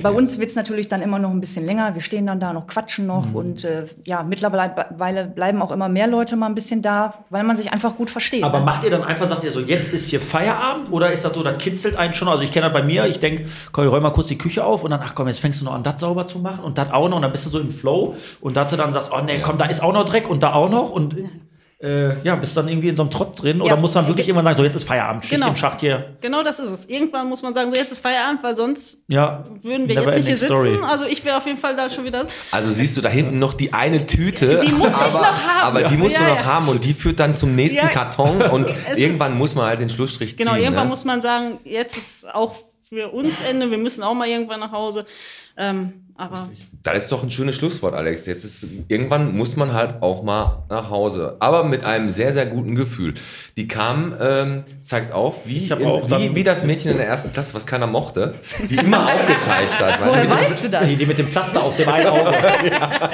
[SPEAKER 2] Okay.
[SPEAKER 7] bei uns wird's natürlich dann immer noch ein bisschen länger. Wir stehen dann da noch, quatschen noch
[SPEAKER 2] Mhm.
[SPEAKER 7] und äh, ja, mittlerweile bleiben auch immer mehr Leute mal ein bisschen da, weil man sich einfach gut versteht.
[SPEAKER 4] Aber
[SPEAKER 7] ne?
[SPEAKER 4] macht ihr dann einfach, sagt ihr so, jetzt ist hier Feierabend? Oder ist das so, das kitzelt einen schon? Also ich kenne das bei mir, ich denke, komm, ich räum mal kurz die Küche auf und dann, ach komm, jetzt fängst du noch an, das sauber zu machen und das auch noch und dann bist du so im Flow und dass du dann sagst, oh nee, komm, da ist auch noch Dreck und da auch noch und äh, ja, bist dann irgendwie in so einem Trott drin oder
[SPEAKER 7] Ja.
[SPEAKER 4] muss man wirklich irgendwann sagen, so jetzt ist Feierabend, Schicht
[SPEAKER 10] Genau.
[SPEAKER 4] im Schacht hier.
[SPEAKER 10] Genau das ist es. Irgendwann muss man sagen, so jetzt ist Feierabend, weil sonst
[SPEAKER 4] Ja,
[SPEAKER 10] würden wir
[SPEAKER 4] never
[SPEAKER 10] jetzt nicht hier
[SPEAKER 4] ending story.
[SPEAKER 10] sitzen. Also ich wäre auf jeden Fall da schon wieder.
[SPEAKER 2] Also siehst du da hinten noch die eine Tüte.
[SPEAKER 10] Die muss ich
[SPEAKER 2] aber,
[SPEAKER 10] noch haben.
[SPEAKER 2] Aber die musst du
[SPEAKER 10] Ja,
[SPEAKER 2] noch
[SPEAKER 10] ja.
[SPEAKER 2] haben und die führt dann zum nächsten
[SPEAKER 10] Ja.
[SPEAKER 2] Karton und
[SPEAKER 10] ist-
[SPEAKER 2] irgendwann muss man halt den Schlussstrich
[SPEAKER 10] Genau,
[SPEAKER 2] ziehen.
[SPEAKER 10] irgendwann
[SPEAKER 2] ne?
[SPEAKER 10] muss man sagen, jetzt ist auch für uns Ende, wir müssen auch mal irgendwann nach Hause. Ähm, aber
[SPEAKER 2] Das ist doch ein schönes Schlusswort, Alex. Jetzt ist, irgendwann muss man halt auch mal nach Hause. Aber mit einem sehr, sehr guten Gefühl. Die kam, ähm, zeigt auf, wie,
[SPEAKER 4] Ich hab auch
[SPEAKER 2] wie,
[SPEAKER 4] dann-
[SPEAKER 2] wie das Mädchen in der ersten Klasse, was keiner mochte, die immer aufgezeigt hat. weil
[SPEAKER 7] Woher
[SPEAKER 2] mit dem-
[SPEAKER 7] weißt du das?
[SPEAKER 4] Die, die mit dem Pflaster auf dem einen Auge.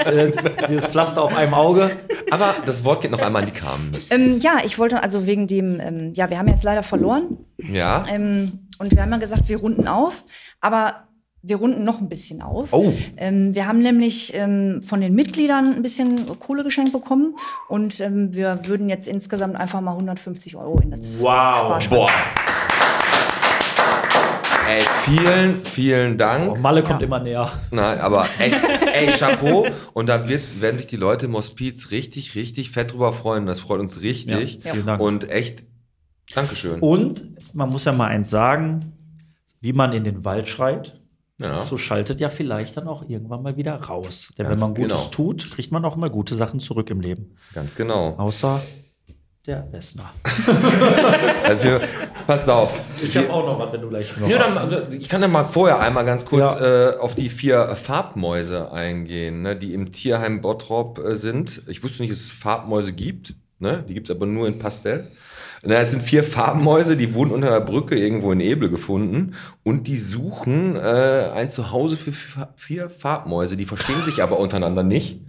[SPEAKER 4] Äh, Dieses Pflaster auf einem Auge.
[SPEAKER 2] Aber das Wort geht noch einmal an die Carmen. ne?
[SPEAKER 7] Ähm, ja, ich wollte also wegen dem, ähm, ja, wir haben jetzt leider verloren
[SPEAKER 2] Ja.
[SPEAKER 7] ähm, und wir haben ja gesagt, wir runden auf, aber wir runden noch ein bisschen auf.
[SPEAKER 2] Oh.
[SPEAKER 7] Ähm, wir haben nämlich ähm, von den Mitgliedern ein bisschen Kohle geschenkt bekommen und ähm, wir würden jetzt insgesamt einfach mal 150 Euro in das
[SPEAKER 4] Wow.
[SPEAKER 7] Sparschwein-
[SPEAKER 2] Boah. Ey, vielen, vielen Dank.
[SPEAKER 4] Oh, Malle kommt immer näher.
[SPEAKER 2] Nein, aber echt, ey, Chapeau. Und da wird's, werden sich die Leute im Hospiz richtig, richtig fett drüber freuen. Das freut uns richtig.
[SPEAKER 4] Ja, vielen Dank. Oh,
[SPEAKER 2] Und echt, Dankeschön.
[SPEAKER 4] Und man muss ja mal eins sagen, wie man in den Wald schreit,
[SPEAKER 2] Ja.
[SPEAKER 4] so schaltet ja vielleicht dann auch irgendwann mal wieder raus. Denn wenn man Gutes
[SPEAKER 2] genau.
[SPEAKER 4] tut, kriegt man auch mal gute Sachen zurück im Leben.
[SPEAKER 2] Ganz genau.
[SPEAKER 4] Außer der Wessner.
[SPEAKER 2] Also wir, passt auf.
[SPEAKER 4] Ich habe auch noch was, wenn du gleich noch
[SPEAKER 2] Ja, dann, äh, ich kann ja mal vorher einmal ganz kurz äh, auf die vier Farbmäuse eingehen, ne, die im Tierheim Bottrop äh, sind. Ich wusste nicht, dass es Farbmäuse gibt. Ne? Die gibt's aber nur in Pastell. Na, es sind vier Farbmäuse, die wurden unter einer Brücke irgendwo in Ebel gefunden und die suchen äh, ein Zuhause für fa- vier Farbmäuse. Die verstehen sich aber untereinander nicht.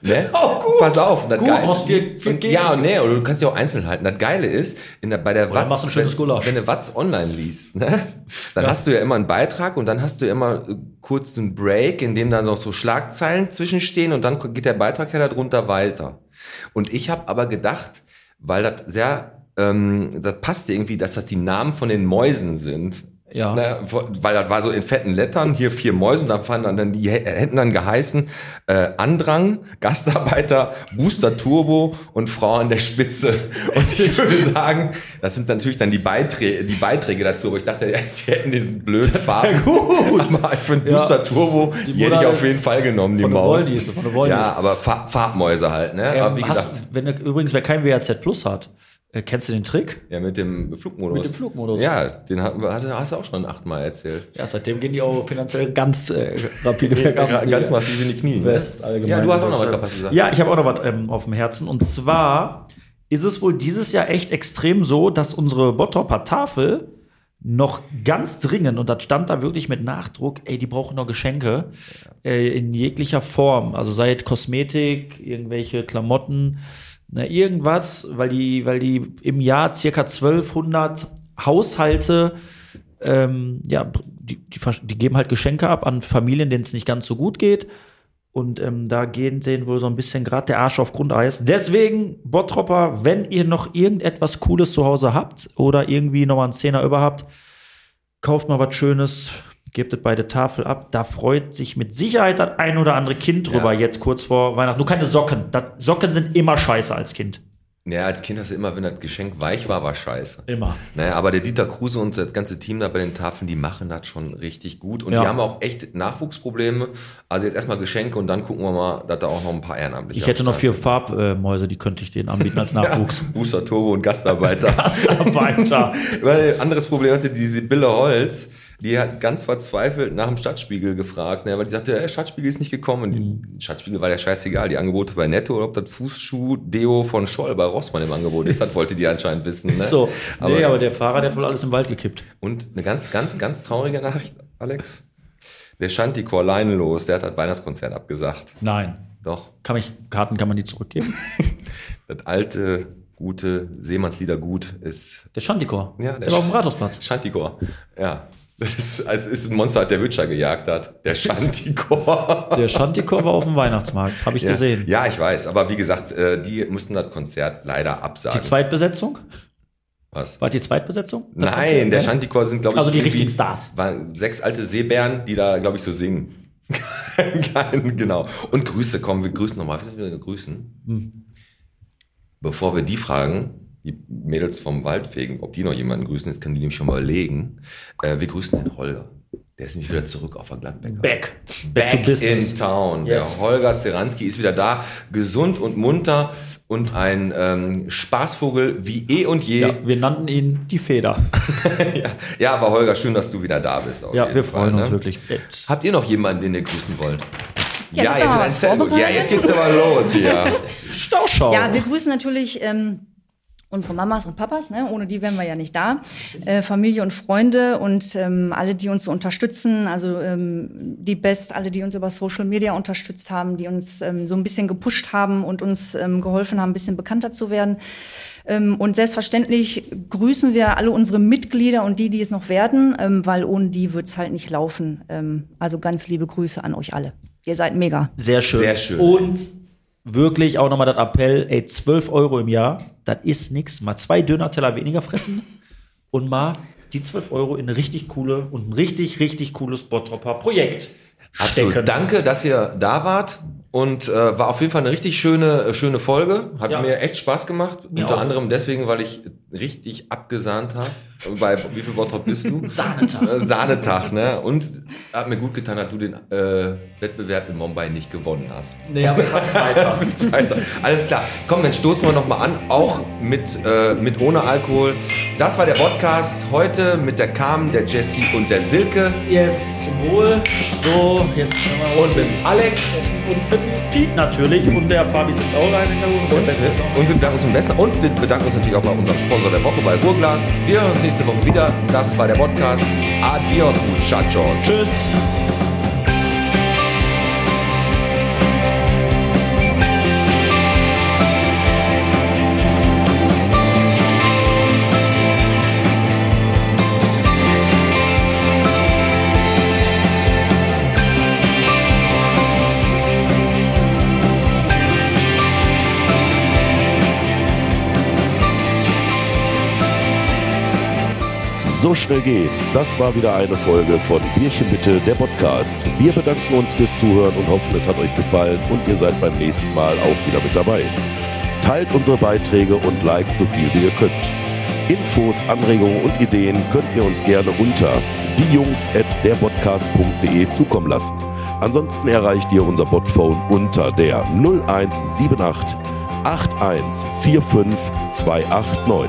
[SPEAKER 2] Ne?
[SPEAKER 4] Oh, gut.
[SPEAKER 2] Pass auf. Das
[SPEAKER 4] Gut,
[SPEAKER 2] Geile-
[SPEAKER 4] brauchst vier- vier
[SPEAKER 2] und,
[SPEAKER 4] Gegen-
[SPEAKER 2] ja, nee, oder du kannst ja auch einzeln halten. Das Geile ist, in der, bei der
[SPEAKER 4] Oder Oh, machst ein schönes
[SPEAKER 2] wenn-
[SPEAKER 4] Gulasch.
[SPEAKER 2] wenn du Watz online liest, ne, dann hast du ja immer einen Beitrag und dann hast du ja immer äh, kurz einen Break, in dem dann noch so Schlagzeilen zwischenstehen und dann geht der Beitrag ja darunter weiter. Und ich habe aber gedacht, weil das sehr, ähm, das passte irgendwie, dass das die Namen von den Mäusen sind.
[SPEAKER 4] Ja.
[SPEAKER 2] Ne, weil das war so in fetten Lettern, hier vier Mäuse, und dann fanden dann, die hä- hätten dann geheißen, äh, Andrang, Gastarbeiter, Booster Turbo und Frau an der Spitze. Und ich würde sagen, das sind natürlich dann die Beiträge, die Beiträge dazu, aber ich dachte erst, die hätten diesen blöden Farben. Gut. Aber für einen
[SPEAKER 4] Ja.
[SPEAKER 2] Booster Turbo, die, hätte ich
[SPEAKER 4] Modale-
[SPEAKER 2] auf jeden Fall genommen, die
[SPEAKER 4] von der
[SPEAKER 2] Maus.
[SPEAKER 4] Wollnies, von der Wollnies.
[SPEAKER 2] ja, aber Fa Farbmäuse halt, ne? aber wie
[SPEAKER 4] ähm,
[SPEAKER 2] gesagt,
[SPEAKER 4] hast, wenn du, Übrigens, wer kein WRZ Plus hat, äh, kennst du den Trick?
[SPEAKER 2] ja, mit dem Flugmodus.
[SPEAKER 4] Mit dem Flugmodus.
[SPEAKER 2] Ja, den hat- hast, du- hast du auch schon achtmal erzählt.
[SPEAKER 4] Ja, seitdem gehen die auch finanziell ganz äh, rapide bergab.
[SPEAKER 2] Ganz massiv in die Knie. ne?
[SPEAKER 4] West allgemein.
[SPEAKER 2] Ja, du hast auch noch was
[SPEAKER 4] Deutschland.
[SPEAKER 2] kaputt gesagt.
[SPEAKER 4] Ja, ich habe auch noch was ähm, auf dem Herzen. Und zwar ist es wohl dieses Jahr echt extrem so, dass unsere Bottroper Tafel noch ganz dringend, und das stand da wirklich mit Nachdruck, ey, die brauchen noch Geschenke äh, in jeglicher Form. Also sei es Kosmetik, irgendwelche Klamotten, na, irgendwas, weil die, weil die im Jahr circa 1200 Haushalte ähm, ja, die, die, vers- die geben halt Geschenke ab an Familien, denen es nicht ganz so gut geht. Und ähm, da gehen denen wohl so ein bisschen gerade der Arsch auf Grundeis. Deswegen, Bottropper, wenn ihr noch irgendetwas Cooles zu Hause habt oder irgendwie nochmal einen Zehner über habt, kauft mal was Schönes, gebt es bei der Tafel ab. Da freut sich mit Sicherheit das ein oder andere Kind drüber,
[SPEAKER 2] Ja.
[SPEAKER 4] jetzt kurz vor Weihnachten. Nur keine Socken. Das, Socken sind immer scheiße als Kind.
[SPEAKER 2] Naja, als Kind hast du immer, wenn das Geschenk weich war, war scheiße.
[SPEAKER 4] Immer.
[SPEAKER 2] Naja, aber der Dieter Kruse und das ganze Team da bei den Tafeln, die machen das schon richtig gut. Und
[SPEAKER 4] Ja.
[SPEAKER 2] die haben auch echt Nachwuchsprobleme. Also jetzt erstmal Geschenke und dann gucken wir mal, dass da auch noch ein paar Ehrenamtliche
[SPEAKER 4] Ich hätte
[SPEAKER 2] am
[SPEAKER 4] noch vier
[SPEAKER 2] Start sind.
[SPEAKER 4] Farbmäuse, die könnte ich denen anbieten als Nachwuchs.
[SPEAKER 2] Booster, Turbo und Gastarbeiter.
[SPEAKER 4] Weiter.
[SPEAKER 2] Weil anderes Problem hatte die Sibylle Holz, die hat ganz verzweifelt nach dem Stadtspiegel gefragt, ne, weil die sagte, der Stadtspiegel ist nicht gekommen.
[SPEAKER 4] Mhm.
[SPEAKER 2] Und der Stadtspiegel war der scheißegal, die Angebote bei Netto oder ob das Fußschuh-Deo von Scholl bei Rossmann im Angebot ist, das wollte die anscheinend wissen. Ne?
[SPEAKER 4] So,
[SPEAKER 2] aber,
[SPEAKER 4] nee, aber der Fahrer, der hat wohl alles im Wald gekippt.
[SPEAKER 2] Und eine ganz, ganz, ganz traurige Nachricht, Alex. Der Shantikor Leinenlos, der hat das Weihnachtskonzert abgesagt.
[SPEAKER 4] Nein.
[SPEAKER 2] Doch,
[SPEAKER 4] Kann ich, Karten kann man die zurückgeben.
[SPEAKER 2] das alte, gute Seemannslieder gut ist
[SPEAKER 4] Der Schantikor.
[SPEAKER 2] Ja,
[SPEAKER 4] der war auf dem Rathausplatz.
[SPEAKER 2] Shantikor. Ja. Das ist, also es ist ein Monster, das der Witcher gejagt hat. Der Shantikor.
[SPEAKER 4] Der Schantikor war auf dem Weihnachtsmarkt, habe ich
[SPEAKER 2] Ja.
[SPEAKER 4] gesehen.
[SPEAKER 2] ja, ich weiß. Aber wie gesagt, äh, die mussten das Konzert leider
[SPEAKER 4] Die
[SPEAKER 2] absagen.
[SPEAKER 4] Zweitbesetzung?
[SPEAKER 2] Was?
[SPEAKER 4] War die Zweitbesetzung? Das
[SPEAKER 2] Nein, der
[SPEAKER 4] Konzert, ne?
[SPEAKER 2] Shantikor sind, glaube ich,
[SPEAKER 4] Also die
[SPEAKER 2] irgendwie-
[SPEAKER 4] richtigen Stars.
[SPEAKER 2] Waren sechs alte Seebären, die da, glaube ich, so singen. Kein- genau. Und Grüße, komm, wir grüßen nochmal. Was wir grüßen?
[SPEAKER 4] Hm.
[SPEAKER 2] Bevor wir die fragen, die Mädels vom Waldfegen, ob die noch jemanden grüßen, jetzt können die nämlich schon mal überlegen. Äh, wir grüßen den Holger. Der ist nämlich wieder zurück auf der Gladbecker.
[SPEAKER 4] Back. Back,
[SPEAKER 2] Back
[SPEAKER 4] to Business.
[SPEAKER 2] in town.
[SPEAKER 4] Yes.
[SPEAKER 2] Der Holger Zeranski ist wieder da, gesund und munter und ein ähm, Spaßvogel wie eh und je.
[SPEAKER 4] ja, wir nannten ihn die Feder.
[SPEAKER 2] Ja, aber Holger, schön, dass du wieder da bist. auf
[SPEAKER 4] Ja,
[SPEAKER 2] jeden
[SPEAKER 4] wir
[SPEAKER 2] Fall,
[SPEAKER 4] freuen uns
[SPEAKER 2] ne?
[SPEAKER 4] wirklich.
[SPEAKER 2] Habt ihr noch jemanden, den ihr grüßen wollt? Ja,
[SPEAKER 7] Ja, ich hab da
[SPEAKER 2] jetzt,
[SPEAKER 7] was
[SPEAKER 2] erzähl gut. ja, jetzt geht's aber los hier.
[SPEAKER 4] Stauschau.
[SPEAKER 7] Ja, wir grüßen natürlich ähm, unsere Mamas und Papas, ne? ohne die wären wir ja nicht da. Äh, Familie und Freunde und ähm, alle, die uns so unterstützen, also ähm, die Best, alle, die uns über Social Media unterstützt haben, die uns ähm, so ein bisschen gepusht haben und uns ähm, geholfen haben, ein bisschen bekannter zu werden. Ähm, und selbstverständlich grüßen wir alle unsere Mitglieder und die, die es noch werden, ähm, weil ohne die wird's halt nicht laufen. Ähm, also ganz liebe Grüße an euch alle. Ihr seid mega.
[SPEAKER 4] Sehr schön.
[SPEAKER 2] Sehr schön.
[SPEAKER 4] Und wirklich auch nochmal das Appell, ey, 12 Euro im Jahr, das ist nix. Mal zwei Döner-Teller weniger fressen und mal die 12 Euro in eine richtig coole und ein richtig, richtig cooles Bottropper-Projekt
[SPEAKER 2] Absolut. Danke, dass ihr da wart. Und äh, war auf jeden Fall eine richtig schöne, äh, schöne Folge. Hat
[SPEAKER 4] Ja.
[SPEAKER 2] mir echt Spaß gemacht.
[SPEAKER 4] Mir
[SPEAKER 2] Unter
[SPEAKER 4] auch.
[SPEAKER 2] anderem deswegen, weil ich richtig abgesahnt habe. Bei wie viel Bottrop bist du?
[SPEAKER 4] Sahnetag.
[SPEAKER 2] Äh, Sahnetag, ne? Und hat mir gut getan, dass du den äh, Wettbewerb in Mumbai nicht gewonnen hast.
[SPEAKER 4] Nee, aber Platz weiter.
[SPEAKER 2] Bis weiter. Alles klar. Komm, dann stoßen wir nochmal an, auch mit, äh, mit ohne Alkohol. Das war der Podcast heute mit der Carmen, der Jessie und der Silke
[SPEAKER 4] Yes, wohl. So, jetzt schauen wir
[SPEAKER 2] und mit dem Alex.
[SPEAKER 4] Und mit dem Piet natürlich. Und der Fabi sitzt auch rein in der Runde.
[SPEAKER 2] Und, wir- und wir bedanken uns am besten. Und wir bedanken uns natürlich auch bei unserem Sponsor der Woche, bei Ruhrglas. Wir hören uns nächste Woche wieder. Das war der Podcast. Adios, Muchachos.
[SPEAKER 4] Tschüss.
[SPEAKER 1] So schnell geht's. Das war wieder eine Folge von Bierchen bitte, der Podcast. Wir bedanken uns fürs Zuhören und hoffen, es hat euch gefallen und ihr seid beim nächsten Mal auch wieder mit dabei. Teilt unsere Beiträge und liked so viel wie ihr könnt. Infos, Anregungen und Ideen könnt ihr uns gerne unter diejungs.derpodcast.de zukommen lassen. Ansonsten erreicht ihr unser Botphone unter der 0178 8145289.